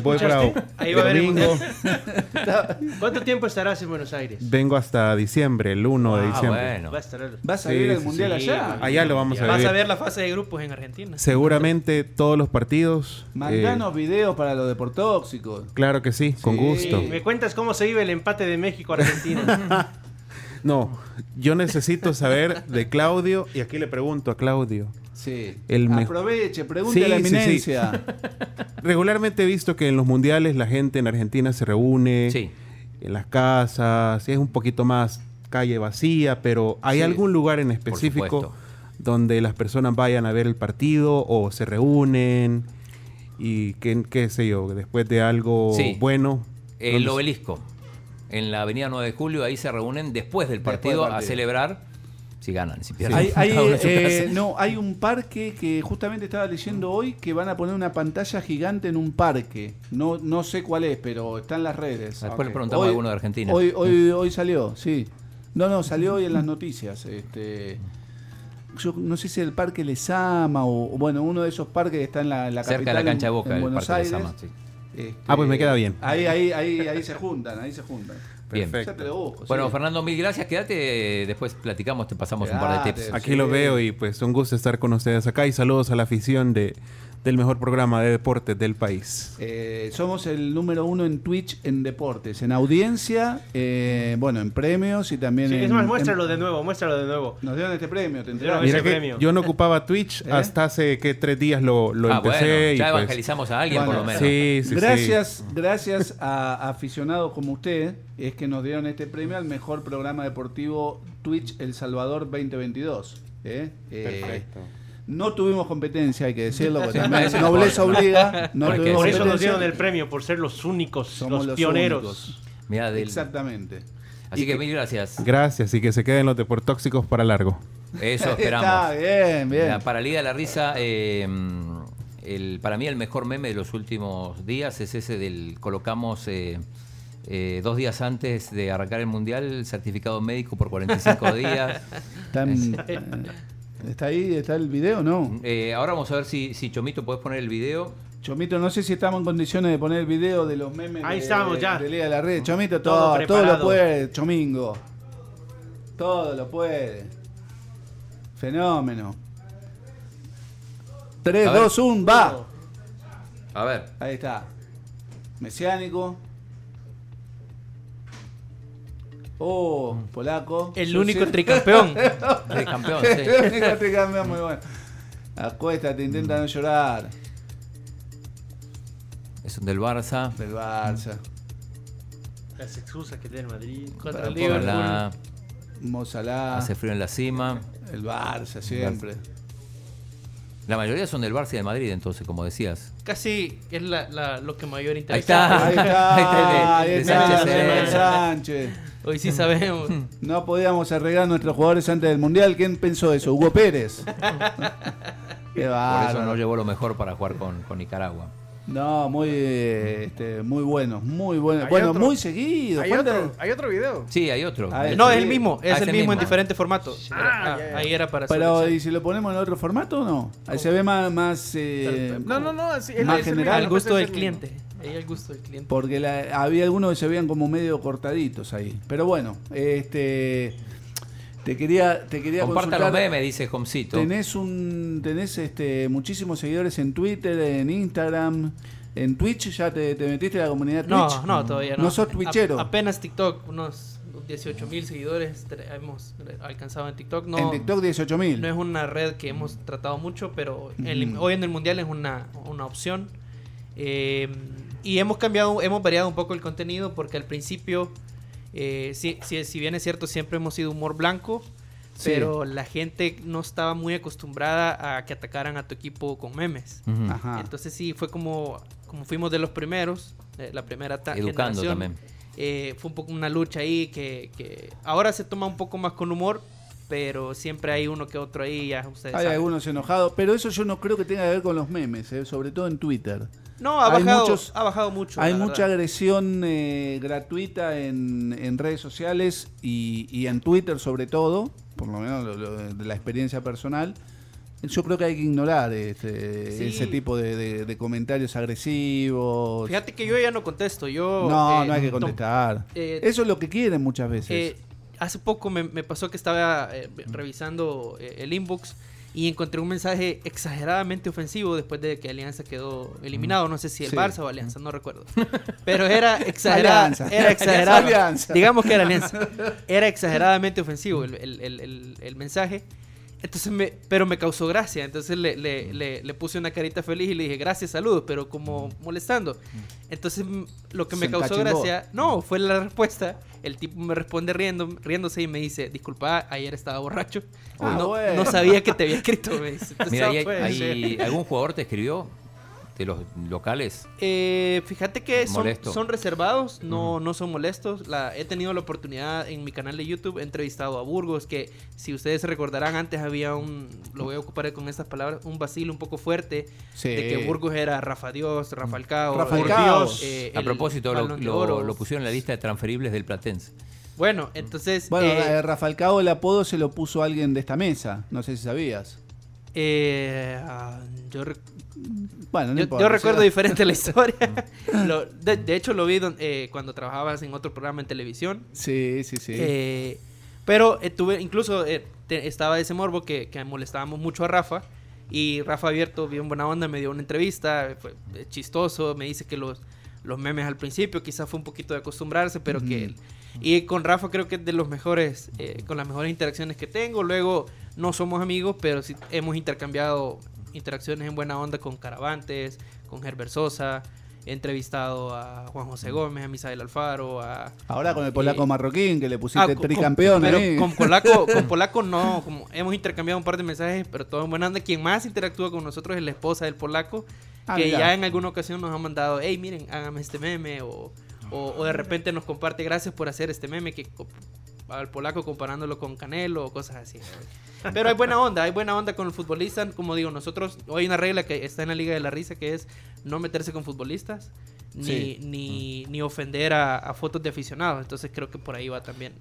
Speaker 8: Ahí va a haber el
Speaker 2: domingo.
Speaker 8: mundial. ¿Cuánto tiempo estarás en Buenos Aires?
Speaker 2: Vengo hasta diciembre, el 1 de
Speaker 8: Ah,
Speaker 2: diciembre.
Speaker 8: bueno. Va a estar el-
Speaker 1: ¿Vas a
Speaker 2: Sí,
Speaker 1: ir al
Speaker 2: sí,
Speaker 1: mundial
Speaker 2: sí.
Speaker 1: allá?
Speaker 2: Allá lo vamos a
Speaker 1: Vas
Speaker 2: ver.
Speaker 1: a ver la fase de grupos en Argentina.
Speaker 2: Seguramente todos los partidos. eh,
Speaker 7: Mandanos videos para los deportóxicos.
Speaker 2: claro que sí, con gusto.
Speaker 8: ¿Me cuentas cómo se vive el empate de México-Argentina?
Speaker 2: No, yo necesito saber de Claudio, y aquí le pregunto a Claudio.
Speaker 7: Sí. Ah,
Speaker 2: El mejor.
Speaker 7: Aproveche, pregunte a la
Speaker 2: Sí, sí, sí.
Speaker 7: eminencia.
Speaker 2: Regularmente he visto que en los mundiales la gente en Argentina se reúne en las casas, es un poquito más calle vacía, pero ¿hay
Speaker 6: Sí,
Speaker 2: algún lugar en
Speaker 6: supuesto.
Speaker 2: específico donde las personas vayan a ver el partido o se reúnen y qué, qué sé yo, después de algo
Speaker 6: Sí.
Speaker 2: bueno?
Speaker 6: El
Speaker 2: ¿dónde-
Speaker 6: obelisco. En la avenida 9 de julio, ahí se reúnen después del
Speaker 7: Después
Speaker 6: partido,
Speaker 7: del partido.
Speaker 6: a celebrar. Si ganan, si pierden.
Speaker 7: Hay, hay,
Speaker 6: cada uno en su
Speaker 7: eh,
Speaker 6: casa.
Speaker 7: no, hay un parque que justamente estaba leyendo hoy que van a poner una pantalla gigante en un parque. No, no sé cuál es, pero está en las redes.
Speaker 6: Después le
Speaker 7: Ok.
Speaker 6: preguntamos a
Speaker 7: Hoy-
Speaker 6: alguno de Argentina.
Speaker 7: Hoy, hoy, hoy salió, sí. No, no, salió hoy en las noticias. Este, yo no sé si el parque Lesama o, o bueno, uno de esos parques que está en la, en la
Speaker 6: Cerca de la
Speaker 7: capital, en-
Speaker 6: cancha de Boca,
Speaker 7: en
Speaker 6: el
Speaker 7: Buenos
Speaker 6: parque Lesama,
Speaker 7: Aires.
Speaker 6: sí.
Speaker 7: Este,
Speaker 2: Ah, pues me queda bien.
Speaker 7: Ahí, ahí, ahí, ahí se juntan, ahí se juntan.
Speaker 6: Bien.
Speaker 7: Ya te lo busco,
Speaker 6: Bueno,
Speaker 7: sí.
Speaker 6: Fernando, mil gracias. Quédate, eh, después platicamos, te pasamos un
Speaker 7: Ah,
Speaker 6: par de tips.
Speaker 2: Aquí lo veo y pues un gusto estar con ustedes acá y saludos a la afición de, del mejor programa de deportes del país.
Speaker 7: Eh, somos el número uno en Twitch en deportes, en audiencia, eh, bueno, en premios y también
Speaker 8: Sí,
Speaker 7: en.
Speaker 8: es más,
Speaker 7: en-
Speaker 8: muéstralo de nuevo, muéstralo de nuevo.
Speaker 7: Nos dieron este premio, te
Speaker 8: enteraste.
Speaker 2: Mira que yo no ocupaba Twitch
Speaker 7: ¿Eh?
Speaker 2: hasta hace que tres días lo, lo
Speaker 6: Ah,
Speaker 2: empecé.
Speaker 6: bueno,
Speaker 2: y
Speaker 6: ya
Speaker 2: pues-
Speaker 6: evangelizamos a alguien, por lo menos.
Speaker 2: Sí, sí, sí.
Speaker 7: gracias, gracias a aficionados como usted, es que nos dieron este premio al mejor programa deportivo Twitch El Salvador 2022. ¿eh? Eh,
Speaker 2: Perfecto.
Speaker 7: No tuvimos competencia, hay que decirlo, porque
Speaker 8: Sí,
Speaker 7: también
Speaker 8: eso
Speaker 7: nobleza
Speaker 8: importa.
Speaker 7: obliga. No
Speaker 8: Porque
Speaker 7: tuvimos
Speaker 8: por eso nos
Speaker 7: competencia.
Speaker 8: dieron el premio, por ser los únicos,
Speaker 7: Somos
Speaker 8: los,
Speaker 7: los
Speaker 8: pioneros.
Speaker 7: únicos.
Speaker 6: Mirá, del-
Speaker 7: Exactamente.
Speaker 6: Así que, mil gracias.
Speaker 2: Gracias y que se queden los deportóxicos para largo.
Speaker 6: Eso esperamos.
Speaker 7: Está bien, bien.
Speaker 6: La paralida de la risa, eh, el, para mí el mejor meme de los últimos días es ese del colocamos eh, eh, dos días antes de arrancar el mundial certificado médico por 45 días.
Speaker 7: Está, en- eh, está ahí, está el video, ¿no?
Speaker 6: Eh, ahora vamos a ver si, si Chomito puedes poner el video.
Speaker 7: Chomito, no sé si estamos en condiciones de poner el video de los memes
Speaker 6: Ahí
Speaker 7: de,
Speaker 6: estamos, ya.
Speaker 7: de Liga de la Red. Chomito,
Speaker 6: Todo
Speaker 7: todo, todo,
Speaker 6: preparado.
Speaker 7: lo puede, Chomingo. Todo lo puede. Fenómeno. 3,
Speaker 6: A ver.
Speaker 7: 2, 1, va.
Speaker 6: A ver.
Speaker 7: Ahí está. Mesiánico. Oh, polaco.
Speaker 1: El
Speaker 7: Yo
Speaker 1: único
Speaker 7: sí.
Speaker 1: tricampeón.
Speaker 6: Tricampeón, sí.
Speaker 7: El único tricampeón, muy bueno. Acuéstate, intenta no llorar.
Speaker 6: Es un del Barça.
Speaker 7: Del Barça.
Speaker 8: Las excusas que tiene el Madrid.
Speaker 1: Contra el
Speaker 6: Ojalá.
Speaker 7: Mozalá.
Speaker 6: Hace frío en la cima.
Speaker 7: El Barça siempre.
Speaker 6: La mayoría son del Barça y del Madrid, entonces, como decías.
Speaker 1: Casi es la, la- lo que mayor interesa.
Speaker 6: Ahí está. Ahí está el de- de Sánchez.
Speaker 7: Sánchez. Sánchez.
Speaker 1: Hoy sí sabemos.
Speaker 7: No podíamos arreglar a nuestros jugadores antes del Mundial. ¿Quién pensó eso? Hugo Pérez. Qué
Speaker 6: Por eso
Speaker 7: bárbaro.
Speaker 6: no llevó lo mejor para jugar con, con Nicaragua.
Speaker 7: No, muy, eh, este, muy buenos, muy buenos.
Speaker 6: Hay
Speaker 7: Bueno,
Speaker 6: otro.
Speaker 7: muy seguido.
Speaker 1: Hay
Speaker 7: Falta-
Speaker 1: otro.
Speaker 8: Hay otro video.
Speaker 6: Sí, hay otro.
Speaker 7: Ah,
Speaker 1: No,
Speaker 7: sí.
Speaker 1: es el mismo.
Speaker 7: Ah,
Speaker 1: Es
Speaker 7: es
Speaker 1: el
Speaker 7: el
Speaker 1: mismo en
Speaker 7: mismo.
Speaker 1: diferente formato. Ah, Ahí era para
Speaker 7: Pero,
Speaker 1: hacer-
Speaker 7: ¿y si lo ponemos en otro formato o no? Ahí se ve más. más eh,
Speaker 1: No, no, no, así-
Speaker 7: más
Speaker 1: es el mismo,
Speaker 7: general.
Speaker 1: al gusto del cliente. Ahí al gusto del cliente.
Speaker 7: Porque la- había algunos que se veían como medio cortaditos ahí. Pero bueno, este. Te quería, te quería
Speaker 6: Comparta los
Speaker 7: consultar.
Speaker 6: memes, dice Jomcito.
Speaker 7: Tenés un. Tenés este muchísimos seguidores en Twitter, en Instagram, en Twitch, ya te, te metiste en la comunidad
Speaker 1: No,
Speaker 7: Twitch.
Speaker 1: no, todavía no.
Speaker 7: No sos twitchero.
Speaker 1: A- apenas TikTok, unos 18 mil seguidores tre- hemos re- alcanzado en TikTok. No,
Speaker 7: En TikTok 18.000.
Speaker 1: No es una red que hemos tratado mucho, pero el-
Speaker 7: Mm.
Speaker 1: hoy en el Mundial es una, una opción. Eh, y hemos cambiado, hemos variado un poco el contenido porque al principio, eh, si, si- si bien es cierto, siempre hemos sido humor blanco.
Speaker 7: Sí.
Speaker 1: Pero la gente no estaba muy acostumbrada a que atacaran a tu equipo con memes.
Speaker 6: Ujú.
Speaker 7: Ajá.
Speaker 1: Entonces sí, fue como, como fuimos de los primeros, eh, la primera ta-
Speaker 6: Educando
Speaker 1: generación.
Speaker 6: también.
Speaker 1: Eh, fue un poco una lucha ahí que, que ahora se toma un poco más con humor, pero siempre hay uno que otro ahí, ya ustedes
Speaker 7: Hay
Speaker 1: saben.
Speaker 7: algunos enojados, pero eso yo no creo que tenga que ver con los memes, eh, sobre todo en Twitter.
Speaker 1: No, ha
Speaker 7: Hay
Speaker 1: bajado,
Speaker 7: muchos-
Speaker 1: ha bajado mucho.
Speaker 7: Hay
Speaker 1: la
Speaker 7: mucha
Speaker 1: verdad.
Speaker 7: agresión eh, gratuita en, en redes sociales y, y en Twitter sobre todo, por lo menos lo- lo- de la experiencia personal. Yo creo que hay que ignorar este,
Speaker 1: Sí.
Speaker 7: ese tipo de, de- de comentarios agresivos.
Speaker 1: Fíjate que yo ya no contesto, yo...
Speaker 7: no,
Speaker 1: eh,
Speaker 7: no hay que
Speaker 1: to-
Speaker 7: contestar.
Speaker 1: eh,
Speaker 7: Eso es lo que quieren muchas veces.
Speaker 1: Eh, hace poco me, me pasó que estaba eh, revisando eh, el inbox y encontré un mensaje exageradamente ofensivo después de que Alianza quedó eliminado. No sé si el
Speaker 7: Sí.
Speaker 1: Barça o Alianza, no recuerdo. Pero era exagerada.
Speaker 7: Alianza.
Speaker 1: Era exagerada.
Speaker 7: Alianza.
Speaker 1: Digamos que era Alianza. Era exageradamente ofensivo el, el- el- el- el mensaje. Entonces me, pero me causó gracia. Entonces le,
Speaker 6: Mm.
Speaker 1: le- le- le puse una carita feliz y le dije gracias, saludos, pero como molestando. Entonces mm, lo que me
Speaker 7: Se
Speaker 1: causó
Speaker 7: encachimbó.
Speaker 1: gracia no, fue la respuesta. El tipo me responde riendo, riéndose y me dice, disculpa, ayer estaba borracho.
Speaker 7: Ah,
Speaker 1: no,
Speaker 7: bueno.
Speaker 1: no sabía que te había escrito. me dice. Entonces,
Speaker 6: Mira,
Speaker 1: no
Speaker 6: ¿y hay-
Speaker 1: puede
Speaker 6: hay-
Speaker 1: ser.
Speaker 6: ¿algún jugador te escribió de los locales?
Speaker 1: Eh, fíjate que son,
Speaker 6: Molesto.
Speaker 1: son reservados, no, no son molestos. La, he tenido la oportunidad en mi canal de YouTube, he entrevistado a Burgos, que si ustedes se recordarán, antes había un, lo voy a ocupar con estas palabras, un vacilo un poco fuerte
Speaker 6: Sí. Mm.
Speaker 1: de que Burgos era Rafa Dios, Rafa Alcao.
Speaker 7: Rafa
Speaker 1: Burgos,
Speaker 7: Alcao.
Speaker 1: eh,
Speaker 6: A
Speaker 1: el
Speaker 6: propósito, lo,
Speaker 1: Balón de
Speaker 6: lo-
Speaker 1: Oro.
Speaker 6: lo Mm. pusieron en la lista de transferibles del Platense.
Speaker 1: Bueno, entonces...
Speaker 7: Bueno,
Speaker 1: eh,
Speaker 7: eh, Rafael Cabo el apodo se lo puso alguien de esta mesa, no sé si sabías.
Speaker 1: Eh, ah, yo, rec-
Speaker 7: Bueno, no
Speaker 1: yo-
Speaker 7: importa,
Speaker 1: yo recuerdo
Speaker 7: siga.
Speaker 1: diferente la historia. Lo- de, de hecho, lo vi don- eh, cuando trabajabas en otro programa en televisión.
Speaker 7: Sí, sí, sí.
Speaker 1: Eh, pero eh, tuve, incluso eh, te- estaba ese morbo que, que molestábamos mucho a Rafa. Y Rafa Abierto, bien buena onda, me dio una entrevista. eh, Fue eh, chistoso. Me dice que los, los memes al principio quizás fue un poquito de acostumbrarse, pero que. Y con Rafa creo que es de los mejores, eh, con las mejores interacciones que tengo. Luego no somos amigos, pero sí hemos intercambiado interacciones en buena onda con Caravantes, con Herbert Sosa. He entrevistado a Juan José Gómez, a Misael Alfaro, a
Speaker 7: Ahora con el
Speaker 1: eh,
Speaker 7: polaco marroquín que le pusiste
Speaker 1: Ah, con- con,
Speaker 7: tricampeón
Speaker 1: pero
Speaker 7: ahí.
Speaker 1: con polaco con polaco no como hemos intercambiado un par de mensajes pero todo en buena onda quien más interactúa con nosotros es la esposa del polaco
Speaker 7: Ah,
Speaker 1: que
Speaker 7: mira.
Speaker 1: ya en alguna ocasión nos ha mandado hey miren hágame este meme o, o- o de repente nos comparte gracias por hacer este meme que co- al polaco comparándolo con Canelo o cosas así pero hay buena onda hay buena onda con el futbolista como digo nosotros hay una regla que está en la liga de la risa que es no meterse con futbolistas ni,
Speaker 6: Sí.
Speaker 1: ni,
Speaker 7: Mm.
Speaker 1: ni ofender a, a fotos de aficionados. Entonces creo que por ahí va también.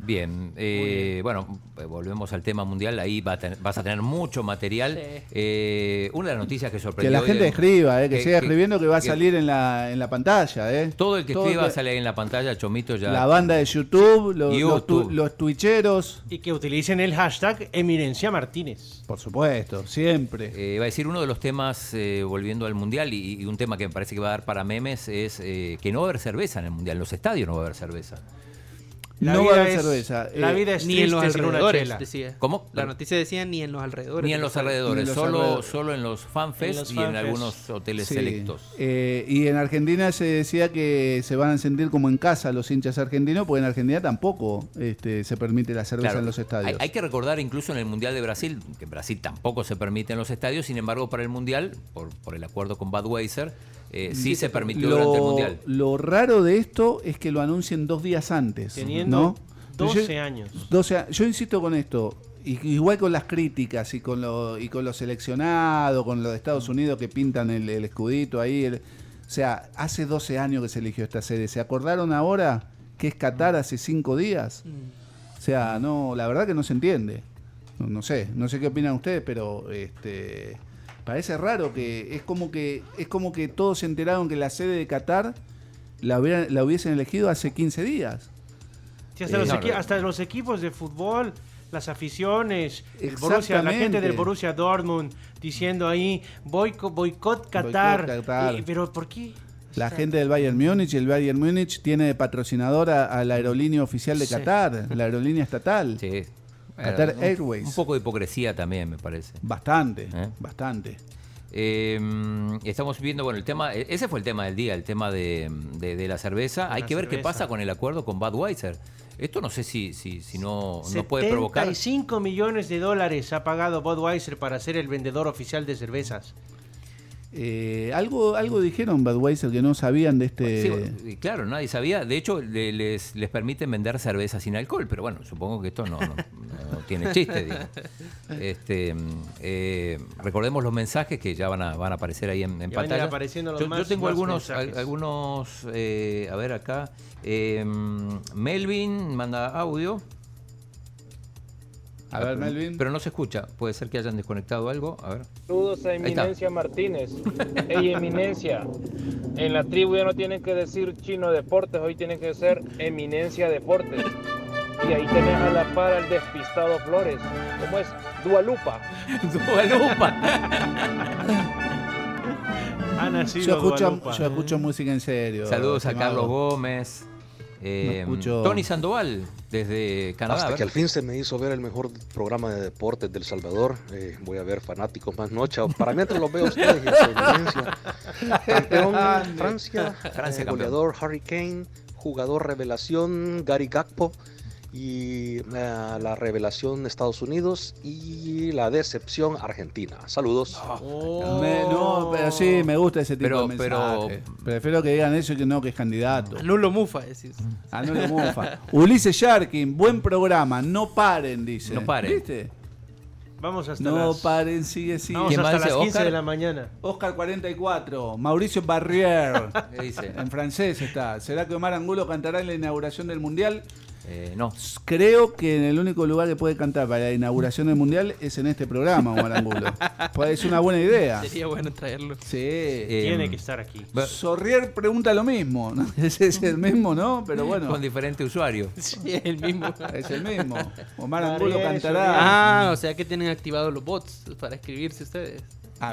Speaker 6: Bien, eh, bueno, eh, volvemos al tema mundial. Ahí va a ten- vas a tener mucho material.
Speaker 1: Sí.
Speaker 6: Eh, una de las noticias que
Speaker 7: Que
Speaker 6: sorprendió.
Speaker 7: la
Speaker 6: hoy
Speaker 7: gente
Speaker 6: de-
Speaker 7: escriba, eh, que, siga
Speaker 6: que-
Speaker 7: escribiendo que va a
Speaker 6: que
Speaker 7: salir en la, en la pantalla. Eh.
Speaker 6: Todo el que escriba
Speaker 7: el-
Speaker 6: sale ahí en la pantalla, Chomito ya.
Speaker 7: La banda de YouTube, los, los tu-
Speaker 6: YouTube.
Speaker 7: los twitcheros,
Speaker 8: Y que utilicen el hashtag Eminencia Martínez.
Speaker 7: por supuesto, siempre.
Speaker 6: Eh, va a decir uno de los temas, eh, volviendo al Mundial, y, y un tema que me parece que va a dar para memes, es eh, que no va a haber cerveza en el Mundial. En los estadios no va a haber cerveza.
Speaker 1: La
Speaker 7: no va a
Speaker 1: vida
Speaker 7: haber
Speaker 1: es-
Speaker 7: cerveza.
Speaker 1: la
Speaker 7: eh,
Speaker 1: vida es
Speaker 7: ni en los
Speaker 1: triste sin una
Speaker 7: alrededores,
Speaker 1: chela.
Speaker 7: decía.
Speaker 6: ¿Cómo?
Speaker 1: La noticia decía ni en los alrededores.
Speaker 6: Ni en los alrededores, solo, solo en los fanfests
Speaker 1: En los
Speaker 6: y en
Speaker 1: fanfests.
Speaker 6: algunos hoteles
Speaker 7: Sí.
Speaker 6: selectos.
Speaker 7: Eh, y en Argentina se decía que se van a sentir como en casa los hinchas argentinos, porque en Argentina tampoco este, se permite la cerveza
Speaker 6: Claro.
Speaker 7: en los
Speaker 6: Hay,
Speaker 7: estadios.
Speaker 6: hay que recordar incluso en el Mundial de Brasil, que en Brasil tampoco se permite en los estadios, sin embargo para el Mundial, por, por el acuerdo con Budweiser, eh, sí se permitió
Speaker 7: lo,
Speaker 6: durante el Mundial.
Speaker 7: Lo raro de esto es que lo anuncien dos días antes.
Speaker 8: Teniendo
Speaker 7: ¿no?
Speaker 8: 12
Speaker 7: Yo-
Speaker 8: años.
Speaker 7: 12 a- yo insisto con esto. y- Igual con las críticas y con lo, y con lo seleccionado, con lo de Estados Unidos que pintan el, el escudito ahí. el- o sea, hace 12 años que se eligió esta sede. ¿Se acordaron ahora que es Qatar hace 5 días? O sea, no, la verdad que no se entiende. No, no sé, no sé qué opinan ustedes, pero este parece raro que es como que es como que todos se enteraron que la sede de Qatar la, hubieran- la hubiesen elegido hace 15 días.
Speaker 8: Sí, hasta,
Speaker 7: Eh,
Speaker 8: los
Speaker 7: claro.
Speaker 8: equi- hasta los equipos de fútbol, las aficiones, el Borussia, la gente del
Speaker 7: Exactamente.
Speaker 8: Borussia Dortmund diciendo ahí boico- boicot Qatar.
Speaker 7: Boicot Qatar.
Speaker 8: Y- pero ¿por qué?
Speaker 7: La gente del Bayern Múnich, el Bayern Múnich tiene de patrocinadora a la aerolínea oficial de
Speaker 6: Sí.
Speaker 7: Qatar, la aerolínea estatal.
Speaker 6: Sí.
Speaker 7: Qatar
Speaker 6: Eh, un-
Speaker 7: Airways.
Speaker 6: Un poco de hipocresía también, me parece.
Speaker 7: Bastante,
Speaker 6: ¿Eh?
Speaker 7: bastante.
Speaker 6: Em, estamos viendo, bueno, el tema, e- ese fue el tema del día, el tema de, de- de la cerveza. Hay
Speaker 8: la
Speaker 6: que ver qué
Speaker 8: cerveza.
Speaker 6: pasa con el acuerdo con Budweiser. Esto no sé si, si, si no, no puede provocar.
Speaker 8: 75 millones de dólares ha pagado Budweiser para ser el vendedor oficial de cervezas.
Speaker 7: Eh, algo, algo dijeron Budweiser que no sabían de este.
Speaker 6: Sí, bueno, y claro, nadie sabía. De hecho, le- les, les permiten vender cerveza sin alcohol, pero bueno, supongo que esto no, no- no- no tiene chiste. digo. Este, mm, eh, recordemos los mensajes que ya van a, van a aparecer ahí en,
Speaker 8: Ya van
Speaker 6: en
Speaker 8: a ir
Speaker 6: pantalla.
Speaker 8: apareciendo los
Speaker 6: yo,
Speaker 8: más-
Speaker 6: yo tengo
Speaker 8: más
Speaker 6: algunos,
Speaker 8: mensajes.
Speaker 6: al- algunos eh, a ver acá. Eh, Melvin manda audio. Ah,
Speaker 7: A ver, Melvin.
Speaker 6: Pero no se escucha. Puede ser que hayan desconectado algo. A ver.
Speaker 13: Saludos a
Speaker 6: Ahí está.
Speaker 13: Eminencia Martínez. Ey, Eminencia. En la tribu ya no tienen que decir chino deportes, hoy tienen que ser Eminencia Deportes. Y ahí tenés a la par al despistado Flores. ¿Cómo es? Dualupa.
Speaker 8: Ha
Speaker 7: yo,
Speaker 8: nacido
Speaker 7: escucho,
Speaker 8: Dualupa.
Speaker 7: yo escucho música en serio.
Speaker 6: Saludos a
Speaker 7: estimado.
Speaker 6: Carlos Gómez. eh,
Speaker 7: escucho.
Speaker 6: Tony Sandoval, desde Canadá.
Speaker 9: Hasta
Speaker 6: ¿verdad?
Speaker 9: que al fin se me hizo ver el mejor programa de deportes del Salvador. Eh, voy a ver fanáticos más noche. Para mientras los veo a ustedes y a su eminencia. Campeón Francia,
Speaker 6: Francia
Speaker 9: eh,
Speaker 6: campeón.
Speaker 9: goleador Harry Kane, jugador revelación Gary Gakpo y eh, la revelación de Estados Unidos y la decepción Argentina. Saludos.
Speaker 7: Me- no, pero sí, me gusta ese tipo
Speaker 9: Pero-
Speaker 7: de
Speaker 9: pero-
Speaker 7: mensaje. Prefiero que digan eso que no que es candidato.
Speaker 1: Anulo Mufa, decís.
Speaker 7: Anulo Mufa. Ulises Yarkin, buen programa. No paren, dice.
Speaker 6: No paren.
Speaker 7: ¿Viste?
Speaker 8: Vamos hasta
Speaker 7: No
Speaker 8: las-
Speaker 7: paren, sigue, sigue.
Speaker 8: Vamos hasta las 15 de la mañana.
Speaker 7: Oscar 44, Mauricio Barrier.
Speaker 6: ¿Qué dice?
Speaker 7: En francés está. ¿Será que Omar Angulo cantará en la inauguración del Mundial?
Speaker 6: Eh, no.
Speaker 7: Creo que en el único lugar que puede cantar para la inauguración del Mundial es en este programa, Omar Angulo. Pues es una buena idea.
Speaker 1: Sería bueno traerlo.
Speaker 7: Sí.
Speaker 6: eh, mm.
Speaker 8: Tiene que estar aquí.
Speaker 7: Sorrier pregunta lo mismo. ¿no? Ese es el mismo, ¿no? Pero bueno.
Speaker 6: Con diferente usuario.
Speaker 1: es el mismo.
Speaker 7: Es el mismo. Omar
Speaker 1: Darío,
Speaker 7: Angulo cantará.
Speaker 1: Ah, o sea que tienen activados los bots para escribirse ustedes.
Speaker 7: Ah,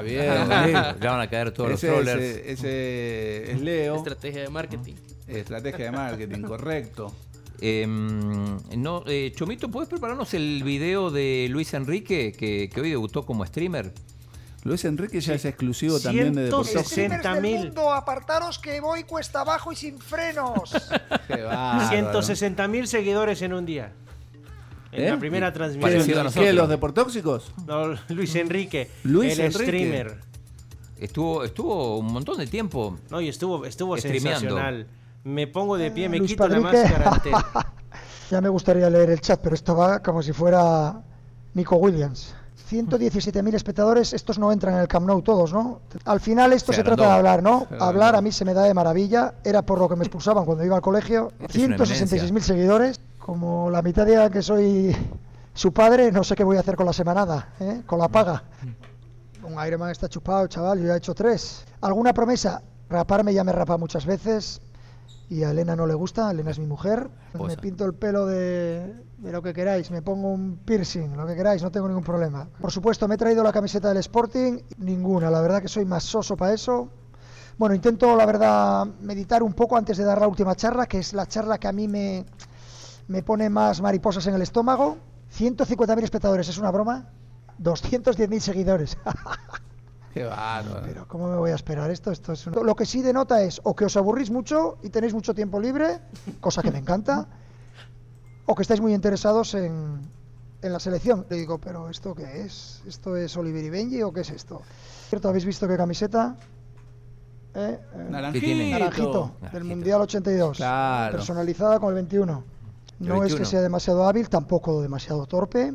Speaker 7: bien.
Speaker 6: Ya van a caer todos los
Speaker 7: Ese-
Speaker 6: trollers.
Speaker 7: Ese, ese es Leo.
Speaker 1: Estrategia de marketing.
Speaker 7: Estrategia de marketing, correcto.
Speaker 6: Eh, no, eh, Chomito, ¿puedes prepararnos el video de Luis Enrique que, que hoy debutó como streamer?
Speaker 7: Luis Enrique ya es exclusivo
Speaker 6: también de
Speaker 11: Streamers del mundo, apartaros que voy cuesta abajo y sin frenos.
Speaker 7: Qué
Speaker 8: 160 mil seguidores en un día. En
Speaker 7: ¿Eh?
Speaker 8: la primera
Speaker 7: ¿Qué-
Speaker 8: transmisión.
Speaker 7: ¿Qué, qué, los deportóxicos?
Speaker 8: No, Luis Enrique,
Speaker 7: Luis
Speaker 8: el
Speaker 7: Enrique.
Speaker 8: streamer.
Speaker 6: Estuvo, estuvo un montón de tiempo.
Speaker 8: No, y estuvo, estuvo
Speaker 6: Streameando.
Speaker 8: sensacional. Me pongo de pie, me
Speaker 11: Luis
Speaker 8: quito la
Speaker 11: Padrique.
Speaker 8: máscara ante él.
Speaker 11: Ya me gustaría leer el chat, pero esto va como si fuera Nico Williams. 117.000 espectadores, estos no entran en el Camp Nou todos, ¿no? Al final esto
Speaker 6: Se
Speaker 11: se trata de
Speaker 6: agrandó.
Speaker 11: hablar, ¿no?
Speaker 6: Se agrandó.
Speaker 11: Hablar a mí se me da de maravilla, era por lo que me expulsaban cuando iba al colegio.
Speaker 6: Es una
Speaker 11: 166.000 seguidores, como la mitad de que soy su padre, no sé qué voy a hacer con la semanada, ¿eh? con la paga.
Speaker 6: Mm.
Speaker 11: Un Ironman está chupado, chaval, yo ya he hecho tres. ¿Alguna promesa? Raparme ya me rapa muchas veces y a Elena no le gusta, Elena es mi mujer. Me
Speaker 6: Esposa.
Speaker 11: pinto el pelo de, de lo que queráis, me pongo un piercing, lo que queráis, no tengo ningún problema. Por supuesto, me he traído la camiseta del Sporting, ninguna, la verdad que soy más soso para eso. Bueno, intento, la verdad, meditar un poco antes de dar la última charla, que es la charla que a mí me, me pone más mariposas en el estómago. 150.000 espectadores, ¿es una broma? 210.000 seguidores.
Speaker 7: Qué bárbaro.
Speaker 11: Pero ¿cómo me voy a esperar esto? Esto es un- Lo que sí denota es o que os aburrís mucho y tenéis mucho tiempo libre, cosa que me encanta, o que estáis muy interesados en, en la selección. Le digo, pero ¿esto qué es? ¿Esto es Oliver y Benji o qué es esto? ¿Cierto? ¿Habéis visto qué camiseta? Eh, eh,
Speaker 7: Naranjito. ¿Qué tiene?
Speaker 11: Naranjito, del
Speaker 7: Naranjito.
Speaker 11: Mundial 82.
Speaker 7: Claro.
Speaker 11: Personalizada con el 21.
Speaker 7: El
Speaker 11: No es que
Speaker 7: 21.
Speaker 11: sea demasiado hábil, tampoco demasiado torpe.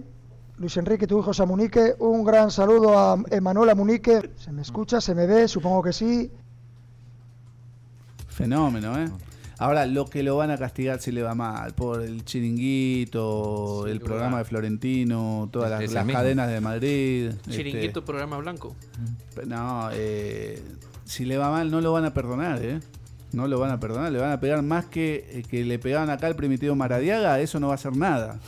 Speaker 11: Luis Enrique, tu hijo Samunique, un gran saludo a Emanuel Amunique. ¿Se me escucha? ¿Se me ve? Supongo que sí.
Speaker 7: Fenómeno,
Speaker 1: Ah.
Speaker 7: ¿eh? Ahora, lo que lo van a castigar si le va mal, por el chiringuito, el
Speaker 1: duda.
Speaker 7: programa de Florentino, todas
Speaker 1: Es-
Speaker 7: las,
Speaker 1: es
Speaker 7: las
Speaker 1: el Este, mismo.
Speaker 7: cadenas de Madrid. este,
Speaker 1: Chiringuito, programa blanco.
Speaker 7: no, eh, si le va mal no lo van a perdonar, ¿eh? No lo van a perdonar, le van a pegar más que, eh, que le pegaban acá al primitivo Maradiaga, eso no va a hacer nada.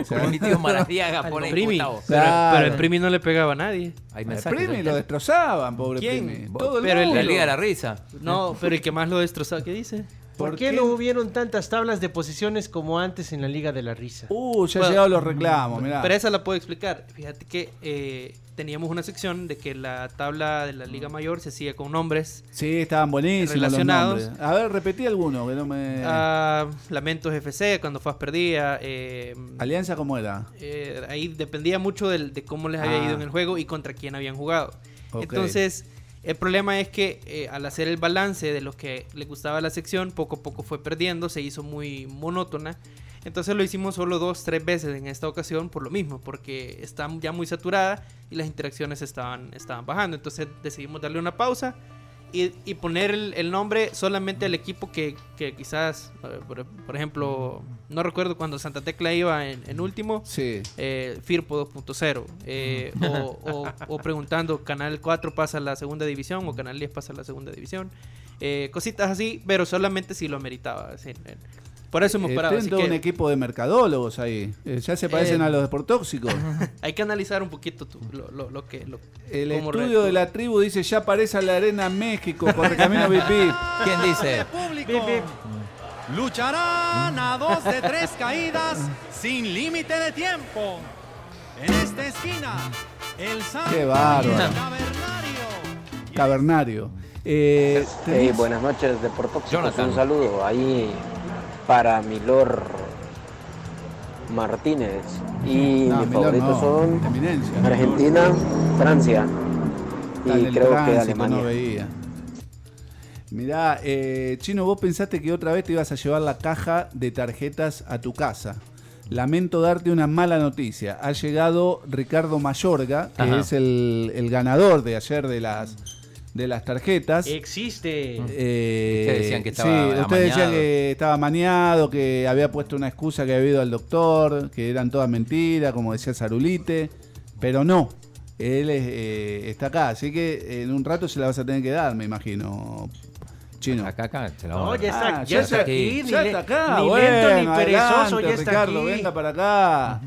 Speaker 7: O sea,
Speaker 6: Primitivo Maradiaga,
Speaker 1: Al
Speaker 6: pone
Speaker 1: Primi.
Speaker 6: Gustavo.
Speaker 1: Pero,
Speaker 7: Claro.
Speaker 1: pero el Primi no le pegaba a nadie.
Speaker 6: Hay
Speaker 7: al Primi lo destrozaban, pobre
Speaker 1: ¿Quién?
Speaker 7: Primi.
Speaker 1: Bo-
Speaker 7: Todo el
Speaker 1: pero el-
Speaker 7: mundo.
Speaker 6: La Liga de la Risa.
Speaker 1: No, pero el que más lo destrozaba, ¿qué dice?
Speaker 8: ¿Por, qué, no hubieron tantas tablas de posiciones como antes en la Liga de la Risa?
Speaker 7: Uh, ya
Speaker 1: Bueno,
Speaker 7: llegaron los reclamos, mirá.
Speaker 1: Pero esa la puedo explicar. Fíjate que eh, teníamos una sección de que la tabla de la Liga Mayor se hacía con nombres.
Speaker 7: Sí, estaban buenísimos los
Speaker 1: Relacionados.
Speaker 7: nombres. A ver, repetí alguno que no me...
Speaker 1: Ah, Lamentos FC, cuando FAS perdía. eh,
Speaker 7: ¿Alianza cómo era?
Speaker 1: eh, ahí dependía mucho del- de, cómo les había
Speaker 7: Ah.
Speaker 1: ido en el juego y contra quién habían jugado.
Speaker 7: Ok.
Speaker 1: Entonces, el problema es que eh, al hacer el balance de los que le gustaba la sección, poco a poco fue perdiendo, se hizo muy monótona. Entonces lo hicimos solo dos, tres veces en esta ocasión por lo mismo, porque está ya muy saturada y las interacciones estaban, estaban bajando. Entonces decidimos darle una pausa y, y poner el, el nombre solamente al equipo que, que quizás, eh, por, por ejemplo, no recuerdo cuando Santa Tecla iba en, en último,
Speaker 7: Sí.
Speaker 1: eh, Firpo 2.0, eh, o, o- o preguntando, Canal 4 pasa a la segunda división o Canal 10 pasa a la segunda división, eh, cositas así, pero solamente si lo meritaba. así, eh. Por eso hemos
Speaker 7: Eh,
Speaker 1: parado.
Speaker 7: tienen
Speaker 1: así
Speaker 7: todo
Speaker 1: que
Speaker 7: un equipo de mercadólogos ahí. Eh, ya se parecen
Speaker 1: Eh.
Speaker 7: a los deportóxicos.
Speaker 1: hay que analizar un poquito tú, lo, lo- lo que... lo-
Speaker 7: El
Speaker 1: cómo
Speaker 7: estudio
Speaker 1: re-
Speaker 7: de la tribu dice ya aparece la arena México, Correcamino Pipí.
Speaker 6: ¿Quién dice?
Speaker 12: Lucharán a dos de tres caídas sin límite de tiempo. En esta esquina, el Santo
Speaker 7: Qué bárbaro. Cavernario. Eh,
Speaker 17: Hey,
Speaker 7: tenés-
Speaker 17: buenas noches, Deportóxicos.
Speaker 7: Jonathan.
Speaker 17: Un saludo ahí para Milor Martínez. Y
Speaker 7: No,
Speaker 17: mis
Speaker 7: Milor
Speaker 17: favoritos
Speaker 7: no,
Speaker 17: son
Speaker 7: Eminencia.
Speaker 17: Argentina, Francia y
Speaker 7: Dale, el
Speaker 17: creo que
Speaker 7: tránsito,
Speaker 17: Alemania.
Speaker 7: no veía. Mirá, eh, Chino, vos pensaste que otra vez te ibas a llevar la caja de tarjetas a tu casa. Lamento darte una mala noticia. Ha llegado Ricardo Mayorga, que
Speaker 8: Ajá.
Speaker 7: es el, el ganador de ayer de las, de las tarjetas.
Speaker 8: Existe.
Speaker 7: Eh,
Speaker 6: Ustedes decían que estaba
Speaker 7: sí, ustedes decían
Speaker 6: amañado.
Speaker 7: que estaba maniado, que había puesto una excusa que había ido al doctor, que eran todas mentiras, como decía Zarulite, pero no. Él es, eh, está acá, así que en un rato se la vas a tener que dar, me imagino. Chino.
Speaker 6: Acá, acá, se la
Speaker 8: No,
Speaker 6: vamos a
Speaker 8: ya
Speaker 6: dar.
Speaker 8: está,
Speaker 7: Ah,
Speaker 8: ya está aquí.
Speaker 7: Ya
Speaker 8: ni
Speaker 7: está
Speaker 8: le-
Speaker 7: acá,
Speaker 8: ni
Speaker 7: bueno,
Speaker 8: lento ni perezoso,
Speaker 7: adelante,
Speaker 8: ya está
Speaker 7: Ricardo,
Speaker 8: aquí.
Speaker 7: venga para acá.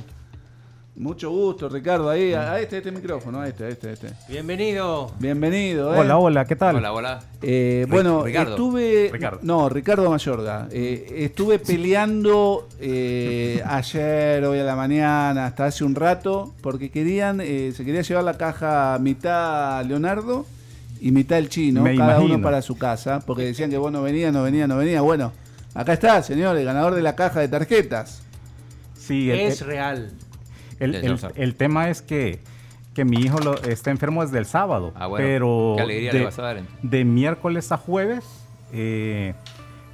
Speaker 7: Mucho gusto, Ricardo, ahí, a, a este, a este micrófono, a este, a este, a este.
Speaker 8: Bienvenido.
Speaker 7: Bienvenido, eh.
Speaker 16: Hola, hola, ¿qué tal?
Speaker 6: Hola, hola.
Speaker 7: Eh,
Speaker 6: Ri-
Speaker 7: bueno,
Speaker 6: Ricardo.
Speaker 7: estuve.
Speaker 6: Ricardo.
Speaker 7: No, Ricardo Mayorga. Eh, estuve peleando eh, ayer, hoy a la mañana, hasta hace un rato, porque querían, eh, se quería llevar la caja mitad Leonardo y mitad el chino,
Speaker 16: Me
Speaker 7: cada uno
Speaker 16: imagino.
Speaker 7: para su casa, porque decían que vos no venías, no venías, no venías. Bueno, acá está, señor, el ganador de la caja de tarjetas.
Speaker 16: Sí, el,
Speaker 8: Es real.
Speaker 16: el-
Speaker 6: Ya,
Speaker 16: el-
Speaker 6: ya lo sabe.
Speaker 16: el tema es que, que mi hijo lo- está enfermo desde el sábado.
Speaker 6: Ah, bueno.
Speaker 16: Pero
Speaker 6: Qué alegría
Speaker 16: de,
Speaker 6: le vas a dar, entonces.
Speaker 16: de miércoles a jueves eh,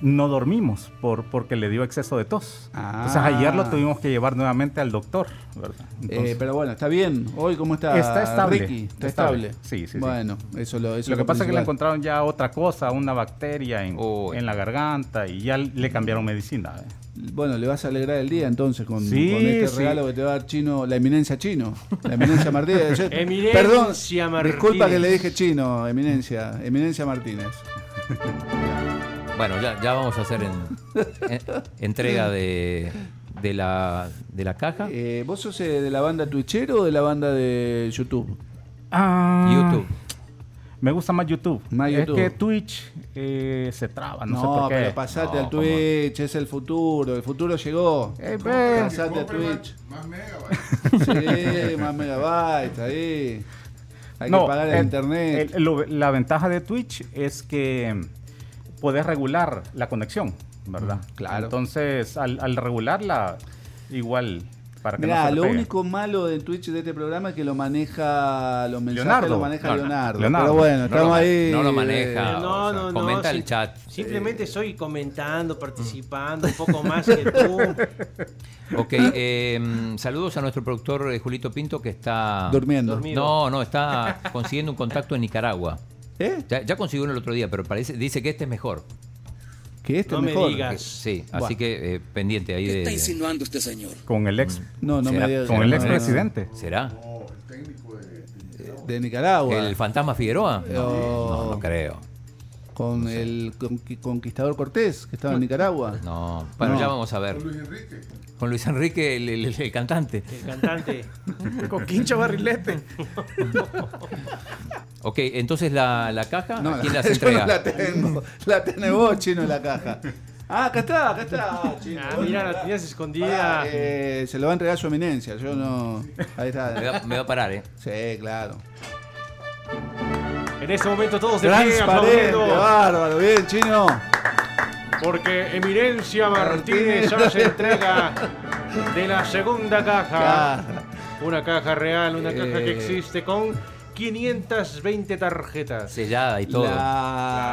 Speaker 16: no dormimos por, porque le dio exceso de tos.
Speaker 7: Ah.
Speaker 16: Entonces ayer lo tuvimos que llevar nuevamente al doctor. ¿verdad? Entonces,
Speaker 7: Eh, pero bueno, está bien. Hoy, ¿cómo está?
Speaker 16: Está estable.
Speaker 7: Ricky? está
Speaker 16: Está estable.
Speaker 7: estable.
Speaker 16: Sí, sí, sí.
Speaker 7: Bueno, eso lo. eso
Speaker 16: lo que pasa es que le
Speaker 7: principal.
Speaker 16: encontraron ya otra cosa, una bacteria en, en la garganta y ya le cambiaron medicina. ¿eh?
Speaker 7: Bueno, le vas a alegrar el día entonces con,
Speaker 16: Sí,
Speaker 7: con este
Speaker 16: sí.
Speaker 7: regalo que te va a dar Chino, la eminencia Chino, la eminencia Martínez. Yo-
Speaker 8: Eminencia
Speaker 7: perdón,
Speaker 8: Martínez.
Speaker 7: disculpa que le dije Chino, eminencia, eminencia Martínez.
Speaker 6: Bueno, ya, ya vamos a hacer en- en- entrega de, de, la, de la caja.
Speaker 7: Eh, ¿Vos sos eh, de la banda Twitchero o de la banda de YouTube?
Speaker 16: Ah,
Speaker 6: YouTube.
Speaker 16: Me gusta más YouTube. es
Speaker 7: YouTube.
Speaker 16: que Twitch eh, se traba, no, sé
Speaker 7: No,
Speaker 16: por qué.
Speaker 7: pero pasate
Speaker 16: No,
Speaker 7: al
Speaker 16: como-
Speaker 7: Twitch, es el futuro, el futuro llegó.
Speaker 16: Eh, ve.
Speaker 7: pasate al
Speaker 16: Que compre
Speaker 7: Twitch. Más, megabytes. Sí, más megabytes ahí. Hay que pagar el,
Speaker 16: el-
Speaker 7: internet.
Speaker 16: el- lo- la ventaja de Twitch es que podés regular la conexión, ¿verdad?
Speaker 7: Mm,
Speaker 16: claro. Entonces, al, al regularla, igual, para que no
Speaker 7: Mirá,
Speaker 16: se le
Speaker 7: lo
Speaker 16: pegue.
Speaker 7: único malo del Twitch de este programa es que lo maneja los mensajes,
Speaker 16: Leonardo.
Speaker 7: lo maneja
Speaker 16: No, no,
Speaker 7: Leonardo.
Speaker 16: Leonardo.
Speaker 7: Pero bueno,
Speaker 16: No lo
Speaker 7: estamos
Speaker 16: ma-
Speaker 7: ahí.
Speaker 6: no lo maneja.
Speaker 7: eh,
Speaker 6: o sea, comenta el
Speaker 8: sim-
Speaker 6: chat. Eh,
Speaker 8: Simplemente estoy comentando, participando un poco más que tú.
Speaker 6: Ok, eh, mm, saludos a nuestro productor eh, Julito Pinto que está...
Speaker 7: Durmiendo.
Speaker 8: Dormido.
Speaker 6: No, no, está consiguiendo un contacto en Nicaragua.
Speaker 7: ¿Eh?
Speaker 6: Ya, ya consiguió uno el otro día, pero parece, dice que este es mejor.
Speaker 7: Que este
Speaker 6: es
Speaker 7: No es me mejor. digas.
Speaker 6: Que- Sí,
Speaker 7: Buah.
Speaker 6: así que eh, pendiente ahí de...
Speaker 7: insinuando este señor?
Speaker 16: Con el ex...
Speaker 7: No, no
Speaker 6: ¿Será-
Speaker 7: me digas.
Speaker 16: con
Speaker 7: que
Speaker 16: el
Speaker 7: no,
Speaker 16: ex
Speaker 7: no, no.
Speaker 16: presidente.
Speaker 6: Mm. ¿Será?
Speaker 7: De Nicaragua.
Speaker 6: ¿El fantasma Figueroa? No,
Speaker 7: No.
Speaker 6: no, no creo.
Speaker 7: Con el conqui- conquistador Cortés, que estaba en Nicaragua.
Speaker 6: No, bueno,
Speaker 7: No.
Speaker 6: ya vamos a ver.
Speaker 7: Con
Speaker 6: Luis Enrique. Con Luis Enrique, el, el- el- el cantante.
Speaker 8: El cantante.
Speaker 14: Con quincho barrilete.
Speaker 6: Ok, entonces la, la caja,
Speaker 7: No,
Speaker 6: ¿a ¿quién
Speaker 7: la-
Speaker 6: las
Speaker 7: yo
Speaker 6: entrega?
Speaker 7: no la tengo. La tenés vos, chino, en la caja. Ah, acá está, acá está. Chino.
Speaker 8: Ah, mira, la tenías escondida.
Speaker 7: Pará, eh, se lo va a entregar su eminencia. Yo no. Ahí está.
Speaker 6: Me va, me va a parar, ¿eh?
Speaker 7: Sí, claro.
Speaker 8: En este momento todos de pie
Speaker 7: Transparente,
Speaker 8: aplaudiendo.
Speaker 7: bárbaro, bien, chino.
Speaker 22: Porque Eminencia Martínez hace entrega de la segunda caja. Una caja real, una caja que
Speaker 6: Eh.
Speaker 22: existe con 520 tarjetas.
Speaker 6: Sellada y todo.
Speaker 7: La,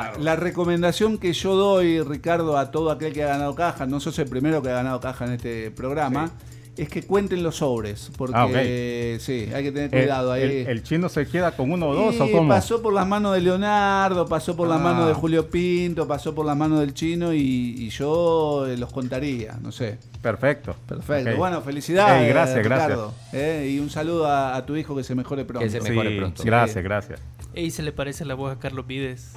Speaker 7: Ah, la recomendación que yo doy, Ricardo, a todo aquel que ha ganado caja, no sos el primero que ha ganado caja en este programa, es que cuenten los sobres, porque
Speaker 16: Ah,
Speaker 7: sí, hay que tener
Speaker 16: El,
Speaker 7: cuidado ahí.
Speaker 16: el- el chino se queda con uno o dos
Speaker 7: Y
Speaker 16: o cómo?
Speaker 7: pasó por las manos de Leonardo, pasó por las
Speaker 16: Ah.
Speaker 7: manos de Julio Pinto, pasó por las manos del chino y, y yo eh, los contaría, no sé.
Speaker 16: Perfecto.
Speaker 7: Perfecto.
Speaker 16: Ok.
Speaker 7: Bueno, felicidades.
Speaker 16: Ey, gracias, gracias.
Speaker 7: Ricardo, eh, y un saludo a, a tu hijo que se mejore pronto.
Speaker 6: Que se mejore Sí, pronto.
Speaker 16: gracias, gracias.
Speaker 1: Ey, se le parece la voz a Carlos Vides.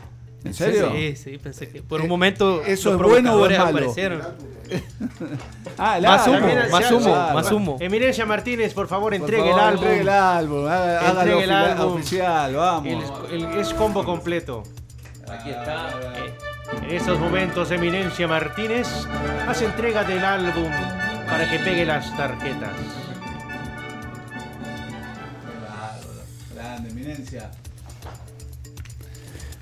Speaker 7: ¿En serio? Eh,
Speaker 1: Sí, sí, pensé que por un momento
Speaker 7: ¿Eso
Speaker 1: los
Speaker 7: es bueno o es
Speaker 1: provocadores
Speaker 7: malo?
Speaker 1: aparecieron.
Speaker 7: Ah, el
Speaker 1: más
Speaker 7: álbum.
Speaker 1: humo,
Speaker 7: También
Speaker 1: más
Speaker 7: hace-
Speaker 1: humo,
Speaker 7: ah,
Speaker 1: más humo.
Speaker 8: Eminencia Martínez, por favor,
Speaker 7: Por
Speaker 8: entregue
Speaker 7: favor,
Speaker 8: el álbum.
Speaker 7: Entregue el álbum, haga- hágalo
Speaker 8: Entregue el
Speaker 7: ofi-
Speaker 8: álbum.
Speaker 7: oficial, vamos.
Speaker 8: El- el- es combo completo.
Speaker 6: Aquí está. eh,
Speaker 8: En estos momentos, Eminencia Martínez hace entrega del álbum para que pegue las tarjetas.
Speaker 7: Grande, eminencia.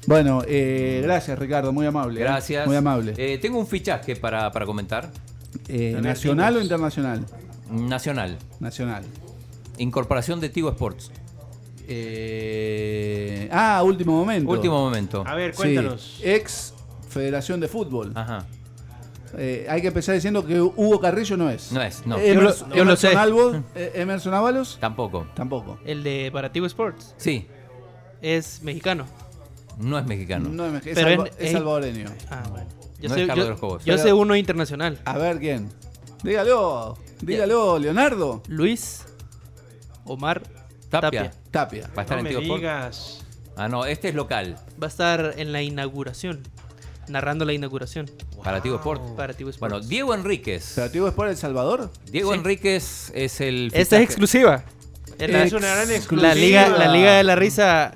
Speaker 7: Bueno, eh, gracias Ricardo, muy amable. ¿eh?
Speaker 6: Gracias.
Speaker 7: Muy amable.
Speaker 6: Eh, tengo un fichaje para, para comentar.
Speaker 7: Eh,
Speaker 6: ver,
Speaker 7: ¿Nacional o
Speaker 6: dinos.
Speaker 7: internacional?
Speaker 6: Nacional.
Speaker 7: Nacional.
Speaker 6: Incorporación de Tigo Sports.
Speaker 7: Eh, ah, último momento.
Speaker 6: Último momento. A ver,
Speaker 7: Sí,
Speaker 6: cuéntanos.
Speaker 7: Ex Federación de Fútbol.
Speaker 6: Ajá.
Speaker 7: Eh, hay que empezar diciendo que Hugo Carrillo no es.
Speaker 6: No es, no.
Speaker 7: Emer-
Speaker 6: Yo lo- yo lo sé.
Speaker 7: Emerson Albo- eh, Emerson Ábalos
Speaker 6: Tampoco.
Speaker 7: tampoco.
Speaker 1: El de Barativo Sports.
Speaker 6: Sí.
Speaker 1: Es mexicano.
Speaker 6: No es mexicano.
Speaker 7: No es mexicano, es,
Speaker 1: Pero
Speaker 7: salva-
Speaker 1: en-
Speaker 7: es
Speaker 1: en-
Speaker 7: salvadoreño.
Speaker 1: Ah, bueno. Yo
Speaker 6: No
Speaker 1: sé,
Speaker 6: es Carlos
Speaker 1: yo-
Speaker 6: de los Cobos.
Speaker 1: yo
Speaker 7: Pero-
Speaker 1: sé uno internacional.
Speaker 7: A ver quién. Dígalo, dígalo, Leonardo.
Speaker 1: Luis Omar Tapia.
Speaker 6: Tapia.
Speaker 7: Tapia.
Speaker 6: Va a
Speaker 1: No
Speaker 6: estar en
Speaker 1: me
Speaker 6: Tigo Sports.
Speaker 8: digas.
Speaker 6: Ah, no, este es local.
Speaker 1: Va a estar en la inauguración. Narrando la inauguración.
Speaker 6: Para Tigo Sports.
Speaker 1: Para Tigo Sports.
Speaker 6: Bueno, Diego Enríquez.
Speaker 7: ¿Operativo es por El Salvador?
Speaker 6: Diego Enríquez es el.
Speaker 1: Esta es
Speaker 6: fichaje.
Speaker 1: exclusiva.
Speaker 6: Esta es una gran
Speaker 1: La
Speaker 6: exclusiva.
Speaker 1: Liga, la Liga de la Risa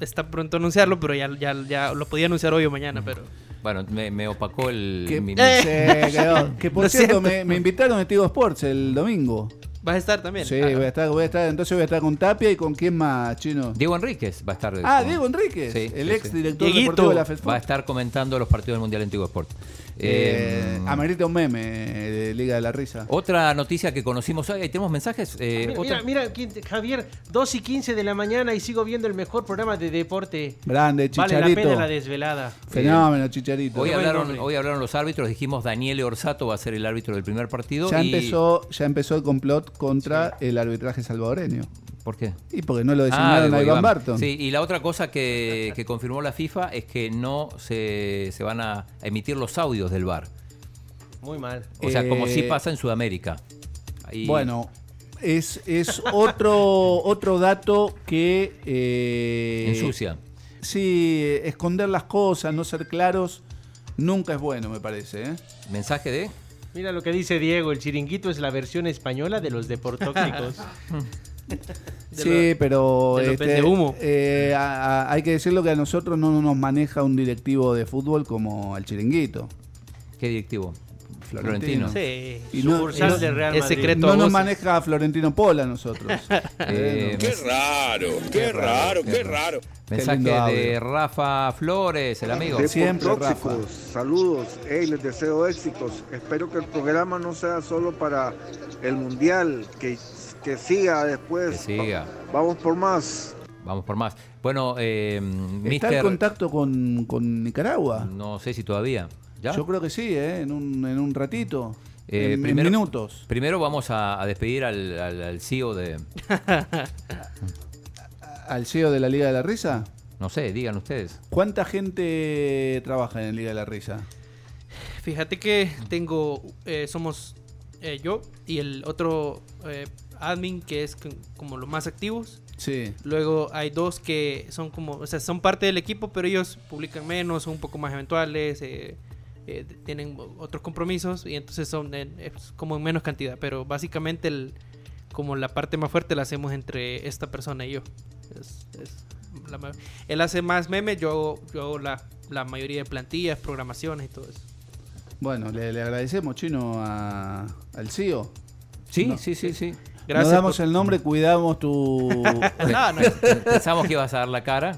Speaker 1: está pronto a anunciarlo, pero ya, ya, ya lo podía anunciar hoy o mañana, pero...
Speaker 6: Bueno, me, me opacó el.
Speaker 1: Que-
Speaker 6: mi- mi-
Speaker 1: Eh.
Speaker 7: Se quedó. Que por
Speaker 1: Lo
Speaker 7: cierto,
Speaker 1: siento.
Speaker 7: me, me invitaron a Tigo Sports el domingo.
Speaker 1: ¿Vas a estar también? Ah,
Speaker 7: Sí, voy a estar, voy a estar, entonces voy a estar con Tapia y con quién más, chino.
Speaker 6: Diego Enríquez va a estar.
Speaker 7: Ah,
Speaker 6: con-
Speaker 7: Diego Enríquez,
Speaker 6: Sí,
Speaker 7: el
Speaker 6: sí,
Speaker 7: ex
Speaker 6: sí.
Speaker 7: director deportivo de la
Speaker 6: Va a
Speaker 7: FEDFUT.
Speaker 6: estar comentando los partidos del Mundial en Tigo Sports.
Speaker 7: Eh,
Speaker 6: Eh,
Speaker 7: amerita un meme eh, de Liga de la Risa.
Speaker 6: Otra noticia que conocimos hoy. ¿Tenemos mensajes? Eh,
Speaker 8: Ah, Mira,
Speaker 6: otra.
Speaker 8: mira, mira, quién te- Javier, 2 y 15 de la mañana y sigo viendo el mejor programa de deporte.
Speaker 7: Grande, Chicharito.
Speaker 8: Vale la pena la desvelada.
Speaker 7: Fenómeno, Chicharito.
Speaker 6: Hoy
Speaker 7: Buen
Speaker 6: hablaron,
Speaker 7: nombre.
Speaker 6: hoy hablaron los árbitros, dijimos Daniel Orsato va a ser el árbitro del primer partido.
Speaker 7: Ya
Speaker 6: y-
Speaker 7: empezó, ya empezó el complot contra el arbitraje salvadoreño.
Speaker 6: ¿Por qué?
Speaker 7: Y porque no lo
Speaker 6: Ah,
Speaker 7: designaron
Speaker 6: digo,
Speaker 7: a Iván
Speaker 6: Iván.
Speaker 7: Barton.
Speaker 6: Sí, y la otra cosa que, que confirmó la FIFA es que no se, se van a emitir los audios del VAR.
Speaker 8: Muy mal.
Speaker 6: O sea, como
Speaker 7: Eh,
Speaker 6: sí pasa en Sudamérica. Ahí-
Speaker 7: Bueno, es, es otro, otro dato que... eh,
Speaker 6: Ensucia.
Speaker 7: Sí, eh, esconder las cosas, no ser claros, nunca es bueno, me parece. ¿eh?
Speaker 6: Mensaje de...
Speaker 8: Mira lo que dice Diego, el chiringuito es la versión española de los deportóxicos.
Speaker 7: Sí, pero
Speaker 1: de los
Speaker 7: este,
Speaker 1: vendehumo.
Speaker 7: eh, a- a- hay que decirlo que a nosotros no nos maneja un directivo de fútbol como al chiringuito.
Speaker 6: ¿Qué directivo?
Speaker 7: Florentino.
Speaker 6: Florentino.
Speaker 1: Sí,
Speaker 7: Y
Speaker 1: sucursal
Speaker 7: no-
Speaker 1: de Real Es Madrid. secreto a
Speaker 7: No nos
Speaker 1: voces.
Speaker 7: maneja Florentino Pola a nosotros.
Speaker 6: Eh,
Speaker 7: Qué
Speaker 6: raro,
Speaker 7: qué raro, qué
Speaker 6: raro.
Speaker 7: Qué
Speaker 6: Mensaje
Speaker 7: lindo audio.
Speaker 6: de Rafa Flores, el amigo.
Speaker 18: De Tóxicos, Saludos, hey, les deseo éxitos. Espero que el programa no sea solo para el mundial, que, que siga después.
Speaker 6: Que siga.
Speaker 18: Vamos por más.
Speaker 6: Vamos por más. Bueno, eh,
Speaker 7: ¿Está en
Speaker 6: Mister,
Speaker 7: contacto con, con Nicaragua?
Speaker 6: no sé si todavía. ¿Ya?
Speaker 7: Yo creo que sí, ¿eh? en, un, en un ratito.
Speaker 6: Eh,
Speaker 7: en, en
Speaker 6: primero-
Speaker 7: minutos.
Speaker 6: Primero vamos a, a despedir al, al- al CEO de.
Speaker 7: ¿Al CEO de la Liga de la Risa?
Speaker 6: No sé, digan ustedes.
Speaker 7: ¿Cuánta gente trabaja en Liga de la Risa?
Speaker 1: Fíjate que tengo, eh, somos eh, yo y el otro eh, admin que es c- como los más activos.
Speaker 7: Sí.
Speaker 1: Luego hay dos que son como, o sea, son parte del equipo, pero ellos publican menos, son un poco más eventuales, eh, eh, t- tienen o- otros compromisos y entonces son en- es como en menos cantidad. Pero básicamente el, como la parte más fuerte la hacemos entre esta persona y yo. Es- es la ma- él hace más memes, yo hago, yo hago la, la mayoría de plantillas, programaciones y todo eso.
Speaker 7: Bueno, le, le agradecemos, Chino, a- al E CEO.
Speaker 6: Sí, sí, sí, sí.
Speaker 7: Gracias. Nos damos el nombre, cuidamos tu.
Speaker 6: No, no. Pensamos que ibas a dar la cara.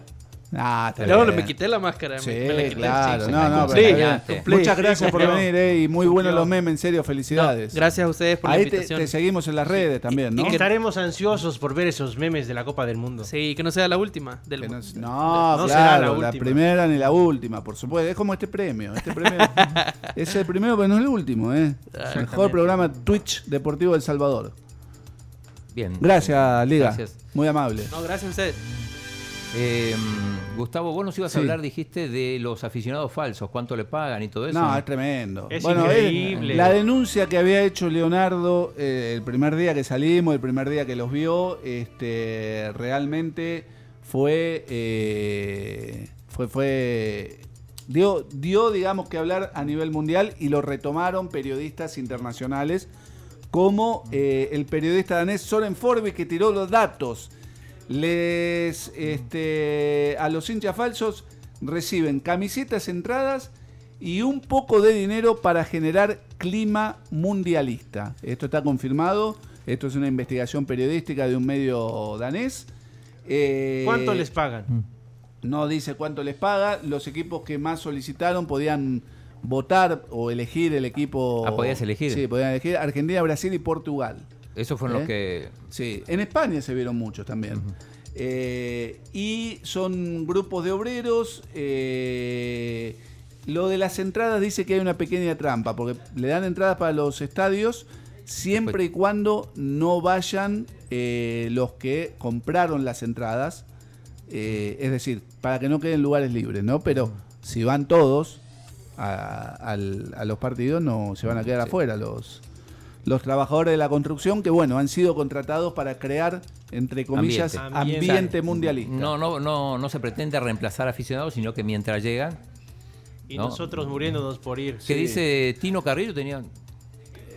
Speaker 7: Ah, está
Speaker 1: No,
Speaker 7: bien.
Speaker 1: me quité la máscara.
Speaker 7: Sí,
Speaker 1: me, me la quité.
Speaker 7: claro.
Speaker 1: sí, sí,
Speaker 7: no,
Speaker 1: me
Speaker 7: no,
Speaker 1: cumplí.
Speaker 7: pero
Speaker 1: Sí,
Speaker 7: ya,
Speaker 1: cumplí.
Speaker 7: Muchas
Speaker 1: Sí,
Speaker 7: gracias por
Speaker 1: cumplió.
Speaker 7: venir, eh, y muy buenos
Speaker 1: Cumplió.
Speaker 7: los memes, en serio, felicidades.
Speaker 1: No, gracias a ustedes por la
Speaker 7: Ahí te-
Speaker 1: invitación.
Speaker 7: Te, seguimos en las redes también,
Speaker 8: Y
Speaker 7: ¿no?
Speaker 8: que estaremos ansiosos por ver esos memes de la Copa del Mundo.
Speaker 1: Sí, que no sea la última. Del, no,
Speaker 7: No, Ah, claro, la, primera ni la última, por supuesto. Es como este premio. Este premio es el primero, pero no el último, ¿eh?
Speaker 1: Ah,
Speaker 7: Mejor
Speaker 6: Exactamente.
Speaker 7: programa Twitch Deportivo del Salvador.
Speaker 6: Bien.
Speaker 7: Gracias, Liga.
Speaker 6: Gracias.
Speaker 7: Muy amable.
Speaker 1: No, gracias a ustedes.
Speaker 6: Eh, Gustavo, vos nos ibas
Speaker 7: Sí.
Speaker 6: a hablar, dijiste, de los aficionados falsos, cuánto le pagan y todo eso.
Speaker 7: No, es tremendo.
Speaker 6: Es
Speaker 7: eh,
Speaker 6: increíble.
Speaker 7: la denuncia que había hecho Leonardo eh, el primer día que salimos, el primer día que los vio, este, realmente fue, eh, fue, fue, dio, dio, digamos, que hablar a nivel mundial y lo retomaron periodistas internacionales como eh, el periodista danés Soren Forbi que tiró los datos. Les, este, a los hinchas falsos reciben camisetas, entradas y un poco de dinero para generar clima mundialista. Esto está confirmado. Esto es una investigación periodística de un medio danés. Eh,
Speaker 8: ¿Cuánto les
Speaker 6: Mm,
Speaker 8: pagan?
Speaker 7: no dice cuánto les paga. Los equipos que más solicitaron podían votar o elegir el equipo.
Speaker 6: Ah, podías elegir.
Speaker 7: Sí, podían elegir Argentina, Brasil y Portugal.
Speaker 6: Esos fueron los
Speaker 7: ¿Eh?
Speaker 6: que.
Speaker 7: Sí, en España se vieron muchos también. Eh, y son grupos de obreros. eh, lo de las entradas dice que hay una pequeña trampa, porque le dan entradas para los estadios siempre y cuando no vayan eh, los que compraron las entradas. Eh, es decir, para que no queden lugares libres, ¿no? Pero si van todos a, al- a los partidos, no se van a quedar afuera los, los trabajadores de la construcción, que bueno, han sido contratados para crear, entre comillas, ambiente, mundialista.
Speaker 6: No, no, no, no se pretende reemplazar aficionados, sino que mientras llegan.
Speaker 8: Y
Speaker 6: No.
Speaker 8: nosotros muriéndonos por ir.
Speaker 6: ¿Qué dice Tino Carrillo? Tenía.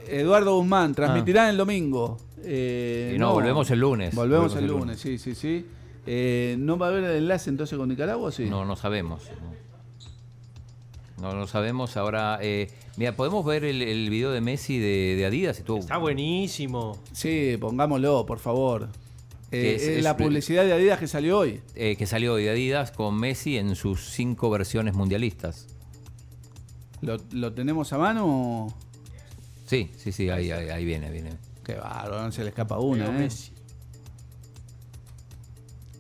Speaker 7: Eduardo Guzmán, transmitirán el domingo. Eh,
Speaker 6: Ah. Y no, volvemos el lunes.
Speaker 7: Volvemos, el lunes, sí, sí, sí. Eh, ¿No va a haber enlace entonces con Nicaragua o sí?
Speaker 6: No, no sabemos. No lo sabemos. Ahora, eh, mira, podemos ver el, el video de Messi de, de Adidas. Estuvo-
Speaker 8: Está buenísimo.
Speaker 7: Sí, pongámoslo, por favor. Eh,
Speaker 6: Es-
Speaker 7: eh,
Speaker 6: es-
Speaker 7: la publicidad de Adidas que salió hoy.
Speaker 6: eh, que salió de Adidas con Messi en sus cinco versiones mundialistas.
Speaker 7: ¿Lo, lo tenemos a mano?
Speaker 6: Sí, sí, sí, ahí, ahí, ahí viene, viene.
Speaker 7: Qué bárbaro, no se le escapa una,
Speaker 6: Leo
Speaker 7: ¿eh?
Speaker 6: Messi.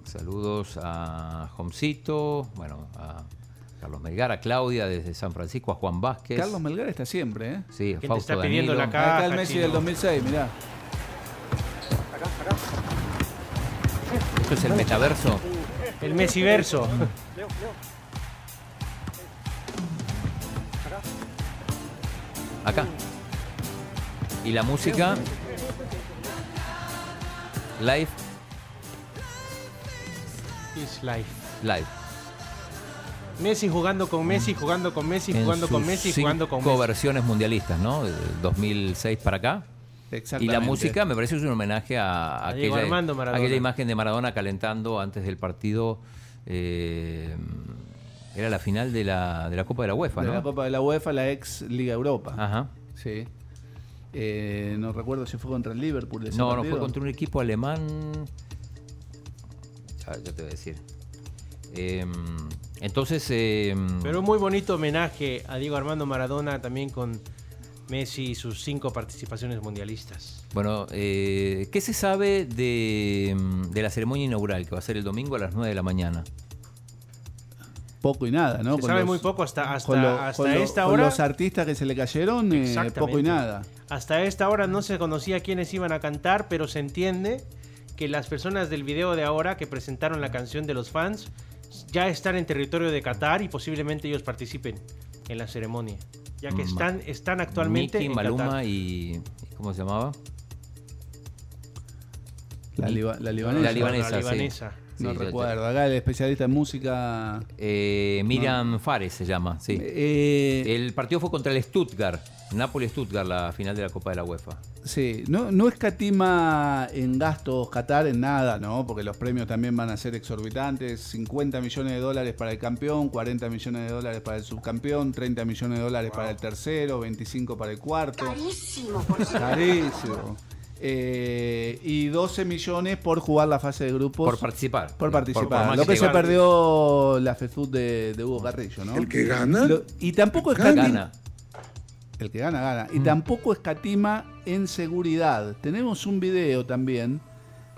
Speaker 6: Saludos a Jomcito, bueno, a Carlos Melgar, a Claudia desde San Francisco, a Juan Vázquez.
Speaker 7: Carlos Melgar está siempre, ¿eh?
Speaker 6: Sí,
Speaker 7: ¿Quién
Speaker 6: te Fausto está pidiendo Danilo. la
Speaker 7: Acá
Speaker 6: caja,
Speaker 7: el Messi
Speaker 6: chino?
Speaker 7: del 2006, mirá.
Speaker 6: Esto es el metaverso.
Speaker 8: El Messiverso.
Speaker 6: Acá. Y la música. Live,
Speaker 8: Is life.
Speaker 6: live.
Speaker 8: Messi jugando con Messi, jugando con Messi,
Speaker 6: Mm. En
Speaker 8: jugando con
Speaker 6: sus
Speaker 8: Messi, jugando con
Speaker 6: cinco
Speaker 8: Messi.
Speaker 6: versiones mundialistas, ¿no? Del 2006 para acá. Y la música me parece que es un homenaje a, a
Speaker 8: Diego
Speaker 6: aquella,
Speaker 8: Armando Maradona.
Speaker 6: aquella imagen de Maradona calentando antes del partido. eh, era la final de la, de la Copa de la UEFA,
Speaker 7: de
Speaker 6: ¿no?
Speaker 7: la Copa de la UEFA, la ex Liga Europa.
Speaker 6: Ajá.
Speaker 7: Sí. Eh, no recuerdo si fue contra el Liverpool. ese
Speaker 6: No, no
Speaker 7: partido.
Speaker 6: fue contra un equipo alemán. Ya, ya te voy a decir. Em, entonces, em,
Speaker 8: Pero un muy bonito homenaje a Diego Armando Maradona también con Messi y sus cinco participaciones mundialistas.
Speaker 6: bueno, eh, ¿qué se sabe de, em, de la ceremonia inaugural que va a ser el domingo a las 9 de la mañana?
Speaker 7: Poco y nada, ¿no?
Speaker 8: Se
Speaker 7: Con
Speaker 8: sabe
Speaker 7: los-
Speaker 8: muy poco hasta, hasta,
Speaker 7: con lo-
Speaker 8: hasta
Speaker 7: con lo-
Speaker 8: esta
Speaker 7: con
Speaker 8: hora.
Speaker 7: los artistas que se le cayeron, eh,
Speaker 8: Exactamente.
Speaker 7: poco y nada.
Speaker 8: Hasta esta hora no se conocía quiénes iban a cantar, pero se entiende que las personas del video de ahora que presentaron la canción de los fans ya están en territorio de Qatar y posiblemente ellos participen en la ceremonia, ya que
Speaker 6: Ma-
Speaker 8: están, están actualmente
Speaker 6: Nicki,
Speaker 8: en
Speaker 6: Maluma
Speaker 8: Qatar.
Speaker 6: y. ¿Cómo se llamaba?
Speaker 7: La, liba- la libanesa.
Speaker 6: La libanesa, La sí. libanesa.
Speaker 7: No
Speaker 6: Sí, yo-
Speaker 7: recuerdo. Acá el especialista en música.
Speaker 6: Eh, Miriam Fares se llama, sí.
Speaker 7: Eh,
Speaker 6: el partido fue contra el Stuttgart, Napoli-Stuttgart, la final de la Copa de la UEFA.
Speaker 7: Sí, no, no escatima en gastos Qatar en nada, ¿no? Porque los premios también van a ser exorbitantes. 50 millones de dólares para el campeón, 40 millones de dólares para el subcampeón, 30 millones de dólares para el tercero, 25 para el cuarto.
Speaker 10: Carísimo,
Speaker 7: Carísimo. Eh, y 12 millones por jugar la fase de grupos.
Speaker 6: Por participar.
Speaker 7: Por participar.
Speaker 6: Por- por más
Speaker 7: lo que se
Speaker 6: llegar.
Speaker 7: perdió la FEFUT de, de Hugo Carrillo, ¿no?
Speaker 6: El que gana,
Speaker 7: Lo- y tampoco es
Speaker 6: gana.
Speaker 7: el que gana, gana.
Speaker 6: Mm.
Speaker 7: Y tampoco escatima en seguridad. Tenemos un video también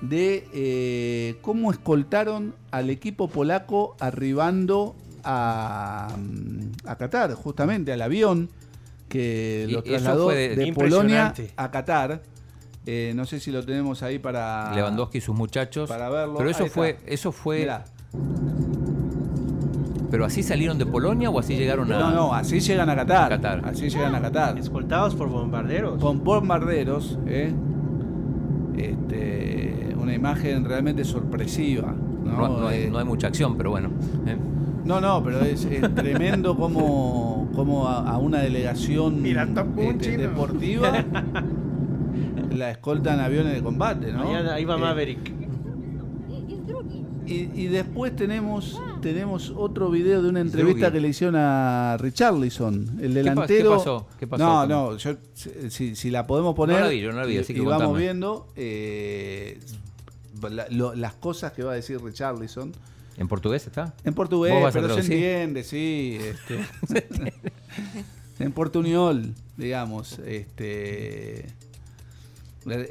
Speaker 7: de eh, cómo escoltaron al equipo polaco arribando a, mm, a Qatar, justamente al avión que
Speaker 6: Y
Speaker 7: lo
Speaker 6: eso
Speaker 7: trasladó
Speaker 6: fue
Speaker 8: Este.
Speaker 7: de Polonia
Speaker 6: impresionante.
Speaker 7: a Qatar. Eh, no sé si lo tenemos ahí para,
Speaker 6: Lewandowski y sus muchachos.
Speaker 7: Ah, para verlo.
Speaker 6: Pero eso
Speaker 7: Ahí está.
Speaker 6: fue, eso fue.
Speaker 7: Mirá.
Speaker 6: ¿Pero así salieron de Polonia o así llegaron a.?
Speaker 7: No, no, así llegan a Qatar. Así llegan a Qatar.
Speaker 8: Escoltados por bombarderos.
Speaker 7: Con bombarderos, ¿eh? Este, una imagen realmente sorpresiva.
Speaker 6: No,
Speaker 7: No, eh.
Speaker 6: no hay, no hay mucha acción, pero bueno. eh.
Speaker 7: No, no, pero es, es tremendo como, como a, a una delegación este, deportiva la escoltan aviones de combate, ¿no?
Speaker 8: Allá- ahí va
Speaker 7: Eh,
Speaker 8: Maverick.
Speaker 7: Y, y después tenemos, tenemos otro video de una entrevista
Speaker 6: Drugi.
Speaker 7: que le hicieron a
Speaker 6: ¿Qué pa-
Speaker 7: Richarlison, el
Speaker 6: qué
Speaker 7: delantero.
Speaker 6: pasó? ¿Qué pasó
Speaker 7: No,
Speaker 6: con-
Speaker 7: no, yo, eh, si, si la podemos poner.
Speaker 6: No la vi, yo no la vi,
Speaker 7: y-
Speaker 6: así que
Speaker 7: y vamos
Speaker 6: contame.
Speaker 7: viendo eh, la- lo- las cosas que va a decir Richarlison.
Speaker 6: ¿En portugués está?
Speaker 7: En portugués,
Speaker 6: ¿Vos vas a
Speaker 7: pero se
Speaker 6: traducir?
Speaker 7: entiende, sí. Este. en portuñol, digamos. Este.
Speaker 6: Eh,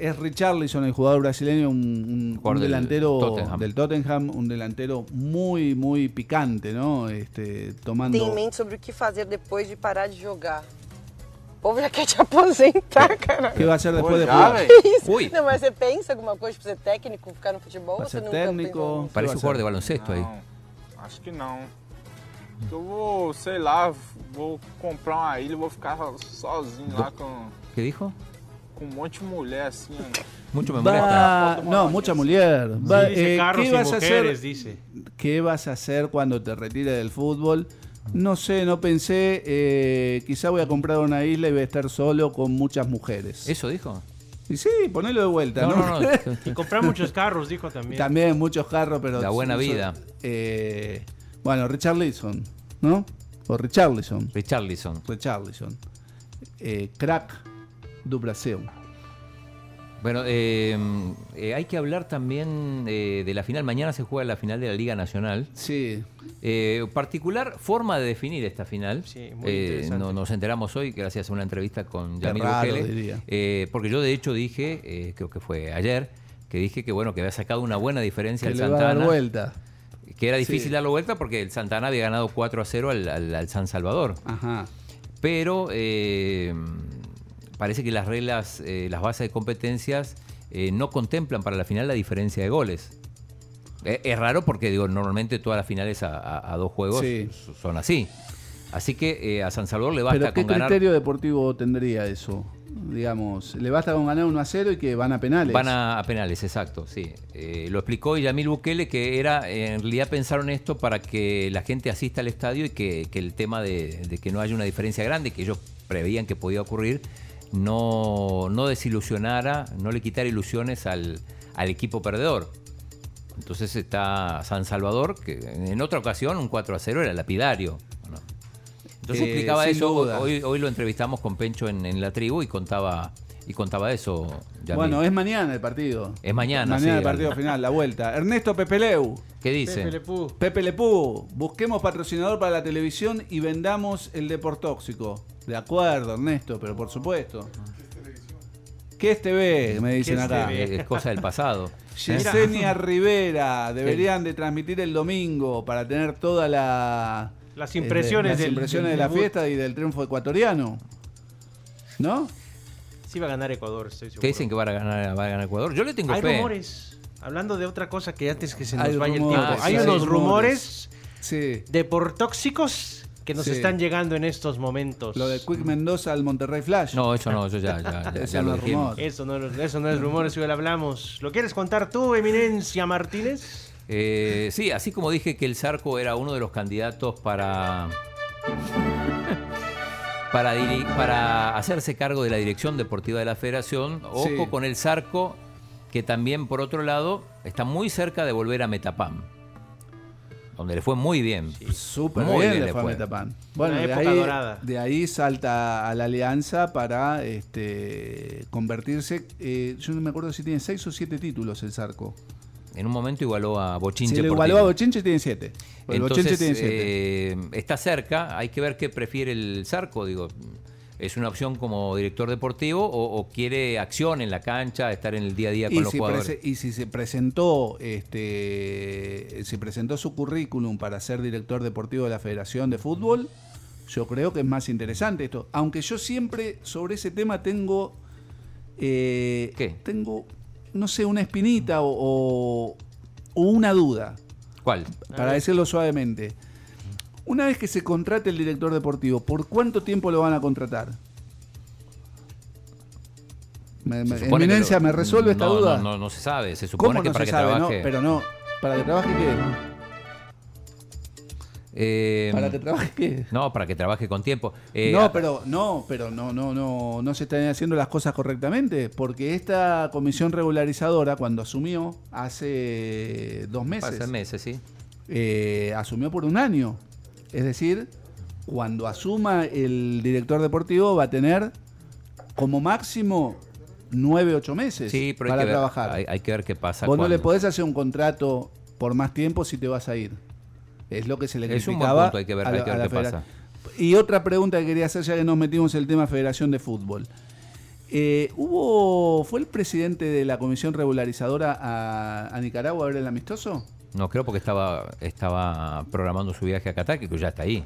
Speaker 7: Es Richarlison, el jugador brasileño, un, un-
Speaker 6: Jugador
Speaker 7: un
Speaker 6: del
Speaker 7: delantero
Speaker 6: Tottenham.
Speaker 7: del Tottenham, un delantero muy, muy picante, ¿no? Este, tomando.
Speaker 3: Tem em mente sobre o que fazer depois de parar de jogar. O povo já quer te aposentar, cara.
Speaker 7: ¿Qué va a hacer después de jugar?
Speaker 3: Isso. Não, mas você pensa alguma coisa pra ser técnico, ficar no futebol?
Speaker 7: Va a
Speaker 3: ou você
Speaker 7: ser
Speaker 3: nunca
Speaker 7: técnico. ¿qué
Speaker 6: Parece
Speaker 7: va a
Speaker 6: un jugador de
Speaker 7: hacer?
Speaker 6: baloncesto ahí.
Speaker 23: Acho que não. Então Eu vou, sei lá, vou comprar uma ilha e vou ficar sozinho lá com,
Speaker 6: ¿Qué dijo?
Speaker 23: com um monte de mulher assim.
Speaker 6: Mucho me molesta.
Speaker 7: Va- no, mucha mujer. Va-
Speaker 8: Sí, dice
Speaker 7: eh,
Speaker 8: carros
Speaker 7: ¿Qué
Speaker 8: y
Speaker 7: vas a hacer?
Speaker 8: mujeres, dice.
Speaker 7: ¿Qué vas a hacer cuando te retires del fútbol? No sé, no pensé. eh, quizá voy a comprar una isla y voy a estar solo con muchas mujeres.
Speaker 6: ¿Eso dijo?
Speaker 7: Y sí, ponelo de vuelta.
Speaker 8: No,
Speaker 7: No,
Speaker 8: no, no. y comprar muchos carros, dijo también.
Speaker 7: También muchos carros, pero.
Speaker 6: La buena
Speaker 7: son-
Speaker 6: vida.
Speaker 7: eh, bueno, Richarlison, ¿no? O Richarlison.
Speaker 6: Richarlison.
Speaker 7: Richarlison. Eh, crack do Brasil.
Speaker 6: Bueno, eh, eh, hay que hablar también eh, de la final. Mañana se juega la final de la Liga Nacional. Eh,
Speaker 7: Sí.
Speaker 6: particular forma de definir esta final. Eh,
Speaker 8: muy interesante.
Speaker 6: no- nos enteramos hoy gracias a una entrevista con
Speaker 7: Qué
Speaker 6: Yamil
Speaker 7: raro,
Speaker 6: Bukele.
Speaker 7: diría.
Speaker 6: Eh, porque yo de hecho dije, eh, creo que fue ayer, que dije que bueno que había sacado una buena diferencia
Speaker 7: Que
Speaker 6: el
Speaker 7: le va a dar
Speaker 6: Santana.
Speaker 7: vuelta.
Speaker 6: Que era
Speaker 7: Sí.
Speaker 6: difícil darle vuelta porque el Santana había ganado 4 a 0 al, al- al San Salvador.
Speaker 7: Ajá.
Speaker 6: Pero eh, parece que las reglas, eh, las bases de competencias eh, no contemplan para la final la diferencia de goles. Eh, es raro porque digo, normalmente todas las finales a, a- a dos juegos
Speaker 7: Sí.
Speaker 6: s- son así. Así que eh, a San Salvador le basta
Speaker 7: Pero ¿qué
Speaker 6: con ganar.
Speaker 7: criterio deportivo tendría eso? Digamos, le basta con ganar 1 a 0 y que van a penales.
Speaker 6: Van a, a penales, exacto, sí. Eh, lo explicó Yamil Bukele que era, eh, en realidad pensaron esto para que la gente asista al estadio y que, que el tema de, de que no haya una diferencia grande, que ellos preveían que podía ocurrir, no, no desilusionara, no le quitara ilusiones al, al equipo perdedor. Entonces está San Salvador, que en otra ocasión un 4 a 0 era lapidario. ¿no? Entonces
Speaker 7: Eh,
Speaker 6: explicaba
Speaker 7: sin
Speaker 6: eso.
Speaker 7: duda.
Speaker 6: Hoy, hoy lo entrevistamos con Pencho en, en la tribu y contaba, y contaba eso. Yamil.
Speaker 7: Bueno, es mañana el partido.
Speaker 6: Es mañana,
Speaker 7: Mañana
Speaker 6: sí,
Speaker 7: el partido
Speaker 6: al-
Speaker 7: final, la vuelta. Ernesto Pepeleu.
Speaker 6: ¿Qué dice? Pepe
Speaker 7: Pepe Lepú. Busquemos patrocinador para la televisión y vendamos el Deportóxico. De acuerdo, Ernesto, pero por supuesto. ¿Qué es TV? Me dicen
Speaker 6: ¿Qué es
Speaker 7: acá.
Speaker 6: TV? Es cosa del pasado.
Speaker 7: Yesenia Rivera, deberían de transmitir el domingo para tener toda la...
Speaker 8: Las impresiones
Speaker 7: eh, las
Speaker 8: del-
Speaker 7: impresiones
Speaker 8: del
Speaker 7: de la
Speaker 8: debut.
Speaker 7: fiesta y del triunfo ecuatoriano. ¿No?
Speaker 8: Sí va a ganar Ecuador, estoy seguro.
Speaker 6: ¿Qué dicen que va a ganar, va a ganar Ecuador? Yo le tengo
Speaker 8: Hay
Speaker 6: fe.
Speaker 8: rumores. Hablando de otra cosa que antes que se nos
Speaker 6: Hay
Speaker 8: vaya el
Speaker 6: rumores,
Speaker 8: tiempo.
Speaker 6: sí,
Speaker 8: hay
Speaker 6: hay
Speaker 8: unos
Speaker 6: rumores.
Speaker 8: rumores,
Speaker 7: Sí.
Speaker 8: de por tóxicos que nos
Speaker 7: Sí.
Speaker 8: están llegando en estos momentos.
Speaker 7: Lo de Quick Mendoza al Monterrey Flash.
Speaker 6: No, eso no, yo ya, ya, ya,
Speaker 7: Eso
Speaker 6: ya
Speaker 7: no
Speaker 6: lo
Speaker 7: es
Speaker 6: dijimos.
Speaker 7: rumor.
Speaker 8: Eso no, es- eso no es rumor, eso ya lo hablamos. ¿Lo quieres contar tú, Eminencia Martínez?
Speaker 6: Eh, sí, así como dije que el Zarco era uno de los candidatos para. Para, diri- para hacerse cargo de la dirección deportiva de la federación, ojo
Speaker 7: Sí.
Speaker 6: con el Zarco, que también por otro lado está muy cerca de volver a Metapam, donde le fue muy bien.
Speaker 7: Súper
Speaker 6: Muy
Speaker 7: bien,
Speaker 6: bien
Speaker 7: le
Speaker 6: le
Speaker 7: fue a
Speaker 6: fue.
Speaker 7: Metapan. Bueno,
Speaker 6: Una
Speaker 7: de
Speaker 6: época
Speaker 7: ahí,
Speaker 6: dorada.
Speaker 7: de ahí salta a la alianza para este, convertirse. eh, yo no me acuerdo si tiene seis o siete títulos el Zarco.
Speaker 6: En un momento igualó a Bochinche.
Speaker 7: si lo
Speaker 6: por
Speaker 7: igualó a
Speaker 6: título.
Speaker 7: Bochinche, tiene siete. Porque Bochinche
Speaker 6: Entonces,
Speaker 7: tiene siete.
Speaker 6: eh, está cerca, hay que ver qué prefiere el Zarco, digo. ¿Es una opción como director deportivo o, o quiere acción en la cancha, estar en el día a día con
Speaker 7: y,
Speaker 6: los
Speaker 7: si
Speaker 6: jugadores?
Speaker 7: prese- y si se presentó este si presentó su currículum para ser director deportivo de la Federación de Fútbol, yo creo que es más interesante esto. Aunque yo siempre sobre ese tema tengo eh, tengo no sé una espinita o, o- o una duda.
Speaker 6: ¿Cuál? A
Speaker 7: Para
Speaker 6: ver.
Speaker 7: decirlo suavemente. Una vez que se contrate el director deportivo, ¿por cuánto tiempo lo van a contratar? Me- me-
Speaker 6: Se supone que
Speaker 7: Eminencia,
Speaker 6: lo-
Speaker 7: ¿me resuelve esta
Speaker 6: no,
Speaker 7: duda?
Speaker 6: No, no, no se sabe. Se supone
Speaker 7: ¿Cómo
Speaker 6: que
Speaker 7: no
Speaker 6: para
Speaker 7: se
Speaker 6: que
Speaker 7: sabe? No,
Speaker 6: trabaje.
Speaker 7: pero no, para que trabaje qué.
Speaker 6: eh,
Speaker 7: ¿Para que trabaje qué?
Speaker 6: No, para que trabaje con tiempo. Eh,
Speaker 7: no,
Speaker 6: a-
Speaker 7: pero no, pero no, no, no, no se están haciendo las cosas correctamente, porque esta comisión regularizadora cuando asumió hace dos meses,
Speaker 6: Pasan meses, sí.
Speaker 7: eh, asumió por un año, es decir, cuando asuma el director deportivo va a tener como máximo nueve ocho meses
Speaker 6: Sí, pero hay
Speaker 7: para
Speaker 6: que ver-
Speaker 7: trabajar.
Speaker 6: hay, hay que ver qué pasa.
Speaker 7: Vos no
Speaker 6: cuando-
Speaker 7: le podés hacer un contrato por más tiempo si te vas a ir. Es lo que se le
Speaker 6: Es un buen
Speaker 7: criticaba
Speaker 6: punto, hay que ver-
Speaker 7: a
Speaker 6: hay
Speaker 7: la-
Speaker 6: que
Speaker 7: a
Speaker 6: ver
Speaker 7: la
Speaker 6: qué
Speaker 7: federa-
Speaker 6: pasa.
Speaker 7: Y otra pregunta que quería hacer ya que nos metimos en el tema Federación de Fútbol. Eh, ¿Hubo fue el presidente de la comisión regularizadora a, a Nicaragua a ver el amistoso?
Speaker 6: No creo porque estaba, estaba programando su viaje a Qatar, que ya está ahí.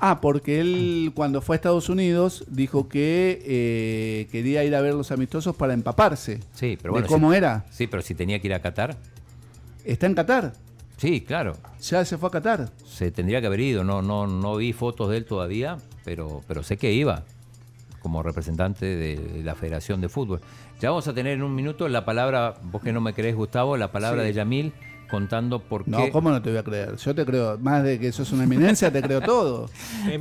Speaker 7: Ah, porque él cuando fue a Estados Unidos dijo que eh, quería ir a ver los amistosos para empaparse.
Speaker 6: Sí, pero
Speaker 7: ¿De
Speaker 6: bueno.
Speaker 7: cómo
Speaker 6: si-
Speaker 7: era?
Speaker 6: Sí, pero si tenía que ir a Qatar.
Speaker 7: Está en Qatar.
Speaker 6: Sí, claro.
Speaker 7: Ya se fue a Qatar.
Speaker 6: Se tendría que haber ido, no, no, no vi fotos de él todavía, pero, pero sé que iba como representante de la Federación de Fútbol. Ya vamos a tener en un minuto la palabra, vos que no me crees, Gustavo, la palabra
Speaker 7: Sí.
Speaker 6: de Yamil contando por qué.
Speaker 7: No, ¿cómo no te voy a creer? Yo te creo, más de que sos una eminencia, te creo todo.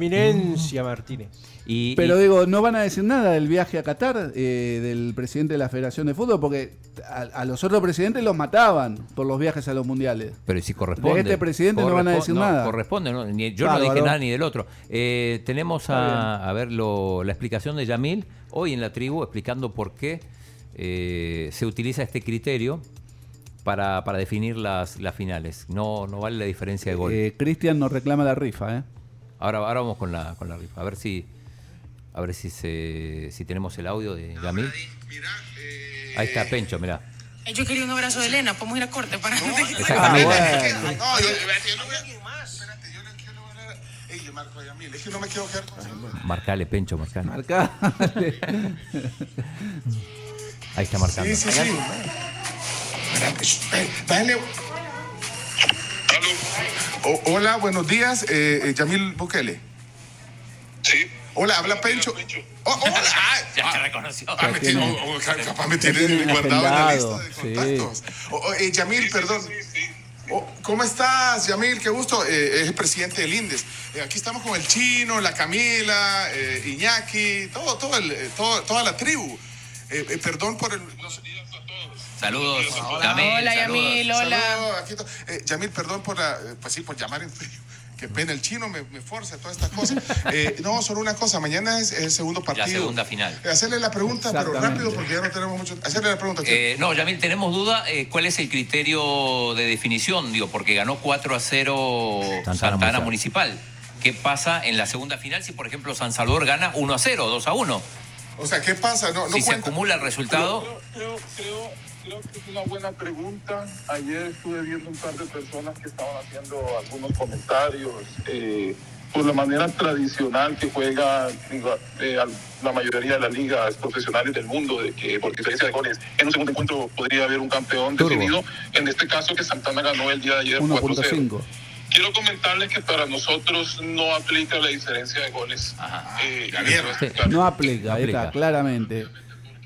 Speaker 8: Eminencia Martínez.
Speaker 6: Y,
Speaker 7: Pero
Speaker 6: y-
Speaker 7: digo, no van a decir nada del viaje a Qatar eh, del presidente de la Federación de Fútbol, porque a, a los otros presidentes los mataban por los viajes a los mundiales.
Speaker 6: pero si corresponde.
Speaker 7: de este presidente no van a
Speaker 6: Correspo-
Speaker 7: decir
Speaker 6: no,
Speaker 7: nada.
Speaker 6: Corresponde, no, ni- yo no
Speaker 7: Bárbaro.
Speaker 6: dije nada ni del otro. Eh, tenemos
Speaker 7: Está
Speaker 6: a, a ver lo- la explicación de Yamil hoy en la tribu explicando por qué eh, se utiliza este criterio. Para, para definir las, las finales. No, no vale la diferencia de gol.
Speaker 7: Eh, Cristian nos reclama la rifa, ¿eh?
Speaker 6: Ahora, ahora vamos con la, con la rifa. A ver si. A ver si se, si tenemos el audio de Yamil. Ahí está Pencho, mirá.
Speaker 4: Eh, Yo quería un abrazo de Elena, podemos ir a corte para
Speaker 6: Esa Camila.
Speaker 19: No, yo, yo no voy a... Espérate, yo no quiero ver a... Ey, le marco a Yamil. Es que no me quiero quedar con esa duda.
Speaker 6: Marcale, Pencho, marcale.
Speaker 7: Marcale.
Speaker 6: Ahí está marcando.
Speaker 19: Sí, sí, sí. Espérate, shh, ven, bájale. O- hola, buenos días, eh, eh, Yamil Bukele. Sí. Hola, habla Pencho. Oh, hola. Ay,
Speaker 4: Ya te reconoció.
Speaker 19: Ah, me tiene, o- o ca- capaz me tiene
Speaker 4: tiene
Speaker 19: guardado en la lista
Speaker 4: agendado,
Speaker 19: de
Speaker 4: sí.
Speaker 19: contactos. O- o, eh, Yamil, oh, perdón. Oh, ¿Cómo estás, Yamil? Qué gusto. Eh, es el presidente del INDES. Eh, aquí estamos con el chino, la Camila, eh, Iñaki, todo, todo el, eh, todo- toda la tribu. Eh, eh, perdón por el... los sonidos a todos.
Speaker 6: Saludos.
Speaker 19: Hola,
Speaker 6: Yamil, Hola, saludos. Yamil, hola.
Speaker 19: Saludos, aquí to- eh, Yamil, perdón por, la- eh, pues sí, por llamar en frío. Qué pena, el chino me, me forza todas estas cosas. Eh, no, solo una cosa, mañana es el segundo
Speaker 6: La
Speaker 19: partido.
Speaker 6: segunda final.
Speaker 19: Eh, Hacerle la pregunta, pero
Speaker 6: Exactamente.
Speaker 19: rápido porque ya no tenemos mucho. Hacerle la pregunta. chino.
Speaker 6: Eh, no, Yamil, tenemos duda. eh, ¿Cuál es el criterio de definición? Digo, porque ganó 4 a 0 Santana, Municipal. ¿Qué pasa en la segunda final si, por ejemplo, San Salvador gana 1 a 0, 2 a 1?
Speaker 19: O sea, ¿qué pasa? No, no
Speaker 6: si se
Speaker 19: cuenta.
Speaker 6: acumula el resultado.
Speaker 19: Creo, creo, creo que es una buena pregunta.
Speaker 23: Ayer estuve viendo un par de personas que estaban haciendo algunos comentarios eh, por la manera tradicional que juega digo, eh, al- la mayoría de las ligas profesionales del mundo, de que por diferencia de goles en un segundo encuentro podría haber un campeón decidido. En este caso que Santana ganó el día de ayer 4-0.
Speaker 7: 1.5.
Speaker 23: Quiero comentarles que para nosotros no aplica la diferencia de goles. Eh,
Speaker 7: No aplica, ahí está,
Speaker 6: Aplica.
Speaker 7: claramente.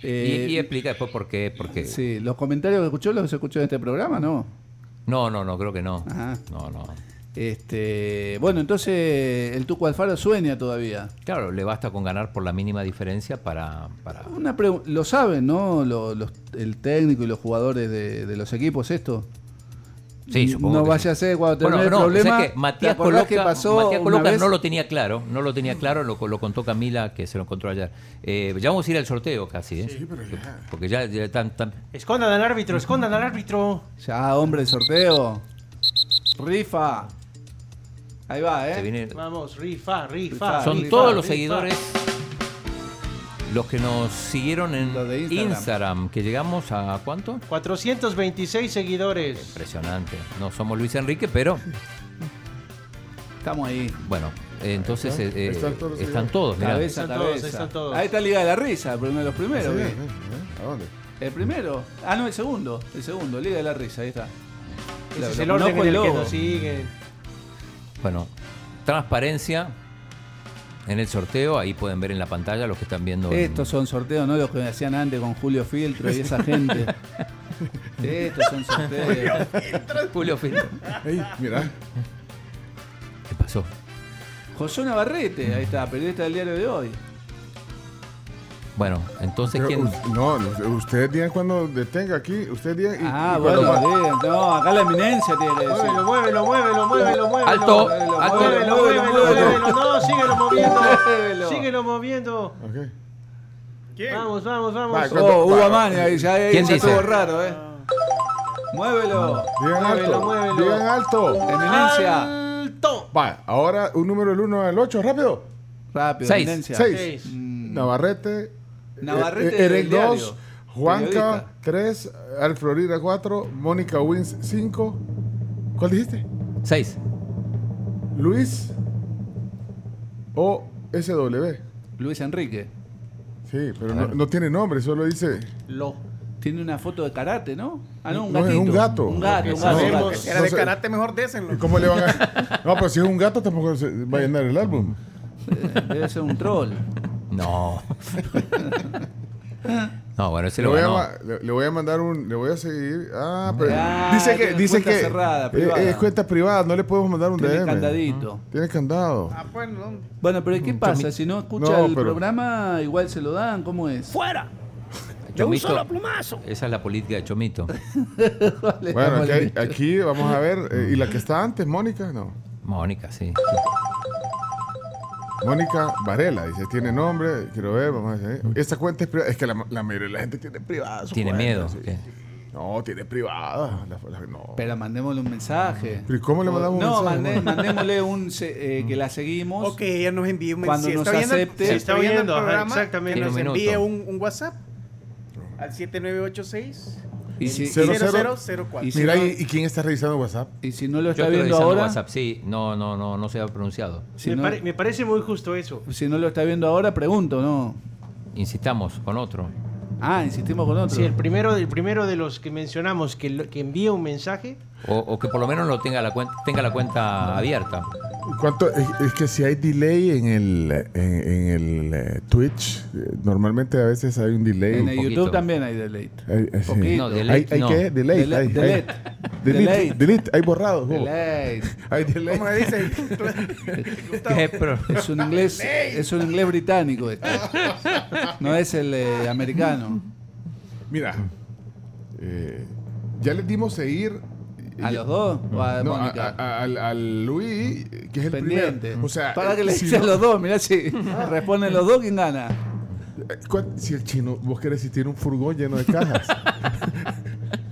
Speaker 7: Eh,
Speaker 6: y, y explica después por qué. Porque...
Speaker 7: Sí, los comentarios que escuchó los escuchó en este programa, ¿no?
Speaker 6: No, no, no, creo que no.
Speaker 7: Ajá.
Speaker 6: No, no.
Speaker 7: Este, bueno, entonces el Tuco Alfaro sueña todavía.
Speaker 6: Claro, le basta con ganar por la mínima diferencia para. para...
Speaker 7: Una pregu- lo saben, ¿no? Lo- los- el técnico y los jugadores de, de los equipos esto.
Speaker 6: Sí, supongo
Speaker 7: No
Speaker 6: que
Speaker 7: vaya
Speaker 6: sí.
Speaker 7: a ser cuando
Speaker 6: Bueno,
Speaker 7: termine el
Speaker 6: no,
Speaker 7: problema.
Speaker 6: o sea que
Speaker 7: ¿Te
Speaker 6: Matías
Speaker 7: acordás
Speaker 6: Coloca,
Speaker 7: que pasó
Speaker 6: Matías
Speaker 7: una
Speaker 6: Coloca
Speaker 7: vez?
Speaker 6: no lo tenía claro, no lo tenía claro, lo, lo contó Camila que se lo encontró ayer. Eh, ya vamos a ir al sorteo casi, ¿eh? Porque ya, ya están, tan
Speaker 8: Escondan al árbitro, escondan al árbitro.
Speaker 7: Ya, hombre, el sorteo. Rifa. Ahí va, ¿eh?
Speaker 8: Vamos, rifa, rifa.
Speaker 6: Son
Speaker 8: rifa,
Speaker 6: todos los
Speaker 8: rifa.
Speaker 6: seguidores los que nos siguieron en Instagram.
Speaker 8: Instagram.
Speaker 6: que llegamos a cuánto?
Speaker 8: 426 seguidores.
Speaker 6: Impresionante. No somos Luis Enrique, pero
Speaker 7: Estamos ahí.
Speaker 6: bueno, eh, entonces eh, eh, están todos, mirá.
Speaker 7: Cabeza, cabeza. Ahí está Liga de la Risa, el primero de los primeros.
Speaker 6: Sí,
Speaker 7: ¿eh?
Speaker 6: sí,
Speaker 7: El primero. Ah, no, el segundo. El segundo, Liga de la Risa, ahí está.
Speaker 8: Ese es
Speaker 7: Lo-
Speaker 8: el
Speaker 7: lo
Speaker 8: orden
Speaker 7: conozco
Speaker 8: en el
Speaker 7: el
Speaker 8: que
Speaker 7: logo.
Speaker 8: nos siguen.
Speaker 6: Bueno, transparencia en el sorteo, ahí pueden ver en la pantalla los que están viendo. en-
Speaker 7: Estos son sorteos, no los que hacían antes con Julio Filtro y esa gente. Estos son sorteos.
Speaker 6: Julio Filtro.
Speaker 7: mirá.
Speaker 6: ¿Qué pasó?
Speaker 7: José Navarrete, ahí está, periodista del diario de hoy.
Speaker 6: Bueno, entonces
Speaker 5: Pero
Speaker 6: quién
Speaker 5: us- No, ustedes digan cuando detenga aquí, ustedes digan y,
Speaker 7: Ah,
Speaker 5: y
Speaker 7: bueno,
Speaker 5: cuando va-
Speaker 7: bien, no, acá la eminencia tiene que decir.
Speaker 8: Muévelo, muévelo, muévelo, muévelo, muévelo.
Speaker 7: Alto,
Speaker 8: muévelo,
Speaker 7: alto.
Speaker 8: Muévelo,
Speaker 7: Muévelo,
Speaker 8: muévelo,
Speaker 7: muévelo.
Speaker 8: muévelo. No, síguelo moviendo.
Speaker 7: Muévelo.
Speaker 8: Síguelo moviendo. Vamos, vamos, vamos.
Speaker 7: Vamos, oh, Hugo Amaña, ahí ya, ahí
Speaker 8: ¿Quién
Speaker 7: ya
Speaker 8: dice?
Speaker 7: estuvo raro, eh. Muévelo.
Speaker 5: Digan
Speaker 7: muévelo,
Speaker 5: alto,
Speaker 7: muévelo.
Speaker 5: digan alto.
Speaker 7: Eminencia.
Speaker 5: Va, ahora un número del 1 al 8, rápido.
Speaker 7: Rápido,
Speaker 5: Seis.
Speaker 7: Eminencia. Mm.
Speaker 5: Seis.
Speaker 7: Seis.
Speaker 5: Navarrete.
Speaker 7: Navarrete
Speaker 5: eh, eh, Eric
Speaker 7: del diario,
Speaker 5: 2, Juanca
Speaker 7: periodista.
Speaker 5: 3, Al Florida 4, Mónica Wins 5. ¿Cuál dijiste?
Speaker 6: 6.
Speaker 5: Luis o SW.
Speaker 7: Luis Enrique.
Speaker 5: Sí, pero no, no tiene nombre, solo dice.
Speaker 7: Lo. Tiene una foto de karate, ¿no? Ah, no, un
Speaker 5: No, es
Speaker 7: gatito.
Speaker 5: un gato.
Speaker 7: Un gato, un gato.
Speaker 5: Sabemos.
Speaker 7: un gato.
Speaker 14: Era de
Speaker 5: sé.
Speaker 14: karate, mejor décenlo.
Speaker 5: ¿Y cómo le van a.? No, pero si es un gato, tampoco se va a llenar el álbum.
Speaker 7: Debe ser un troll.
Speaker 6: No. no, bueno, ese
Speaker 5: le,
Speaker 6: lo
Speaker 5: voy a,
Speaker 6: ganó.
Speaker 5: ma- le- le voy a mandar un. Le voy a seguir. Ah, pero.
Speaker 7: Ah,
Speaker 5: dice que.
Speaker 7: tiene
Speaker 5: Dice
Speaker 7: cuenta
Speaker 5: que
Speaker 7: cerrada,
Speaker 5: eh,
Speaker 7: privada.
Speaker 5: es cuenta privada, no le podemos mandar un
Speaker 7: Tiene
Speaker 5: DM.
Speaker 7: candadito.
Speaker 5: Tiene candado.
Speaker 7: Bueno, pero ¿qué pasa?
Speaker 5: chomito.
Speaker 7: Si no escucha
Speaker 5: No,
Speaker 7: el
Speaker 5: pero-
Speaker 7: programa, igual se lo dan. ¿Cómo es? ¡Fuera!
Speaker 6: Chomito, Esa es la política de Chomito.
Speaker 5: Bueno, aquí, hay- aquí vamos a ver. eh, ¿Y la que está antes, Mónica? No.
Speaker 6: Mónica, sí.
Speaker 5: Mónica Varela, dice, tiene nombre, quiero ver, vamos a ver. eh. Esta cuenta es privada. Es que la, la mayoría de la gente tiene privada. su
Speaker 6: Tiene
Speaker 5: cuenta,
Speaker 6: miedo.
Speaker 5: sí.
Speaker 6: ¿qué?
Speaker 5: No, tiene privada. La- la- no.
Speaker 7: Pero mandémosle un mensaje.
Speaker 5: ¿Pero y cómo le mandamos un
Speaker 7: no,
Speaker 5: mensaje,
Speaker 7: mandé-
Speaker 5: hermano?
Speaker 7: mandémosle un se- eh, que la seguimos.
Speaker 14: O que ella nos envíe un
Speaker 7: Cuando
Speaker 14: mensaje. Si
Speaker 7: nos
Speaker 14: está viendo,
Speaker 7: acepte-
Speaker 14: si
Speaker 7: Sí,
Speaker 14: está
Speaker 7: está
Speaker 14: viendo el
Speaker 7: viendo, ajá,
Speaker 14: programa,
Speaker 7: exactamente.
Speaker 14: que
Speaker 7: Tiene
Speaker 14: nos
Speaker 7: un
Speaker 14: envíe
Speaker 7: minuto.
Speaker 14: un, un WhatsApp al 7986.
Speaker 7: Y si-
Speaker 14: 0004.
Speaker 5: Y si Mira, ¿y, y quién está revisando WhatsApp?
Speaker 7: Y si no lo
Speaker 6: Yo estoy revisando WhatsApp, sí. No, no, no, no se ha pronunciado.
Speaker 7: Si
Speaker 8: me,
Speaker 7: no,
Speaker 8: pare- me parece muy justo eso.
Speaker 7: si no lo está viendo ahora, pregunto, ¿no?
Speaker 6: Insistamos con otro.
Speaker 7: Ah, insistimos con otro.
Speaker 8: Sí, el primero, el primero de los que mencionamos que, lo- que envía un mensaje.
Speaker 6: O, o que por lo menos lo tenga la cuenta, tenga la cuenta abierta.
Speaker 5: ¿Cuánto? Es, es que si hay delay en el, en, en el eh, Twitch, eh, normalmente a veces hay un delay.
Speaker 7: En el YouTube también hay delay.
Speaker 5: Hay, eh, sí.
Speaker 7: Poquito.
Speaker 5: hay, hay que delay.
Speaker 7: Dele-
Speaker 5: hay- hay-
Speaker 7: delete.
Speaker 5: delete,
Speaker 7: Delete.
Speaker 5: delete, hay borrado. ¿cómo?
Speaker 7: Delay.
Speaker 5: Hay delay.
Speaker 24: ¿Cómo dice?
Speaker 7: es un inglés, es un inglés británico este. No es el eh, americano.
Speaker 5: Mira, eh, ya les dimos seguir.
Speaker 7: ¿A los dos? ¿O a
Speaker 5: No, a,
Speaker 7: Mónica?
Speaker 5: a- al, al Luis, que es el
Speaker 7: Pendiente.
Speaker 5: primero. O sea,
Speaker 7: Para que le
Speaker 5: si Ah.
Speaker 7: dicen
Speaker 5: no-
Speaker 7: los dos, mirá si responden los dos, ¿quién gana?
Speaker 5: ¿Cuán- Si el chino, vos querés si tiene un furgón lleno de cajas.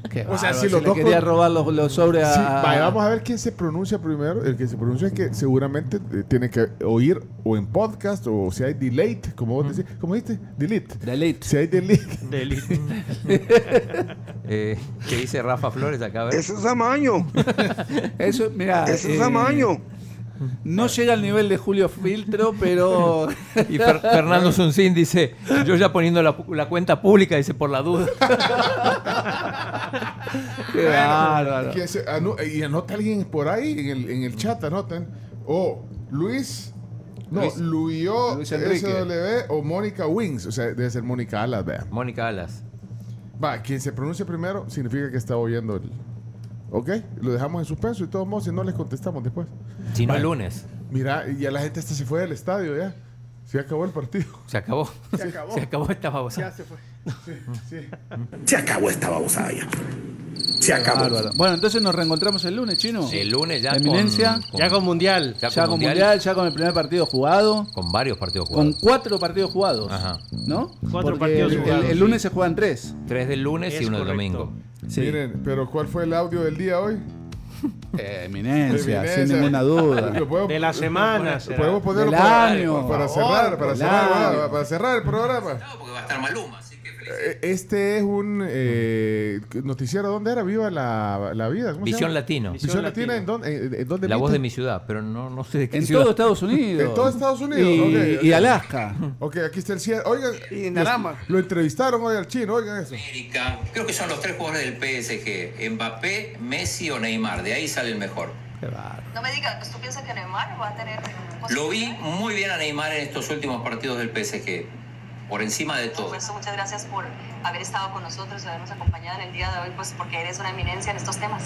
Speaker 7: Qué
Speaker 5: O sea,
Speaker 7: bárbaro,
Speaker 5: si
Speaker 7: se
Speaker 5: los
Speaker 7: le
Speaker 5: dos
Speaker 7: quería
Speaker 5: con-
Speaker 7: robar los, los sobres a...
Speaker 5: Sí, vaya, vamos a ver quién se pronuncia primero. El que se pronuncia es que seguramente eh, tiene que oír o en podcast o si hay delete, como vos decís. ¿Cómo dijiste? Delete.
Speaker 7: Mm. Delete.
Speaker 5: Si hay delete.
Speaker 8: Delete.
Speaker 6: Eh, ¿Qué dice Rafa Flores acá? A ver.
Speaker 25: Eso es amaño.
Speaker 7: Eso, mira,
Speaker 25: Eso es amaño.
Speaker 7: No llega al nivel de Julio Filtro, pero...
Speaker 6: Y Fer- Fernando Suncín dice, yo ya poniendo la, pu- la cuenta pública, dice, por la duda.
Speaker 7: Qué bárbaro.
Speaker 5: Que se anu- y anota alguien por ahí en el, en el chat, anoten. O Luis. No,
Speaker 6: Luis-
Speaker 5: Luyo
Speaker 6: Luis Enrique.
Speaker 5: SW o Mónica Wings. O sea, debe ser Mónica Alas, vea.
Speaker 6: Mónica Alas.
Speaker 5: Va, quien se pronuncia primero significa que está oyendo el. ¿Ok? Lo dejamos en suspenso y de todos modos, si no les contestamos después.
Speaker 6: Si no,
Speaker 5: Va.
Speaker 6: el lunes.
Speaker 5: Mira, y ya la gente hasta se fue del estadio ya. Se acabó el partido.
Speaker 6: Se acabó.
Speaker 5: Se acabó.
Speaker 6: Se acabó esta babosada.
Speaker 24: Ya se fue.
Speaker 5: Se acabó esta babosada ya.
Speaker 6: Se acabó.
Speaker 7: Bárbaro. Bueno, entonces nos reencontramos el lunes, chino.
Speaker 6: El lunes ya con-
Speaker 7: Eminencia.
Speaker 6: con-
Speaker 8: Ya con Mundial.
Speaker 6: ya
Speaker 7: Ya con mundial. ya con el primer partido jugado,
Speaker 6: Con varios partidos
Speaker 7: con
Speaker 6: jugados.
Speaker 7: cuatro partidos jugados,
Speaker 6: Ajá.
Speaker 7: ¿no?
Speaker 8: Cuatro
Speaker 7: Porque
Speaker 8: partidos
Speaker 7: el,
Speaker 8: jugados,
Speaker 7: el- el
Speaker 8: sí.
Speaker 7: lunes se juegan tres.
Speaker 6: Tres del lunes y uno del domingo.
Speaker 5: Miren, pero ¿cuál fue el audio del día hoy?
Speaker 7: Eh, eminencia,
Speaker 5: Eminencia.
Speaker 7: sin ninguna duda.
Speaker 5: Lo podemos-
Speaker 8: De la semana. será.
Speaker 5: Podemos ponerlo
Speaker 7: Del
Speaker 5: para, eh,
Speaker 7: año.
Speaker 5: para
Speaker 7: Por
Speaker 5: cerrar,
Speaker 7: favor,
Speaker 5: para
Speaker 7: del
Speaker 5: cerrar,
Speaker 7: año.
Speaker 5: va- para cerrar el programa. Eh, Este es un eh, noticiero, ¿dónde era? Viva la, la vida. ¿cómo se
Speaker 6: Visión
Speaker 5: llama?
Speaker 6: Latino.
Speaker 5: Visión,
Speaker 6: Visión
Speaker 5: Latina, ¿en dónde? en- en dónde
Speaker 6: La voz de
Speaker 5: emite?
Speaker 6: mi ciudad, pero no, no sé de qué
Speaker 7: En
Speaker 6: ciudad.
Speaker 7: todo Estados Unidos.
Speaker 5: En todo Estados Unidos.
Speaker 7: Y,
Speaker 5: ok, ok.
Speaker 7: y Alaska.
Speaker 5: Ok, aquí está el cierre. Oigan,
Speaker 24: Y
Speaker 5: los-
Speaker 24: Narama.
Speaker 5: lo entrevistaron hoy al chino, oigan eso.
Speaker 6: América, creo que son los tres jugadores del PSG, Mbappé, Messi o Neymar, de ahí sale el mejor.
Speaker 17: No me digas, ¿tú piensas que Neymar va a tener
Speaker 6: Lo vi muy bien a Neymar en estos últimos partidos del PSG, por encima de todo.
Speaker 17: Por eso, muchas gracias por haber estado con nosotros, habernos acompañado en el día de hoy, pues porque eres una eminencia en estos temas.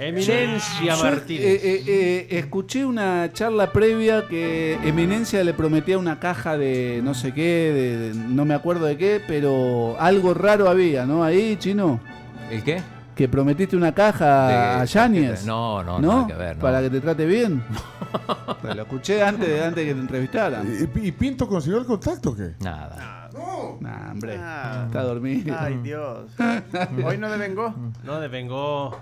Speaker 8: Eminencia
Speaker 7: Yo,
Speaker 8: Martínez.
Speaker 7: eh, eh, eh, escuché una charla previa que Eminencia le prometía una caja de no sé qué, de, de- no me acuerdo de qué, pero algo raro había, ¿no? Ahí, chino,
Speaker 6: ¿El qué?
Speaker 7: que prometiste una caja a
Speaker 6: De-
Speaker 7: Yáñez.
Speaker 6: No, no,
Speaker 7: ¿no?
Speaker 6: nada que ver, no.
Speaker 7: Para que te trate bien. Te lo escuché antes de antes que te entrevistaran.
Speaker 5: ¿Y, y Pinto consiguió el contacto o qué?
Speaker 6: Nada.
Speaker 7: Nah, hombre,
Speaker 24: Ah.
Speaker 7: está dormido.
Speaker 24: Ay, Dios. Hoy no devengó.
Speaker 8: No devengó.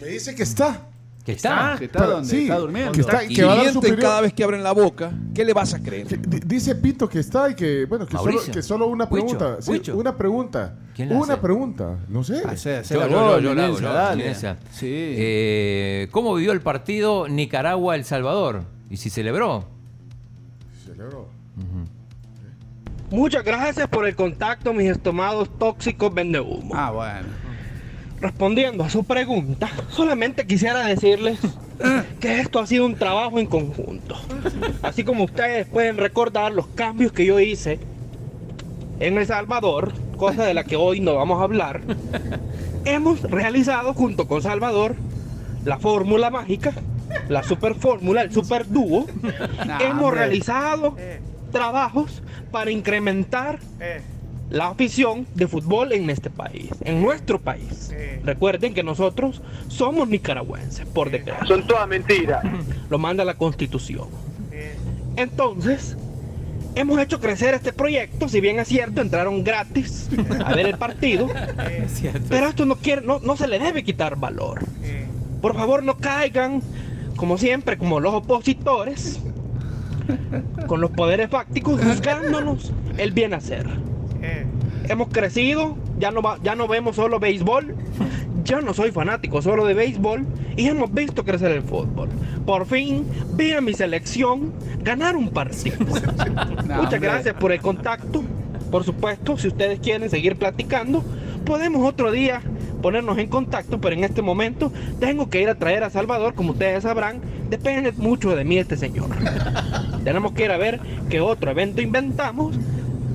Speaker 5: Me dice que está.
Speaker 6: ¿Qué está?
Speaker 7: ¿Qué está
Speaker 5: Pero-
Speaker 7: dónde?
Speaker 5: sí,
Speaker 7: está durmiendo.
Speaker 5: que está-
Speaker 7: Y-
Speaker 5: que va a dar superior-
Speaker 15: vez que abren la boca, ¿qué le vas a creer?
Speaker 5: Que- di- Dice Pinto que está y que, bueno, que, solo,
Speaker 15: Mauricio.
Speaker 5: que solo una
Speaker 15: Huicho,
Speaker 5: pregunta. sí,
Speaker 15: Huicho.
Speaker 5: una pregunta.
Speaker 6: ¿Quién la
Speaker 5: Una
Speaker 6: hace?
Speaker 5: pregunta. No sé.
Speaker 7: Hacé- hacé
Speaker 6: Yo,
Speaker 7: la
Speaker 6: yo, yo,
Speaker 7: voz,
Speaker 6: yo la hago,
Speaker 7: Eminencia,
Speaker 6: yo la hago,
Speaker 7: dale.
Speaker 6: Eminencia.
Speaker 7: Sí.
Speaker 6: Eh, ¿Cómo vivió el partido Nicaragua-El Salvador? ¿Y si celebró?
Speaker 5: Celebró.
Speaker 1: Muchas gracias por el contacto, mis estimados tóxicos vendehumo.
Speaker 7: Ah, bueno.
Speaker 1: Respondiendo a su pregunta, solamente quisiera decirles que esto ha sido un trabajo en conjunto. Así como ustedes pueden recordar los cambios que yo hice en El Salvador, cosa de la que hoy no vamos a hablar, hemos realizado junto con Salvador la fórmula mágica, la super fórmula, el super dúo. hemos
Speaker 8: Ah,
Speaker 15: hombre.
Speaker 1: realizado trabajos para incrementar
Speaker 24: Eh,
Speaker 1: la afición de fútbol en este país, en nuestro país.
Speaker 24: eh.
Speaker 1: Recuerden que nosotros somos nicaragüenses, por decreto. Son todas mentiras. Lo manda la constitución. Entonces, hemos hecho crecer este proyecto, si bien es cierto, entraron gratis a ver el partido. Pero esto no, quiere, no, no se le debe quitar valor. Por favor, no caigan, como siempre, como los opositores, con los poderes fácticos, buscándonos el bien hacer. Hemos crecido, ya no, va- ya no vemos solo béisbol. Yo no soy fanático solo de béisbol y hemos visto crecer el fútbol. Por fin vi a mi selección ganar un partido.
Speaker 15: hombre.
Speaker 1: Muchas gracias por el contacto. Por supuesto, si ustedes quieren seguir platicando, podemos otro día ponernos en contacto, pero en este momento tengo que ir a traer a Salvador, como ustedes sabrán, depende mucho de mí este señor. Tenemos que ir a ver qué otro evento inventamos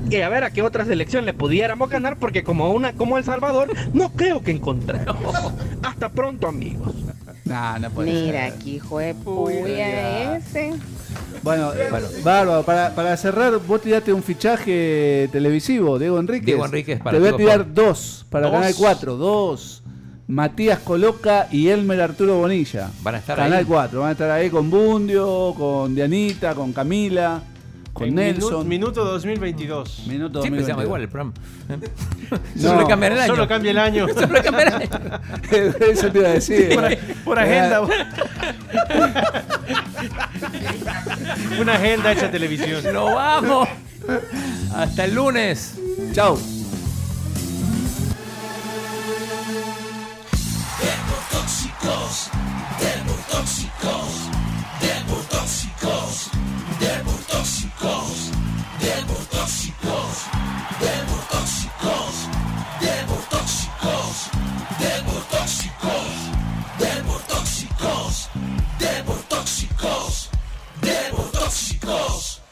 Speaker 1: y a ver a qué otra selección le pudiéramos ganar, porque como una como El Salvador, no creo que encontremos. Hasta pronto, amigos.
Speaker 7: Nah, no puede
Speaker 26: Mira,
Speaker 7: ser.
Speaker 26: aquí hijo de
Speaker 7: ya.
Speaker 26: puya ese.
Speaker 7: Bueno, eh, bárbaro, para, para cerrar, vos tiraste un fichaje televisivo, Diego Enríquez.
Speaker 6: Diego Enríquez para
Speaker 7: Te voy a
Speaker 6: Tigo
Speaker 7: tirar
Speaker 6: Sport.
Speaker 7: dos, para
Speaker 6: Dos.
Speaker 7: Canal 4, dos. Matías Coloca y Elmer Arturo Bonilla.
Speaker 6: Van a estar
Speaker 7: Canal
Speaker 6: ahí.
Speaker 7: 4, van a estar ahí con Bundio, con Dianita, con Camila, con
Speaker 8: En
Speaker 7: Nelson.
Speaker 8: Minuto, minuto 2022.
Speaker 7: Minuto
Speaker 6: Siempre se llama igual el programa.
Speaker 7: No.
Speaker 6: Solo le cambian el año.
Speaker 8: Solo cambia el año.
Speaker 6: Solo le cambian el año.
Speaker 7: Eso te iba a decir.
Speaker 8: Por, por agenda. Una agenda hecha televisión.
Speaker 6: ¡No vamos! Hasta el lunes. Chao.
Speaker 10: Tóxicos, tóxicos, tóxicos, tóxicos, tóxicos, tóxicos, tóxicos, tóxicos, tóxicos, tóxicos.